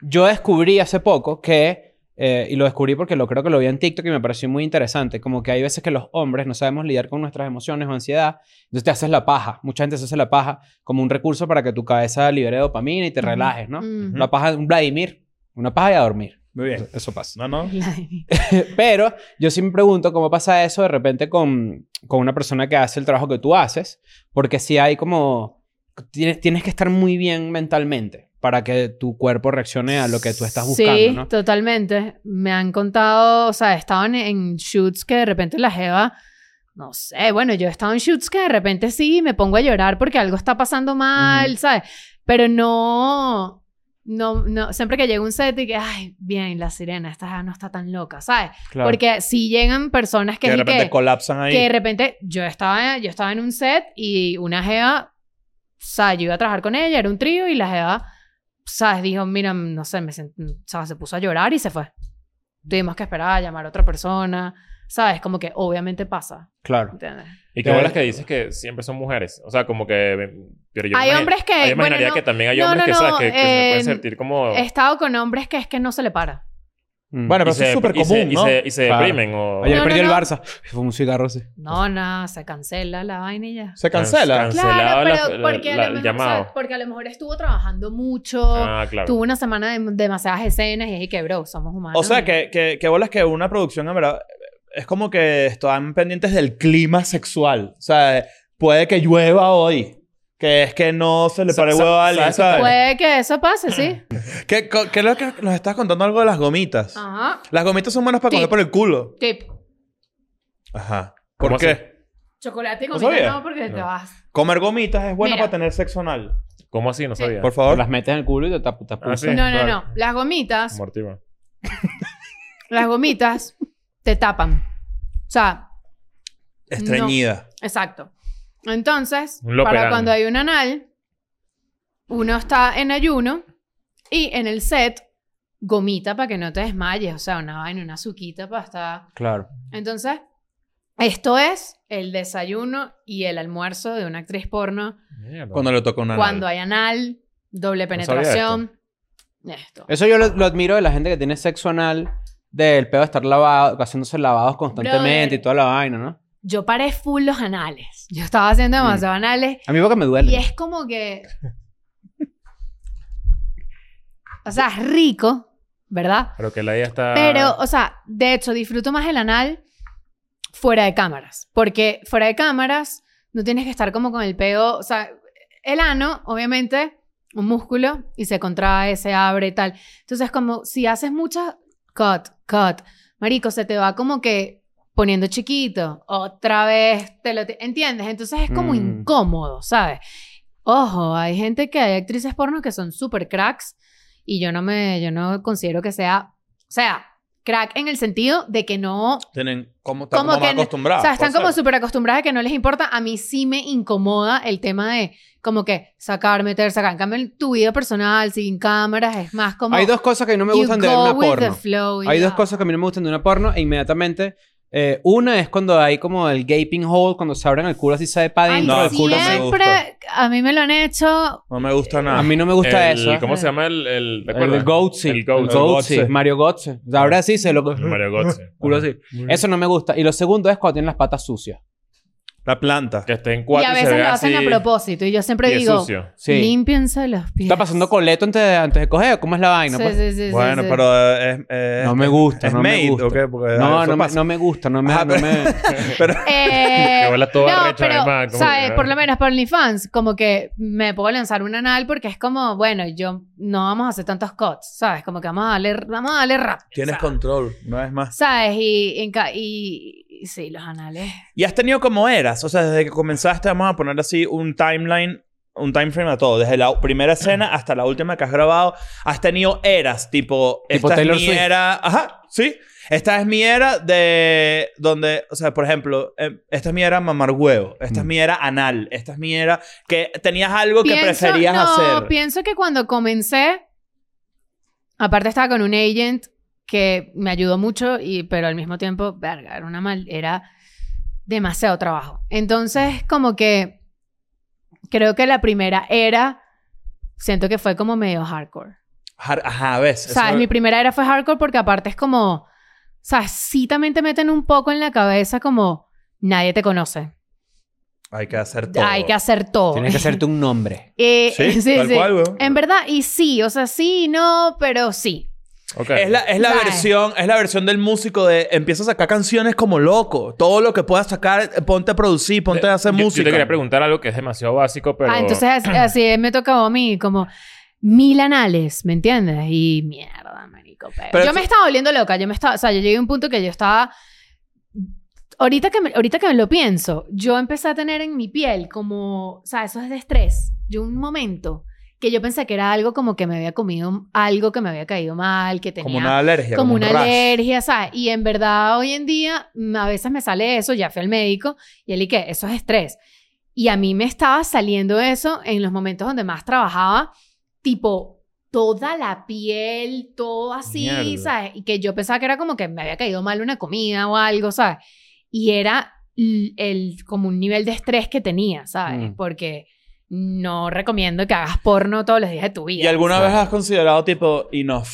[SPEAKER 5] yo descubrí hace poco que eh, y lo descubrí porque lo creo que lo vi en TikTok y me pareció muy interesante. Como que hay veces que los hombres no sabemos lidiar con nuestras emociones o ansiedad. Entonces te haces la paja. Mucha gente se hace la paja como un recurso para que tu cabeza libere dopamina y te
[SPEAKER 1] Ujú.
[SPEAKER 5] relajes, ¿no?
[SPEAKER 1] Mm. *laughs*
[SPEAKER 5] Una paja, un Vladimir. Una paja y a dormir.
[SPEAKER 2] Muy bien.
[SPEAKER 5] Eso pasa.
[SPEAKER 2] No, no.
[SPEAKER 5] *laughs* Pero yo sí me pregunto cómo pasa eso de repente con, con una persona que hace el trabajo que tú haces, porque si hay como... Tienes, tienes que estar muy bien mentalmente para que tu cuerpo reaccione a lo que tú estás buscando,
[SPEAKER 1] sí,
[SPEAKER 5] ¿no?
[SPEAKER 1] totalmente. Me han contado, o sea, estaban en shoots que de repente la jeva, no sé, bueno, yo he estado en shoots que de repente sí me pongo a llorar porque algo está pasando mal, ¿sabes? Pero no, no, no, siempre que llega un set y que, ay, bien, la sirena, esta jeva no está tan loca, ¿sabes?
[SPEAKER 5] Claro.
[SPEAKER 1] Porque si llegan personas que,
[SPEAKER 2] Que de
[SPEAKER 1] es y que-
[SPEAKER 2] repente colapsan ahí.
[SPEAKER 1] que de repente yo estaba, yo estaba en un set y una jeva, o sea, yo iba a trabajar con ella, era un trío y la jeva, ¿sabes? Dijo, mira, no sé, me sent- o sea, se puso a llorar y se fue. Tuvimos que esperar a llamar a otra persona, ¿sabes? Como que obviamente pasa,
[SPEAKER 5] Claro.
[SPEAKER 1] ¿entiendes?
[SPEAKER 3] Y
[SPEAKER 5] Te-
[SPEAKER 3] que bolas que dices que siempre son mujeres. O sea, como que. Pero yo
[SPEAKER 1] Hay
[SPEAKER 3] imagi-
[SPEAKER 1] hombres que-
[SPEAKER 3] Yo
[SPEAKER 1] Eh, bueno,
[SPEAKER 3] imaginaría
[SPEAKER 1] no.
[SPEAKER 3] que también hay
[SPEAKER 1] No,
[SPEAKER 3] hombres
[SPEAKER 1] no,
[SPEAKER 3] que, ¿sabes?
[SPEAKER 1] no,
[SPEAKER 3] que, que se
[SPEAKER 1] eh,
[SPEAKER 3] pueden sentir como.
[SPEAKER 1] He estado con hombres que es que no se le para.
[SPEAKER 5] Mm.
[SPEAKER 2] Bueno,
[SPEAKER 3] y
[SPEAKER 2] pero eso
[SPEAKER 3] se-
[SPEAKER 2] es súper
[SPEAKER 3] y se-
[SPEAKER 2] común, ¿no?
[SPEAKER 3] Y se, y se
[SPEAKER 5] Claro.
[SPEAKER 3] deprimen. O...
[SPEAKER 5] Ayer
[SPEAKER 1] No, no,
[SPEAKER 5] perdió
[SPEAKER 1] no.
[SPEAKER 5] el Barça. Fue un cigarro ese.
[SPEAKER 1] No, no, se cancela la vaina y ya.
[SPEAKER 2] Se cancela.
[SPEAKER 3] Cancela. Cancelado
[SPEAKER 1] claro,
[SPEAKER 3] la-
[SPEAKER 1] pero
[SPEAKER 3] la-
[SPEAKER 1] porque,
[SPEAKER 3] la-
[SPEAKER 1] a
[SPEAKER 3] el
[SPEAKER 1] lo mejor,
[SPEAKER 3] llamado.
[SPEAKER 1] ¿sabes? porque a lo mejor estuvo trabajando mucho,
[SPEAKER 3] Ah, claro.
[SPEAKER 1] tuvo una semana de demasiadas escenas y dije que, bro, somos humanos.
[SPEAKER 2] O sea,
[SPEAKER 1] y-
[SPEAKER 2] que, que, que bolas que una producción, en verdad, es como que están pendientes del clima sexual. O sea, puede que llueva hoy. Que es que no se le
[SPEAKER 3] Sa-
[SPEAKER 2] pare
[SPEAKER 3] sa-
[SPEAKER 2] huevo a alguien,
[SPEAKER 3] ¿sabes?
[SPEAKER 2] ¿sabes?
[SPEAKER 1] Puede que eso pase, sí.
[SPEAKER 2] ¿Qué, co- qué es lo que nos estás contando algo de las gomitas?
[SPEAKER 3] Mm.
[SPEAKER 1] Ajá.
[SPEAKER 2] Las gomitas son buenas para comer
[SPEAKER 1] Ah. Sí.
[SPEAKER 2] por el culo.
[SPEAKER 1] Tip.
[SPEAKER 2] Ajá.
[SPEAKER 3] ¿Cómo
[SPEAKER 2] ¿Por qué?
[SPEAKER 3] así?
[SPEAKER 1] Chocolate y
[SPEAKER 2] ¿No
[SPEAKER 1] comida
[SPEAKER 2] sabía?
[SPEAKER 1] no, porque te
[SPEAKER 3] No.
[SPEAKER 1] vas.
[SPEAKER 2] Comer gomitas es bueno
[SPEAKER 1] Mira.
[SPEAKER 2] para tener sexo anal.
[SPEAKER 3] ¿Cómo así? No
[SPEAKER 1] Sí.
[SPEAKER 3] sabía.
[SPEAKER 2] Por
[SPEAKER 5] Te
[SPEAKER 2] favor.
[SPEAKER 5] Las metes en el culo y te tap- te
[SPEAKER 3] Ah, sí.
[SPEAKER 5] apulsas.
[SPEAKER 1] No, no,
[SPEAKER 3] claro.
[SPEAKER 1] no. Las gomitas,
[SPEAKER 3] Mortiva.
[SPEAKER 1] las gomitas te tapan. O sea,
[SPEAKER 2] Estreñida.
[SPEAKER 1] exacto. Entonces,
[SPEAKER 3] Un Loperan.
[SPEAKER 1] para cuando hay un anal, uno está en ayuno y en el set, gomita para que no te desmayes. O sea, una vaina, una suquita para estar.
[SPEAKER 5] Claro.
[SPEAKER 1] Entonces, esto es el desayuno y el almuerzo de una actriz porno.
[SPEAKER 3] Mierda.
[SPEAKER 2] Cuando le toca una
[SPEAKER 1] cuando hay anal, doble
[SPEAKER 3] sabía
[SPEAKER 1] penetración. esto.
[SPEAKER 5] Eso yo lo, lo admiro de la gente que tiene sexo anal, del pedo de estar lavado, haciéndose lavados constantemente
[SPEAKER 1] Brother.
[SPEAKER 5] y toda la vaina, ¿no?
[SPEAKER 1] Yo paré full los anales. *laughs* Yo estaba haciendo demasiado anales.
[SPEAKER 5] A mí porque me duele.
[SPEAKER 1] Y es como que. O sea, es rico, ¿verdad?
[SPEAKER 3] Pero que la idea está.
[SPEAKER 1] Pero, o sea, de hecho, disfruto más el anal fuera de cámaras. Porque fuera de cámaras no tienes que estar como con el peo. O sea, el ano, obviamente, un músculo y se contrae, se abre y tal. Entonces, como si haces muchas cut, cut, marico, se te va como que poniendo chiquito. Otra vez te lo. ti- ¿Entiendes? Entonces es como
[SPEAKER 5] Mm.
[SPEAKER 1] incómodo, ¿sabes? Ojo, hay gente que hay actrices porno que son súper cracks y yo no me, yo no considero que sea, o sea, crack en el sentido de que no,
[SPEAKER 2] Tienen como, están
[SPEAKER 1] Como
[SPEAKER 2] como más
[SPEAKER 1] que-
[SPEAKER 2] acostumbradas.
[SPEAKER 1] o sea, están
[SPEAKER 2] puede
[SPEAKER 1] como
[SPEAKER 2] ser.
[SPEAKER 1] súper acostumbradas a que no les importa. A mí sí me incomoda el tema de como que sacar, meter, sacar. En cambio, en tu vida personal, sin cámaras, es más como...
[SPEAKER 5] Hay dos cosas que no me
[SPEAKER 1] you
[SPEAKER 5] gustan de
[SPEAKER 1] go
[SPEAKER 5] una
[SPEAKER 1] with the
[SPEAKER 5] porno.
[SPEAKER 1] flow y
[SPEAKER 5] Hay
[SPEAKER 1] ya.
[SPEAKER 5] dos cosas que a mí no me gustan de una porno e inmediatamente. eh, una es cuando hay como el gaping hole, cuando se abren el culo así se ve para
[SPEAKER 1] Ay,
[SPEAKER 5] adentro
[SPEAKER 2] No,
[SPEAKER 5] del culo.
[SPEAKER 2] me
[SPEAKER 5] así.
[SPEAKER 1] siempre, a mí me lo han hecho.
[SPEAKER 2] No me gusta nada.
[SPEAKER 5] A mí no me gusta
[SPEAKER 3] el-
[SPEAKER 5] eso.
[SPEAKER 3] ¿Cómo se llama el. El, ¿te
[SPEAKER 5] El
[SPEAKER 3] acuerdas?
[SPEAKER 5] Goatsy.
[SPEAKER 3] El Goatsy.
[SPEAKER 2] Goatsy.
[SPEAKER 5] Mario Goatsy. Ahora sí se lo...
[SPEAKER 3] El Mario Götze.
[SPEAKER 2] *laughs*
[SPEAKER 5] Culo así. Eso no me gusta. Y lo segundo es cuando tienen las patas sucias.
[SPEAKER 2] La planta.
[SPEAKER 3] Que estén
[SPEAKER 1] Y
[SPEAKER 3] cuatro
[SPEAKER 1] a
[SPEAKER 3] y se
[SPEAKER 1] veces
[SPEAKER 3] ve
[SPEAKER 1] lo hacen
[SPEAKER 3] así,
[SPEAKER 1] a propósito. Y yo siempre
[SPEAKER 3] pie
[SPEAKER 1] digo,
[SPEAKER 3] sucio.
[SPEAKER 5] Sí.
[SPEAKER 1] límpiense los pies.
[SPEAKER 5] ¿Está pasando coleto antes de, antes de coger? ¿Cómo es la vaina?
[SPEAKER 1] Sí,
[SPEAKER 5] pues?
[SPEAKER 1] sí, sí, sí,
[SPEAKER 2] bueno,
[SPEAKER 1] sí.
[SPEAKER 2] pero
[SPEAKER 1] *laughs*
[SPEAKER 2] eh, es, eh,
[SPEAKER 5] No me gusta,
[SPEAKER 2] es
[SPEAKER 5] no
[SPEAKER 2] made,
[SPEAKER 5] me gusta.
[SPEAKER 2] ¿o qué? Porque
[SPEAKER 5] No,
[SPEAKER 2] eso
[SPEAKER 5] no me,
[SPEAKER 2] pasa.
[SPEAKER 5] no me gusta, no me...
[SPEAKER 2] Ajá,
[SPEAKER 5] no
[SPEAKER 1] *laughs*
[SPEAKER 2] pero-
[SPEAKER 5] me-
[SPEAKER 2] Pero
[SPEAKER 1] Eh,
[SPEAKER 3] *laughs* Que bola toda recha, además, como
[SPEAKER 1] ¿sabes?
[SPEAKER 3] que- ¿eh?
[SPEAKER 1] Por lo menos para OnlyFans, como que me puedo lanzar un anal porque es como, bueno, yo no vamos a hacer tantos cuts, ¿sabes? Como que vamos a darle, vamos a darle rápido.
[SPEAKER 2] tienes
[SPEAKER 1] ¿sabes?
[SPEAKER 2] control, no es más.
[SPEAKER 1] ¿Sabes? Y, en ca- y- y sí, los anales.
[SPEAKER 2] ¿Y has tenido como eras? O sea, desde que comenzaste, vamos a poner así un timeline, un time frame a todo. Desde la primera
[SPEAKER 5] *clears throat*
[SPEAKER 2] escena hasta la última que has grabado, has tenido eras, tipo,
[SPEAKER 5] Tipo
[SPEAKER 2] esta
[SPEAKER 5] Taylor
[SPEAKER 2] es mi
[SPEAKER 5] Swift.
[SPEAKER 2] era. Ajá, sí. Esta es mi era de donde, o sea, por ejemplo, eh, esta es mi era mamar huevo, esta es
[SPEAKER 5] Mm.
[SPEAKER 2] mi era anal, esta es mi era que tenías algo que preferías
[SPEAKER 1] no,
[SPEAKER 2] hacer.
[SPEAKER 1] pienso que cuando comencé, aparte estaba con un agent que me ayudó mucho, y, pero al mismo tiempo, verga, era una mal, era demasiado trabajo. Entonces, como que creo que la primera era, siento que fue como medio hardcore.
[SPEAKER 2] Har- Ajá, ves.
[SPEAKER 1] O sea,
[SPEAKER 2] eso-
[SPEAKER 1] mi primera era fue hardcore porque aparte es como, o sea, sí también te meten un poco en la cabeza como nadie te conoce.
[SPEAKER 2] Hay que hacer todo.
[SPEAKER 1] Hay que hacer todo.
[SPEAKER 5] Tienes que hacerte un nombre.
[SPEAKER 1] Eh, *laughs*
[SPEAKER 2] Sí, tal cual, weón.
[SPEAKER 1] En verdad, y sí, o sea, sí, no, pero sí.
[SPEAKER 3] Ok.
[SPEAKER 2] Es la, es la
[SPEAKER 1] Vale.
[SPEAKER 2] versión, es la versión del músico de empieza a sacar canciones como loco. Todo lo que puedas sacar, eh, ponte a producir, ponte a hacer
[SPEAKER 3] Yo-
[SPEAKER 2] música.
[SPEAKER 3] Yo te quería preguntar algo que es demasiado básico, pero...
[SPEAKER 1] Ah, entonces así,
[SPEAKER 2] *clears throat*
[SPEAKER 1] así me tocaba a mí como mil anales, ¿me entiendes? Y mierda, marico. Pero,
[SPEAKER 2] Pero
[SPEAKER 1] yo
[SPEAKER 2] tú-
[SPEAKER 1] me estaba volviendo loca, yo me estaba, o sea, yo llegué a un punto que yo estaba ahorita que me, ahorita que me lo pienso, yo empecé a tener en mi piel como, o sea, eso es de estrés. Yo un momento que yo pensé que era algo como que me había comido algo que me había caído mal, que tenía
[SPEAKER 2] Como una alergia.
[SPEAKER 1] como una
[SPEAKER 2] un rash.
[SPEAKER 1] alergia, ¿sabes? Y en verdad hoy en día mm, a veces me sale eso, ya fui al médico y él y que eso es estrés. Y a mí me estaba saliendo eso en los momentos donde más trabajaba, tipo toda la piel, todo así,
[SPEAKER 2] Mierda.
[SPEAKER 1] ¿sabes? Y que yo pensaba que era como que me había caído mal una comida o algo, ¿sabes? Y era l- el, como un nivel de estrés que tenía, ¿sabes?
[SPEAKER 5] Mm.
[SPEAKER 1] Porque no recomiendo que hagas porno todos los días de tu vida.
[SPEAKER 2] ¿Y alguna
[SPEAKER 5] Sí.
[SPEAKER 2] vez has considerado tipo enough?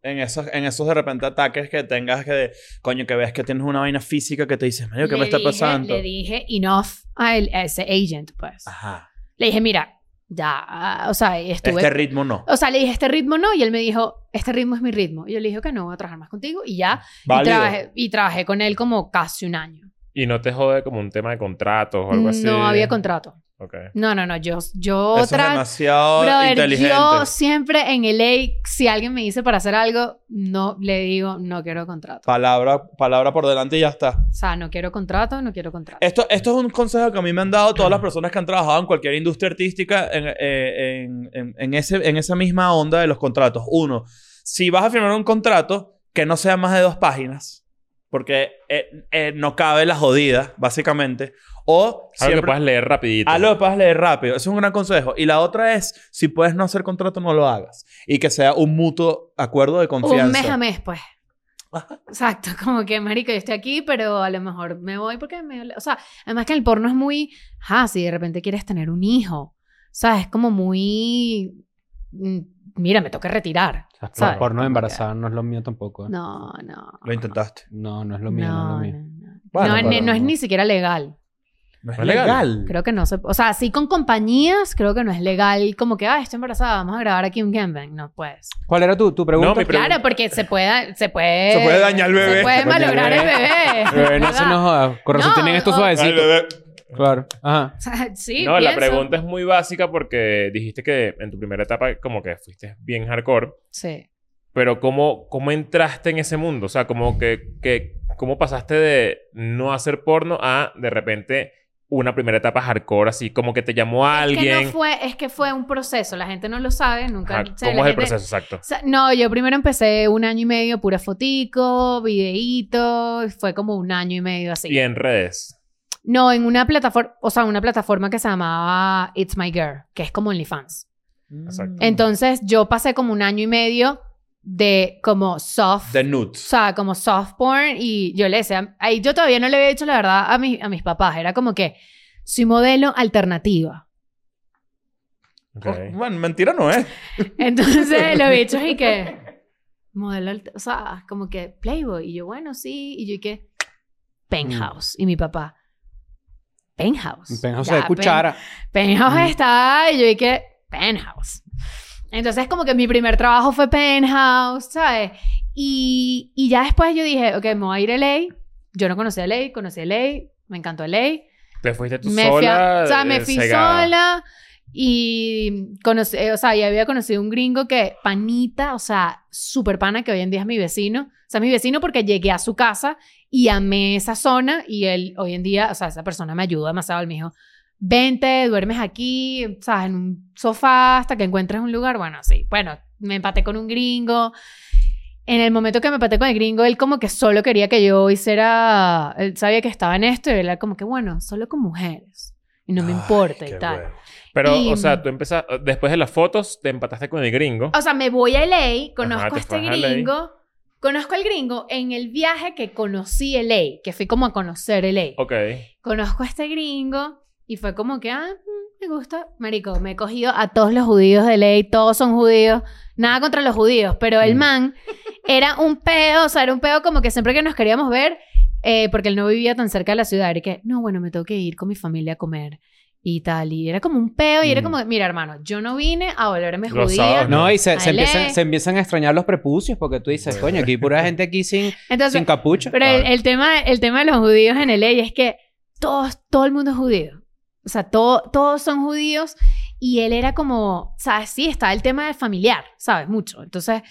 [SPEAKER 2] En esos, en esos de repente ataques que tengas que de, coño, que ves que tienes una vaina física que te dices, medio, ¿qué
[SPEAKER 1] Le
[SPEAKER 2] me está
[SPEAKER 1] dije-
[SPEAKER 2] pasando? Ah.
[SPEAKER 1] Le dije enough a, él- a ese agent, pues.
[SPEAKER 2] Ajá.
[SPEAKER 1] Le dije, mira, ya, ah, o sea, estuve...
[SPEAKER 2] Este ritmo no.
[SPEAKER 1] o sea, le dije, este ritmo no, y él me dijo, este ritmo es mi ritmo. Y yo le dije que no voy a trabajar más contigo, y ya, y
[SPEAKER 2] Válido.
[SPEAKER 1] trabajé, y trabajé con él como casi un año.
[SPEAKER 3] Y no te jode como un tema de contratos o algo así.
[SPEAKER 1] No había contrato.
[SPEAKER 3] Ok.
[SPEAKER 1] No, no, no, yo, yo
[SPEAKER 2] Eso es
[SPEAKER 1] tra-
[SPEAKER 2] demasiado
[SPEAKER 1] Brother,
[SPEAKER 2] inteligente.
[SPEAKER 1] yo siempre en LA, si alguien me dice para hacer algo, no le digo, no quiero contrato.
[SPEAKER 2] Palabra, palabra por delante y ya está.
[SPEAKER 1] O sea, no quiero contrato, no quiero contrato.
[SPEAKER 2] Esto, esto es un consejo que a mí me han dado todas las personas que han trabajado en cualquier industria artística en, eh, en- en- en ese, en esa misma onda de los contratos. Uno, si vas a firmar un contrato, que no sea más de dos páginas, porque eh, eh, no cabe la jodida, básicamente. O
[SPEAKER 3] Algo que
[SPEAKER 2] siempre-
[SPEAKER 3] puedas leer rapidito.
[SPEAKER 2] algo que puedas leer rápido. Eso es un gran consejo. Y la otra es, si puedes no hacer contrato, no lo hagas. Y que sea un mutuo acuerdo de confianza.
[SPEAKER 1] Un mes a mes,
[SPEAKER 5] *laughs*
[SPEAKER 1] pues. Exacto, *laughs* como que marico, yo estoy aquí, pero a lo mejor me voy porque me. O sea, además que el porno es muy. Ah, si de repente quieres tener un hijo. ¿Sabes? Como muy. mm, Mira, me toca retirar.
[SPEAKER 5] Por
[SPEAKER 1] ¿Sabes?
[SPEAKER 5] por no embarazada no es lo mío tampoco. ¿eh?
[SPEAKER 1] No, no.
[SPEAKER 2] Lo intentaste.
[SPEAKER 5] No, no es lo mío, no,
[SPEAKER 1] no,
[SPEAKER 5] es lo mío.
[SPEAKER 1] no, no.
[SPEAKER 5] Bueno,
[SPEAKER 1] No, ne-
[SPEAKER 5] pero
[SPEAKER 1] no es
[SPEAKER 5] no.
[SPEAKER 1] ni siquiera legal.
[SPEAKER 2] No es
[SPEAKER 3] ¿No es legal?
[SPEAKER 2] legal.
[SPEAKER 1] Creo que no se. O sea, sí con compañías, creo que no es legal. Como que, ah, estoy embarazada, vamos a grabar aquí un gangbang. No puedes.
[SPEAKER 5] ¿Cuál era tu, tu pregunta?
[SPEAKER 3] No,
[SPEAKER 5] *laughs*
[SPEAKER 3] mi pregunta-
[SPEAKER 1] Claro, porque se puede, se puede.
[SPEAKER 2] Se puede dañar el bebé.
[SPEAKER 1] Se puede
[SPEAKER 5] Se puede
[SPEAKER 1] malograr el
[SPEAKER 5] dañar
[SPEAKER 1] bebé.
[SPEAKER 5] Bebé, no se
[SPEAKER 1] ¿verdad?
[SPEAKER 5] nos joda. Con razón
[SPEAKER 1] No,
[SPEAKER 5] tienen esto
[SPEAKER 1] o-
[SPEAKER 2] Ay,
[SPEAKER 5] suavecito.
[SPEAKER 2] bebé.
[SPEAKER 5] Claro. Ajá.
[SPEAKER 1] O sea, sí,
[SPEAKER 3] no, la
[SPEAKER 1] pienso.
[SPEAKER 3] pregunta es muy básica porque dijiste que en tu primera etapa como que fuiste bien hardcore.
[SPEAKER 1] Sí.
[SPEAKER 3] Pero ¿cómo, cómo entraste en ese mundo? O sea, como que, que- ¿cómo pasaste de no hacer porno a de repente una primera etapa hardcore así? Como que te llamó
[SPEAKER 1] Es que,
[SPEAKER 3] alguien.
[SPEAKER 1] no fue, es que fue un proceso. La gente no lo sabe. Nunca...
[SPEAKER 3] Ajá,
[SPEAKER 1] o sea,
[SPEAKER 3] ¿Cómo
[SPEAKER 1] la
[SPEAKER 3] es el
[SPEAKER 1] gente-
[SPEAKER 3] proceso exacto?
[SPEAKER 1] o sea, no, yo primero empecé un año y medio pura fotico, videíto. y Fue como un año y medio así.
[SPEAKER 3] Y en redes.
[SPEAKER 1] No, en una plataforma... O sea, una plataforma que se llamaba It's My Girl. Que es como OnlyFans.
[SPEAKER 3] Exacto.
[SPEAKER 1] Entonces, yo pasé como un año y medio de como soft...
[SPEAKER 2] The nudes.
[SPEAKER 1] O sea, como soft porn y yo le decía, ahí yo todavía no le había dicho la verdad a, mi- a mis papás, era como que soy modelo alternativa.
[SPEAKER 3] Ok.
[SPEAKER 2] Oh, Bueno, mentira no es.
[SPEAKER 1] Entonces los bichos y que modelo, alt- o sea, como que Playboy y yo bueno, sí, y yo y que Penthouse y mi papá Penthouse.
[SPEAKER 5] Penjose
[SPEAKER 1] Ya,
[SPEAKER 5] de cuchara.
[SPEAKER 1] Pen-
[SPEAKER 5] Mm.
[SPEAKER 1] penthouse está y yo y que Penthouse. Entonces como que mi primer trabajo fue Penthouse, ¿sabes? Y, y ya después yo dije, ok, me voy a ir a LA. Yo no conocía LA, conocí LA, me encantó LA.
[SPEAKER 3] Te fuiste tú
[SPEAKER 1] me fui
[SPEAKER 3] sola.
[SPEAKER 1] a- o sea, me
[SPEAKER 3] eh,
[SPEAKER 1] fui
[SPEAKER 3] cegada.
[SPEAKER 1] sola y conocí, eh, o sea, ya había conocido un gringo que panita, o sea, súper pana que hoy en día es mi vecino. O sea, mi vecino porque llegué a su casa y amé esa zona y él hoy en día, o sea, esa persona me ayuda demasiado. Él me dijo, vente, duermes aquí, sabes, en un sofá hasta que encuentres un lugar. Bueno, sí, bueno, me empaté con un gringo. En el momento que me empaté con el gringo, él como que solo quería que yo hiciera, él sabía que estaba en esto y él era como que, bueno, solo con mujeres. Y no me
[SPEAKER 2] Ay,
[SPEAKER 1] importa
[SPEAKER 2] qué
[SPEAKER 1] y tal.
[SPEAKER 2] huevo.
[SPEAKER 3] Pero,
[SPEAKER 1] Y-
[SPEAKER 3] o sea, tú empezaste... Después de las fotos, te empataste con el gringo.
[SPEAKER 1] O sea, me voy a LA, conozco
[SPEAKER 3] Ajá, te
[SPEAKER 1] a este
[SPEAKER 3] fueras a LA.
[SPEAKER 1] gringo, conozco al gringo en el viaje que conocí LA, que fui como a conocer LA.
[SPEAKER 3] Ok.
[SPEAKER 1] Conozco a este gringo y fue como que, ah, mm, me gusta. Marico, me he cogido a todos los judíos de ley, todos son judíos. Nada contra los judíos, pero el
[SPEAKER 5] Mm.
[SPEAKER 1] man era un pedo, o sea, era un pedo como que siempre que nos queríamos ver, eh, porque él no vivía tan cerca de la ciudad, y que, no, bueno, me tengo que ir con mi familia a comer y tal. Y era como un pedo, y era
[SPEAKER 5] Mm.
[SPEAKER 1] como, mira, hermano, yo no vine a volverme
[SPEAKER 3] Los
[SPEAKER 1] judía.
[SPEAKER 3] sábados,
[SPEAKER 5] No, y se, se
[SPEAKER 1] Ale.
[SPEAKER 5] empiezan, se empiezan a extrañar los prepucios porque tú dices, coño, aquí hay pura gente aquí sin,
[SPEAKER 1] Entonces,
[SPEAKER 5] sin capucha.
[SPEAKER 1] Pero el, el tema, el tema de los judíos en el ley es que todos, todo el mundo es judío. O sea, todo- todos son judíos y él era como, ¿sabes? Sí, estaba el tema del familiar, ¿sabes? Mucho. Entonces,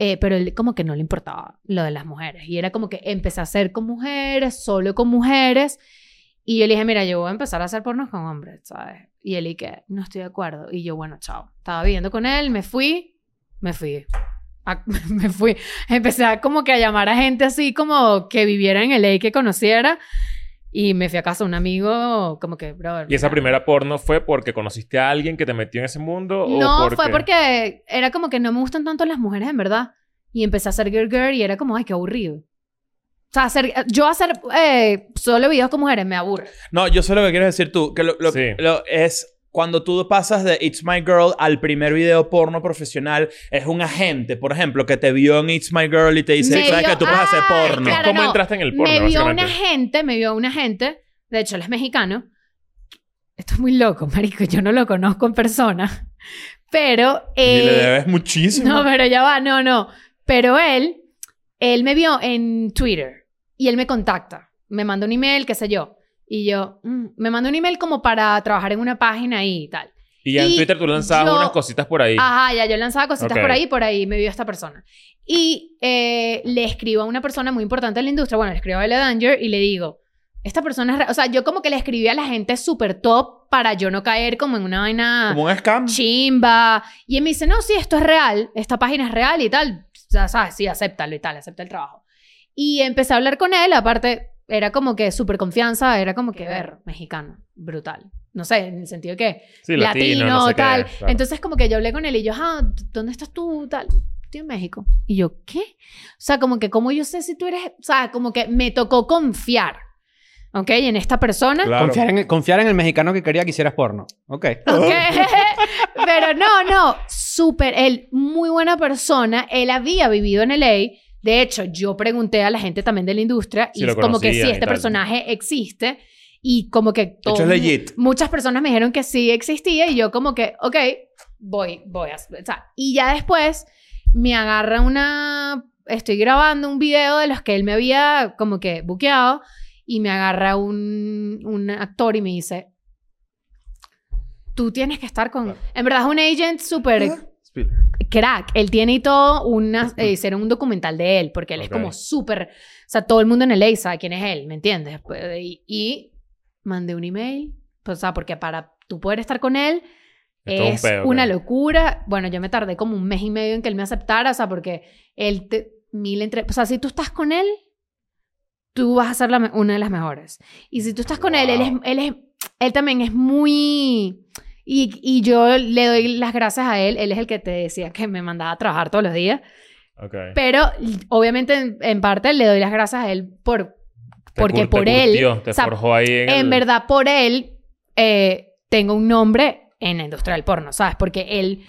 [SPEAKER 1] eh, pero él como que no le importaba lo de las mujeres. Y era como que empecé a hacer con mujeres, solo con mujeres. Y yo le dije, mira, yo voy a empezar a hacer pornos con hombres, ¿sabes? Y él y que, no estoy de acuerdo. Y yo, bueno, chao. Estaba viviendo con él, me fui, me fui. A- *laughs* me fui empecé a como que a llamar a gente así como que viviera en LA, que conociera. Y me fui a casa de un amigo como que, brother.
[SPEAKER 3] ¿Y esa
[SPEAKER 1] mira.
[SPEAKER 3] primera porno fue porque conociste a alguien que te metió en ese mundo?
[SPEAKER 1] No,
[SPEAKER 3] o porque...
[SPEAKER 1] fue porque era como que no me gustan tanto las mujeres en verdad. Y empecé a hacer girl girl y era como, ay, qué aburrido. O sea, hacer, yo hacer eh, solo videos con mujeres me aburre.
[SPEAKER 2] No, yo sé lo que quieres decir tú. Que lo, lo-
[SPEAKER 3] Sí.
[SPEAKER 2] lo- es cuando tú pasas de It's My Girl al primer video porno profesional, es un agente, por ejemplo, que te vio en It's My Girl y te dice,
[SPEAKER 1] Me
[SPEAKER 2] ¿sabes
[SPEAKER 1] vio-
[SPEAKER 2] que tú puedes hacer
[SPEAKER 1] ¡Ay,
[SPEAKER 2] porno?
[SPEAKER 1] claro,
[SPEAKER 3] ¿Cómo
[SPEAKER 1] no.
[SPEAKER 3] entraste en el porno,
[SPEAKER 1] me vio
[SPEAKER 3] básicamente?
[SPEAKER 1] una gente, me vio una gente, de hecho él es mexicano. Esto es muy loco, marico, yo no lo conozco en persona. Pero
[SPEAKER 2] Y le
[SPEAKER 1] eh,
[SPEAKER 2] debes muchísimo.
[SPEAKER 1] No, pero ya va, no, no. Pero él, él me vio en Twitter y él me contacta. Me manda un email, qué sé yo. Y yo, mm, me manda un email como para trabajar en una página ahí y tal.
[SPEAKER 3] Y ya en
[SPEAKER 1] Y
[SPEAKER 3] Twitter tú lanzabas
[SPEAKER 1] yo- Ah,
[SPEAKER 3] unas cositas por ahí.
[SPEAKER 1] Ajá, ya yo lanzaba cositas
[SPEAKER 3] Ok.
[SPEAKER 1] por ahí, por ahí me vio esta persona. Y eh, le escribo a una persona muy importante de la industria, bueno, le escribo a Bella Danger y le digo, esta persona es... ra-". O sea, yo como que le escribí a la gente súper top para yo no caer como en una vaina
[SPEAKER 2] Como un scam.
[SPEAKER 1] chimba. Y él me dice, no, sí, esto es real, esta página es real y tal. Ya sabes, sí, acéptalo y tal, acepta el trabajo. Y empecé a hablar con él, aparte, era como que súper confianza, era como que, ver, mexicano, brutal. No sé, en el sentido que
[SPEAKER 3] sí,
[SPEAKER 1] latino,
[SPEAKER 3] no sé qué,
[SPEAKER 1] tal.
[SPEAKER 3] claro.
[SPEAKER 1] Entonces, como que yo hablé con él y yo, ah, ¿dónde estás tú? Tal. Estoy en México. Y yo, ¿qué? O sea, como que, ¿cómo yo sé si tú eres? O sea, como que me tocó confiar, ¿ok? En esta persona.
[SPEAKER 2] Claro.
[SPEAKER 5] Confiar, en, el- confiar en el mexicano que quería que hicieras porno. Ok.
[SPEAKER 1] *laughs* Ok. Pero no, no. Súper. Él, muy buena persona. Él había vivido en LA. De hecho, yo pregunté a la gente también de la industria
[SPEAKER 3] Si
[SPEAKER 1] y
[SPEAKER 3] lo
[SPEAKER 1] como que sí,
[SPEAKER 3] conocían y
[SPEAKER 1] este
[SPEAKER 3] tal.
[SPEAKER 1] personaje existe. Y como que todo-
[SPEAKER 2] es legit.
[SPEAKER 1] muchas personas me dijeron que sí existía y yo como que, ok, voy, voy a... O sea, y ya después me agarra una... Estoy grabando un video de los que él me había como que buqueado y me agarra un, un actor y me dice, tú tienes que estar con... En verdad es un agent súper crack. Él tiene y todo una... eh, hicieron un documental de él porque él
[SPEAKER 3] Ok.
[SPEAKER 1] es como súper... O sea, todo el mundo en el sabe quién es él, ¿me entiendes? Pues, Y, y mandé un email, pues, o sea, porque para tú poder estar con él
[SPEAKER 3] Es todo un
[SPEAKER 1] es
[SPEAKER 3] pedo,
[SPEAKER 1] una
[SPEAKER 3] claro.
[SPEAKER 1] locura. Bueno, yo me tardé como un mes y medio en que él me aceptara, o sea, porque él te, mil entre, o sea, si tú estás con él, tú vas a ser la me- una de las mejores. Y si tú estás con él, él es,
[SPEAKER 3] Wow.
[SPEAKER 1] él es, él también es muy y, y yo le doy las gracias a él. Él es el que te decía que me mandaba a trabajar todos los días.
[SPEAKER 3] Ok.
[SPEAKER 1] Pero l- obviamente en, en parte le doy las gracias a él por,
[SPEAKER 3] Te
[SPEAKER 1] porque
[SPEAKER 3] cur- te
[SPEAKER 1] por él,
[SPEAKER 3] curtió, te
[SPEAKER 1] o sea,
[SPEAKER 3] forjó ahí
[SPEAKER 1] en
[SPEAKER 3] en, el-
[SPEAKER 1] verdad por él, eh, tengo un nombre en la industria del porno, ¿sabes? Porque él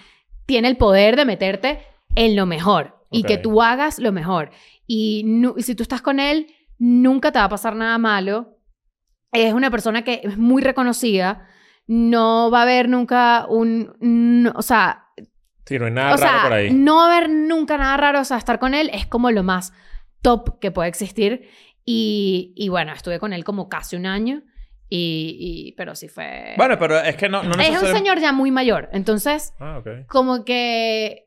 [SPEAKER 1] tiene el poder de meterte en lo mejor y
[SPEAKER 3] Ok.
[SPEAKER 1] que tú hagas lo mejor. Y, nu- y si tú estás con él, nunca te va a pasar nada malo. Es una persona que es muy reconocida. No va a haber nunca un... no- o sea,
[SPEAKER 3] Sí, no hay nada
[SPEAKER 1] o
[SPEAKER 3] raro
[SPEAKER 1] sea,
[SPEAKER 3] por ahí.
[SPEAKER 1] no va a haber nunca nada raro. O sea, estar con él es como lo más top que puede existir. Y, y bueno, estuve con él como casi un año. Y, y- pero sí fue...
[SPEAKER 2] Bueno, pero es que no, no
[SPEAKER 1] es un
[SPEAKER 2] necesariamente-
[SPEAKER 1] señor ya muy mayor. Entonces,
[SPEAKER 3] Ah, ok.
[SPEAKER 1] como que,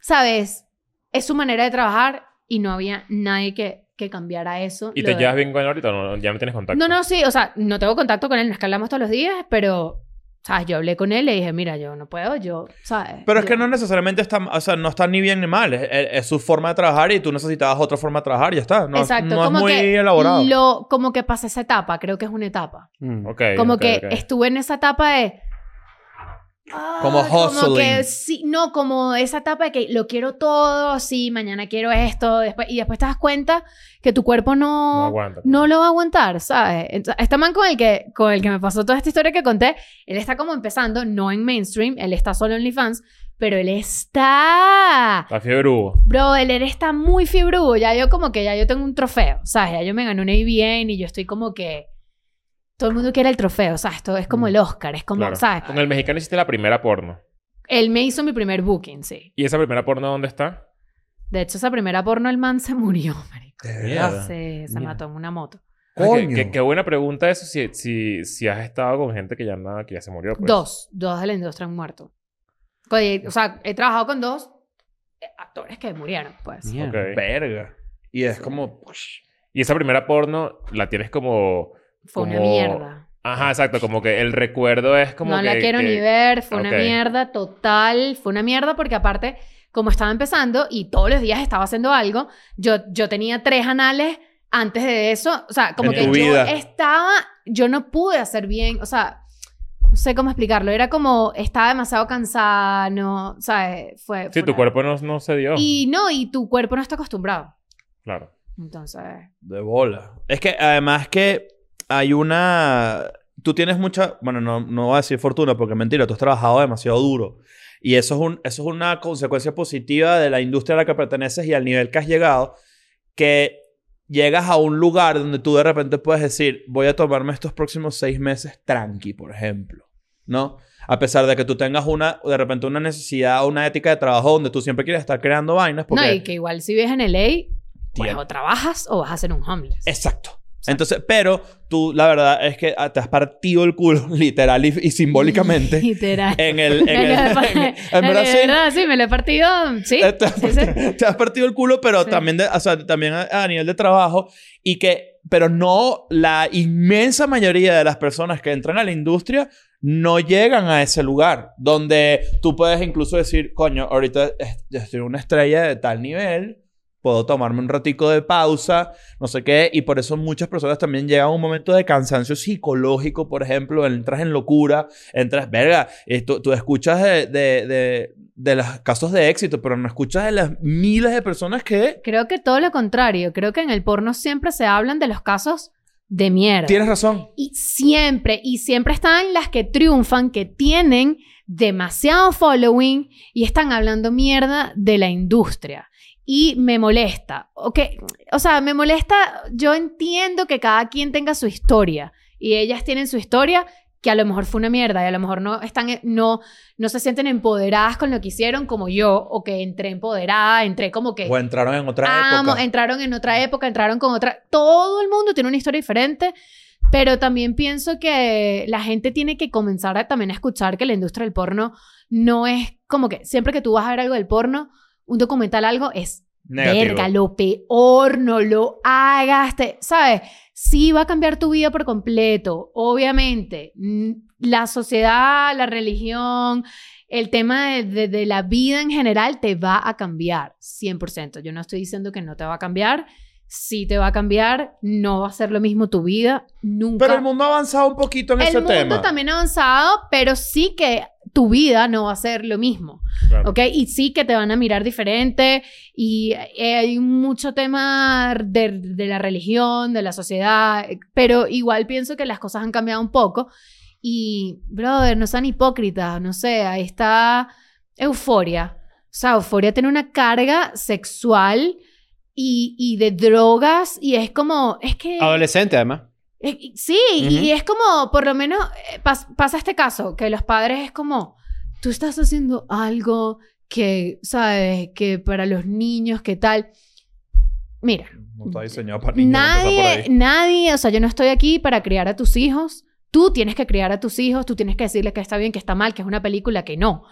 [SPEAKER 1] ¿sabes? Es su manera de trabajar y no había nadie que, que cambiara eso.
[SPEAKER 3] ¿Y
[SPEAKER 1] Lo
[SPEAKER 3] te
[SPEAKER 1] de-
[SPEAKER 3] llevas bien con él ahorita? o No, ya no tienes contacto.
[SPEAKER 1] No, no, sí. O sea, no tengo contacto con él. No es que hablamos todos los días, pero... ¿Sabes? Yo hablé con él y le dije, mira, yo no puedo, yo, ¿sabes?
[SPEAKER 2] Pero es
[SPEAKER 1] Yo-
[SPEAKER 2] que no necesariamente está, o sea, no está ni bien ni mal. Es, es- es su forma de trabajar y tú necesitabas otra forma de trabajar y ya está. No,
[SPEAKER 1] Exacto,
[SPEAKER 2] no es
[SPEAKER 1] como
[SPEAKER 2] muy
[SPEAKER 1] que
[SPEAKER 2] elaborado.
[SPEAKER 1] lo- como que pasé esa etapa, creo que es una etapa.
[SPEAKER 5] Mm.
[SPEAKER 3] Ok,
[SPEAKER 1] como
[SPEAKER 3] ok,
[SPEAKER 1] que
[SPEAKER 3] ok.
[SPEAKER 1] estuve en esa etapa de ah,
[SPEAKER 2] Como
[SPEAKER 1] Como que
[SPEAKER 2] hustling.
[SPEAKER 1] sí, no, como esa etapa de que lo quiero todo, sí, mañana quiero esto, después, y después te das cuenta que tu cuerpo
[SPEAKER 3] No
[SPEAKER 1] no,
[SPEAKER 3] aguanta.
[SPEAKER 1] no lo va a aguantar, ¿sabes? Entonces, este man con el, que, con el que me pasó toda esta historia que conté, él está como empezando, no en mainstream, él está solo en OnlyFans, pero él está...
[SPEAKER 3] La fiebre hubo.
[SPEAKER 1] Bro, él él está muy fibrudo, ya yo como que ya yo tengo un trofeo, ¿sabes? Ya yo me gané un ABN y yo estoy como que... Todo el mundo quiere el trofeo, ¿sabes? Todo es como el Oscar, es como,
[SPEAKER 3] Mm. Claro.
[SPEAKER 1] ¿sabes?
[SPEAKER 3] Con el mexicano hiciste la primera porno.
[SPEAKER 1] Él me hizo mi primer booking, sí.
[SPEAKER 3] ¿Y esa primera porno dónde está?
[SPEAKER 1] De hecho, esa primera porno, el man se murió, *laughs* marico.
[SPEAKER 2] De
[SPEAKER 3] Mierda.
[SPEAKER 2] verdad.
[SPEAKER 1] Se, se
[SPEAKER 5] Mira.
[SPEAKER 1] mató en una moto.
[SPEAKER 3] Ah, qué-
[SPEAKER 2] Coño.
[SPEAKER 3] Qué, qué buena pregunta eso si, si, si has estado con gente que ya nada, que ya se murió. pues.
[SPEAKER 1] Dos, dos de la industria han muerto. Oye, O sea, he trabajado con dos eh, actores que murieron, pues.
[SPEAKER 5] Mierda.
[SPEAKER 3] Ok.
[SPEAKER 2] Verga. Y es como... psh,
[SPEAKER 3] Y esa primera porno la tienes como...
[SPEAKER 1] Fue una
[SPEAKER 3] Como-
[SPEAKER 1] mierda.
[SPEAKER 3] Ajá, exacto. Como que el recuerdo es como
[SPEAKER 1] No
[SPEAKER 3] que...
[SPEAKER 1] la quiero
[SPEAKER 3] que-
[SPEAKER 1] ni ver, fue
[SPEAKER 3] Ok.
[SPEAKER 1] una mierda total, fue una mierda porque aparte, como estaba empezando y todos los días estaba haciendo algo, yo, yo tenía tres anales antes de eso, o sea, como
[SPEAKER 2] En
[SPEAKER 1] que
[SPEAKER 2] tu
[SPEAKER 1] yo
[SPEAKER 2] vida.
[SPEAKER 1] estaba, yo no pude hacer bien, o sea, no sé cómo explicarlo, era como, estaba demasiado cansada, no, ¿sabes? Fue...
[SPEAKER 3] Sí,
[SPEAKER 1] fue
[SPEAKER 3] tu
[SPEAKER 1] una-
[SPEAKER 3] cuerpo no, no se dio.
[SPEAKER 1] pues. Y no, y tu cuerpo no está acostumbrado.
[SPEAKER 3] Claro.
[SPEAKER 1] Entonces,
[SPEAKER 2] De bola. Es que además que hay una... Tú tienes mucha... Bueno, no, no voy a decir fortuna porque es mentira. Tú has trabajado demasiado duro. Y eso es, un, eso es una consecuencia positiva de la industria a la que perteneces y al nivel que has llegado. Que llegas a un lugar donde tú de repente puedes decir, voy a tomarme estos próximos seis meses tranqui, por ejemplo. ¿No? A pesar de que tú tengas una, de repente una necesidad, una ética de trabajo donde tú siempre quieres estar creando vainas. Porque
[SPEAKER 1] no, y que igual si vives en LA, pues
[SPEAKER 2] Tien-
[SPEAKER 1] o trabajas o vas a ser un homeless.
[SPEAKER 2] Exacto. Entonces, pero tú, la verdad es que ah, te has partido el culo, *laughs* literal y, y *laughs*
[SPEAKER 1] *laughs*
[SPEAKER 2] simbólicamente,
[SPEAKER 1] Literal.
[SPEAKER 2] en el. En
[SPEAKER 1] Me
[SPEAKER 2] el-
[SPEAKER 1] lo he par-
[SPEAKER 2] en- en
[SPEAKER 1] me lo-
[SPEAKER 2] verdad,
[SPEAKER 1] de
[SPEAKER 2] sí.
[SPEAKER 1] verdad, sí, me lo he partido. Sí.
[SPEAKER 2] Eh, Te, has
[SPEAKER 1] sí,
[SPEAKER 2] partido,
[SPEAKER 1] sí.
[SPEAKER 2] te has partido el culo, pero
[SPEAKER 1] Sí.
[SPEAKER 2] también, de- o sea, también a, a nivel de trabajo y que, pero no, la inmensa mayoría de las personas que entran a la industria no llegan a ese lugar donde tú puedes incluso decir, coño, ahorita es- yo soy una estrella de tal nivel, puedo tomarme un ratico de pausa, no sé qué, y por eso muchas personas también llegan a un momento de cansancio psicológico, por ejemplo, entras en locura, entras, verga, eh, tú, tú escuchas de, de, de, de los casos de éxito, pero no escuchas de las miles de personas que...
[SPEAKER 1] Creo que todo lo contrario. Creo que en el porno siempre se hablan de los casos de mierda.
[SPEAKER 2] Tienes razón.
[SPEAKER 1] Y siempre, y siempre están las que triunfan, que tienen demasiado following y están hablando mierda de la industria. Y me molesta. ¿ok? O sea, me molesta. Yo entiendo que cada quien tenga su historia y ellas tienen su historia que a lo mejor fue una mierda y a lo mejor no están eh, no no se sienten empoderadas con lo que hicieron como yo o que entré empoderada entré como que
[SPEAKER 2] O entraron en otra
[SPEAKER 1] Amo,
[SPEAKER 2] época.
[SPEAKER 1] entraron en otra época, entraron con otra. Todo el mundo tiene una historia diferente, pero también pienso que la gente tiene que comenzar a, también a escuchar que la industria del porno no es como que siempre que tú vas a ver algo del porno, un documental, algo es
[SPEAKER 2] Negativo.
[SPEAKER 1] verga, lo peor, no lo hagas, te- ¿sabes? Sí va a cambiar tu vida por completo, obviamente. Mm, La sociedad, la religión, el tema de, de- de la vida en general te va a cambiar, 100%. Yo no estoy diciendo que no te va a cambiar, sí te va a cambiar, no va a ser lo mismo tu vida, nunca.
[SPEAKER 2] Pero el mundo ha avanzado un poquito en
[SPEAKER 1] El
[SPEAKER 2] ese
[SPEAKER 1] mundo
[SPEAKER 2] tema.
[SPEAKER 1] también ha avanzado, pero sí que tu vida no va a ser lo mismo.
[SPEAKER 3] claro.
[SPEAKER 1] ¿ok? Y sí que te van a mirar diferente y eh, hay mucho tema de, de la religión, de la sociedad, eh, pero igual pienso que las cosas han cambiado un poco y, brother, no sean hipócritas, no sé, ahí está euforia. O sea, euforia tiene una carga sexual y, y de drogas y es como, es que...
[SPEAKER 5] Adolescente, además.
[SPEAKER 1] Eh, y- Sí, y- y es como, por lo menos, eh, pas- pasa este caso, que los padres es como, tú estás haciendo algo que, ¿sabes? Que para los niños, que tal. Mira,
[SPEAKER 2] No está diseñado para niños. empezar
[SPEAKER 1] nadie,
[SPEAKER 2] por ahí.
[SPEAKER 1] nadie, o sea, yo no estoy aquí para criar a tus hijos. Tú tienes que criar a tus hijos, tú tienes que decirles que está bien, que está mal, que es una película, que no.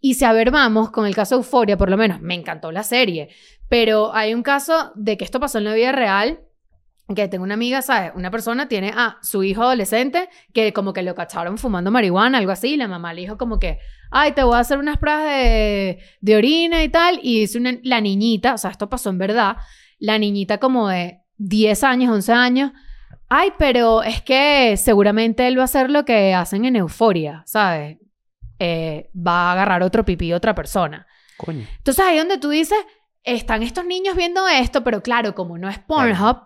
[SPEAKER 1] Y si avermamos con el caso Euforia, por lo menos, me encantó la serie, pero hay un caso de que esto pasó en la vida real, que tengo una amiga, ¿sabes? Una persona tiene a su hijo adolescente que como que lo cacharon fumando marihuana, algo así, y la mamá le dijo como que, ay, te voy a hacer unas pruebas de, de orina y tal, y hizo una, la niñita, o sea, esto pasó en verdad, la niñita como de 10 años, 11 años, ay, pero es que seguramente él va a hacer lo que hacen en euforia, ¿sabes? eh, va a agarrar otro pipí de otra persona.
[SPEAKER 5] Coño.
[SPEAKER 1] Entonces ahí donde tú dices, están estos niños viendo esto, pero claro, como no es Pornhub,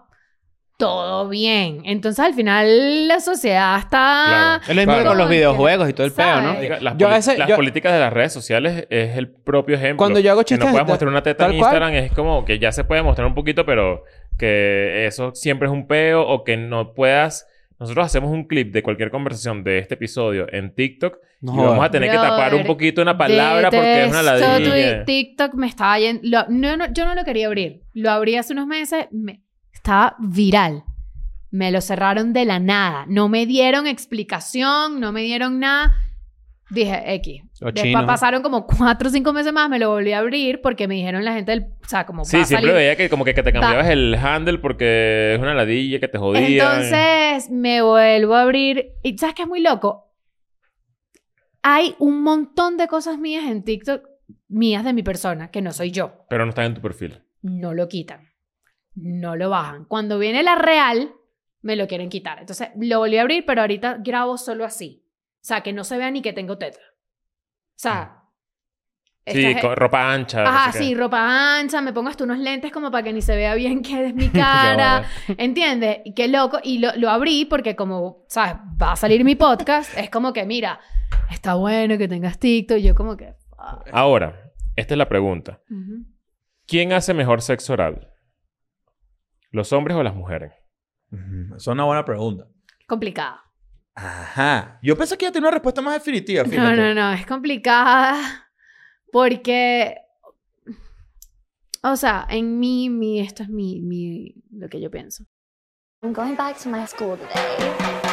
[SPEAKER 1] todo bien. Entonces al final la sociedad está...
[SPEAKER 5] Es lo mismo que
[SPEAKER 3] Claro.
[SPEAKER 5] con los videojuegos y todo el
[SPEAKER 1] ¿Sabes?
[SPEAKER 5] pedo, ¿no?
[SPEAKER 3] Diga, Las,
[SPEAKER 5] Yo a
[SPEAKER 3] poli-
[SPEAKER 5] veces-
[SPEAKER 3] las
[SPEAKER 5] yo-
[SPEAKER 3] políticas de las redes sociales es el propio ejemplo.
[SPEAKER 5] Cuando yo hago chistes
[SPEAKER 3] Que no puedas
[SPEAKER 5] de-
[SPEAKER 3] mostrar una teta en
[SPEAKER 5] tal cual.
[SPEAKER 3] Instagram es como que ya se puede mostrar un poquito, pero que eso siempre es un peo o que no puedas... Nosotros hacemos un clip de cualquier conversación de este episodio en TikTok
[SPEAKER 5] No
[SPEAKER 3] y vamos
[SPEAKER 5] jodas.
[SPEAKER 3] a tener que
[SPEAKER 1] Brother,
[SPEAKER 3] tapar un poquito una palabra porque es una
[SPEAKER 1] Detesto
[SPEAKER 3] ladilla.
[SPEAKER 1] tu- TikTok me estaba yendo... lo- no, no, yo no lo quería abrir. Lo abrí hace unos meses, me- estaba viral. Me lo cerraron de la nada. No me dieron explicación, no me dieron nada. Dije, X.
[SPEAKER 5] Los
[SPEAKER 1] Después
[SPEAKER 5] chinos.
[SPEAKER 1] pasaron como cuatro o cinco meses más, me lo volví a abrir porque me dijeron la gente del... O sea, como... pues, va
[SPEAKER 3] Sí,
[SPEAKER 1] a
[SPEAKER 3] siempre
[SPEAKER 1] salir.
[SPEAKER 3] veía que como que, que te cambiabas el handle porque es una ladilla que te jodía.
[SPEAKER 1] Entonces me vuelvo a abrir. ¿Y sabes qué es muy loco? Hay un montón de cosas mías en TikTok, mías de mi persona, que no soy yo.
[SPEAKER 3] Pero no está en tu perfil.
[SPEAKER 1] No lo quitan. No lo bajan. Cuando viene la real, me lo quieren quitar. Entonces lo volví a abrir, pero ahorita grabo solo así. O sea, que no se vea ni que tengo teta. O sea.
[SPEAKER 3] Sí,
[SPEAKER 1] esta es-
[SPEAKER 3] con ropa ancha. no
[SPEAKER 1] Ajá,
[SPEAKER 3] sé qué.
[SPEAKER 1] sí, ropa ancha, me pongo hasta unos lentes como para que ni se vea bien que
[SPEAKER 3] *laughs*
[SPEAKER 1] es mi
[SPEAKER 5] *laughs*
[SPEAKER 3] Qué
[SPEAKER 1] cara.
[SPEAKER 3] boda.
[SPEAKER 1] ¿Entiendes? Y qué loco. Y lo, lo abrí porque como, ¿sabes? Va a salir mi podcast. Es como que, mira, está bueno que tengas TikTok. Y yo como que... ah.
[SPEAKER 3] Ahora, esta es la pregunta.
[SPEAKER 1] Ujú.
[SPEAKER 3] ¿Quién hace mejor sexo oral? ¿Los hombres o las mujeres?
[SPEAKER 2] Ujú, Esa es una buena pregunta.
[SPEAKER 1] Complicada.
[SPEAKER 2] Ajá. Yo pensé que ya tenía una respuesta más definitiva.
[SPEAKER 1] *laughs* No,
[SPEAKER 2] fíjate.
[SPEAKER 1] no, no. Es complicada porque... O sea, en mí, mi, esto es mi, mi, lo que yo pienso.
[SPEAKER 4] I'm going back to my school today.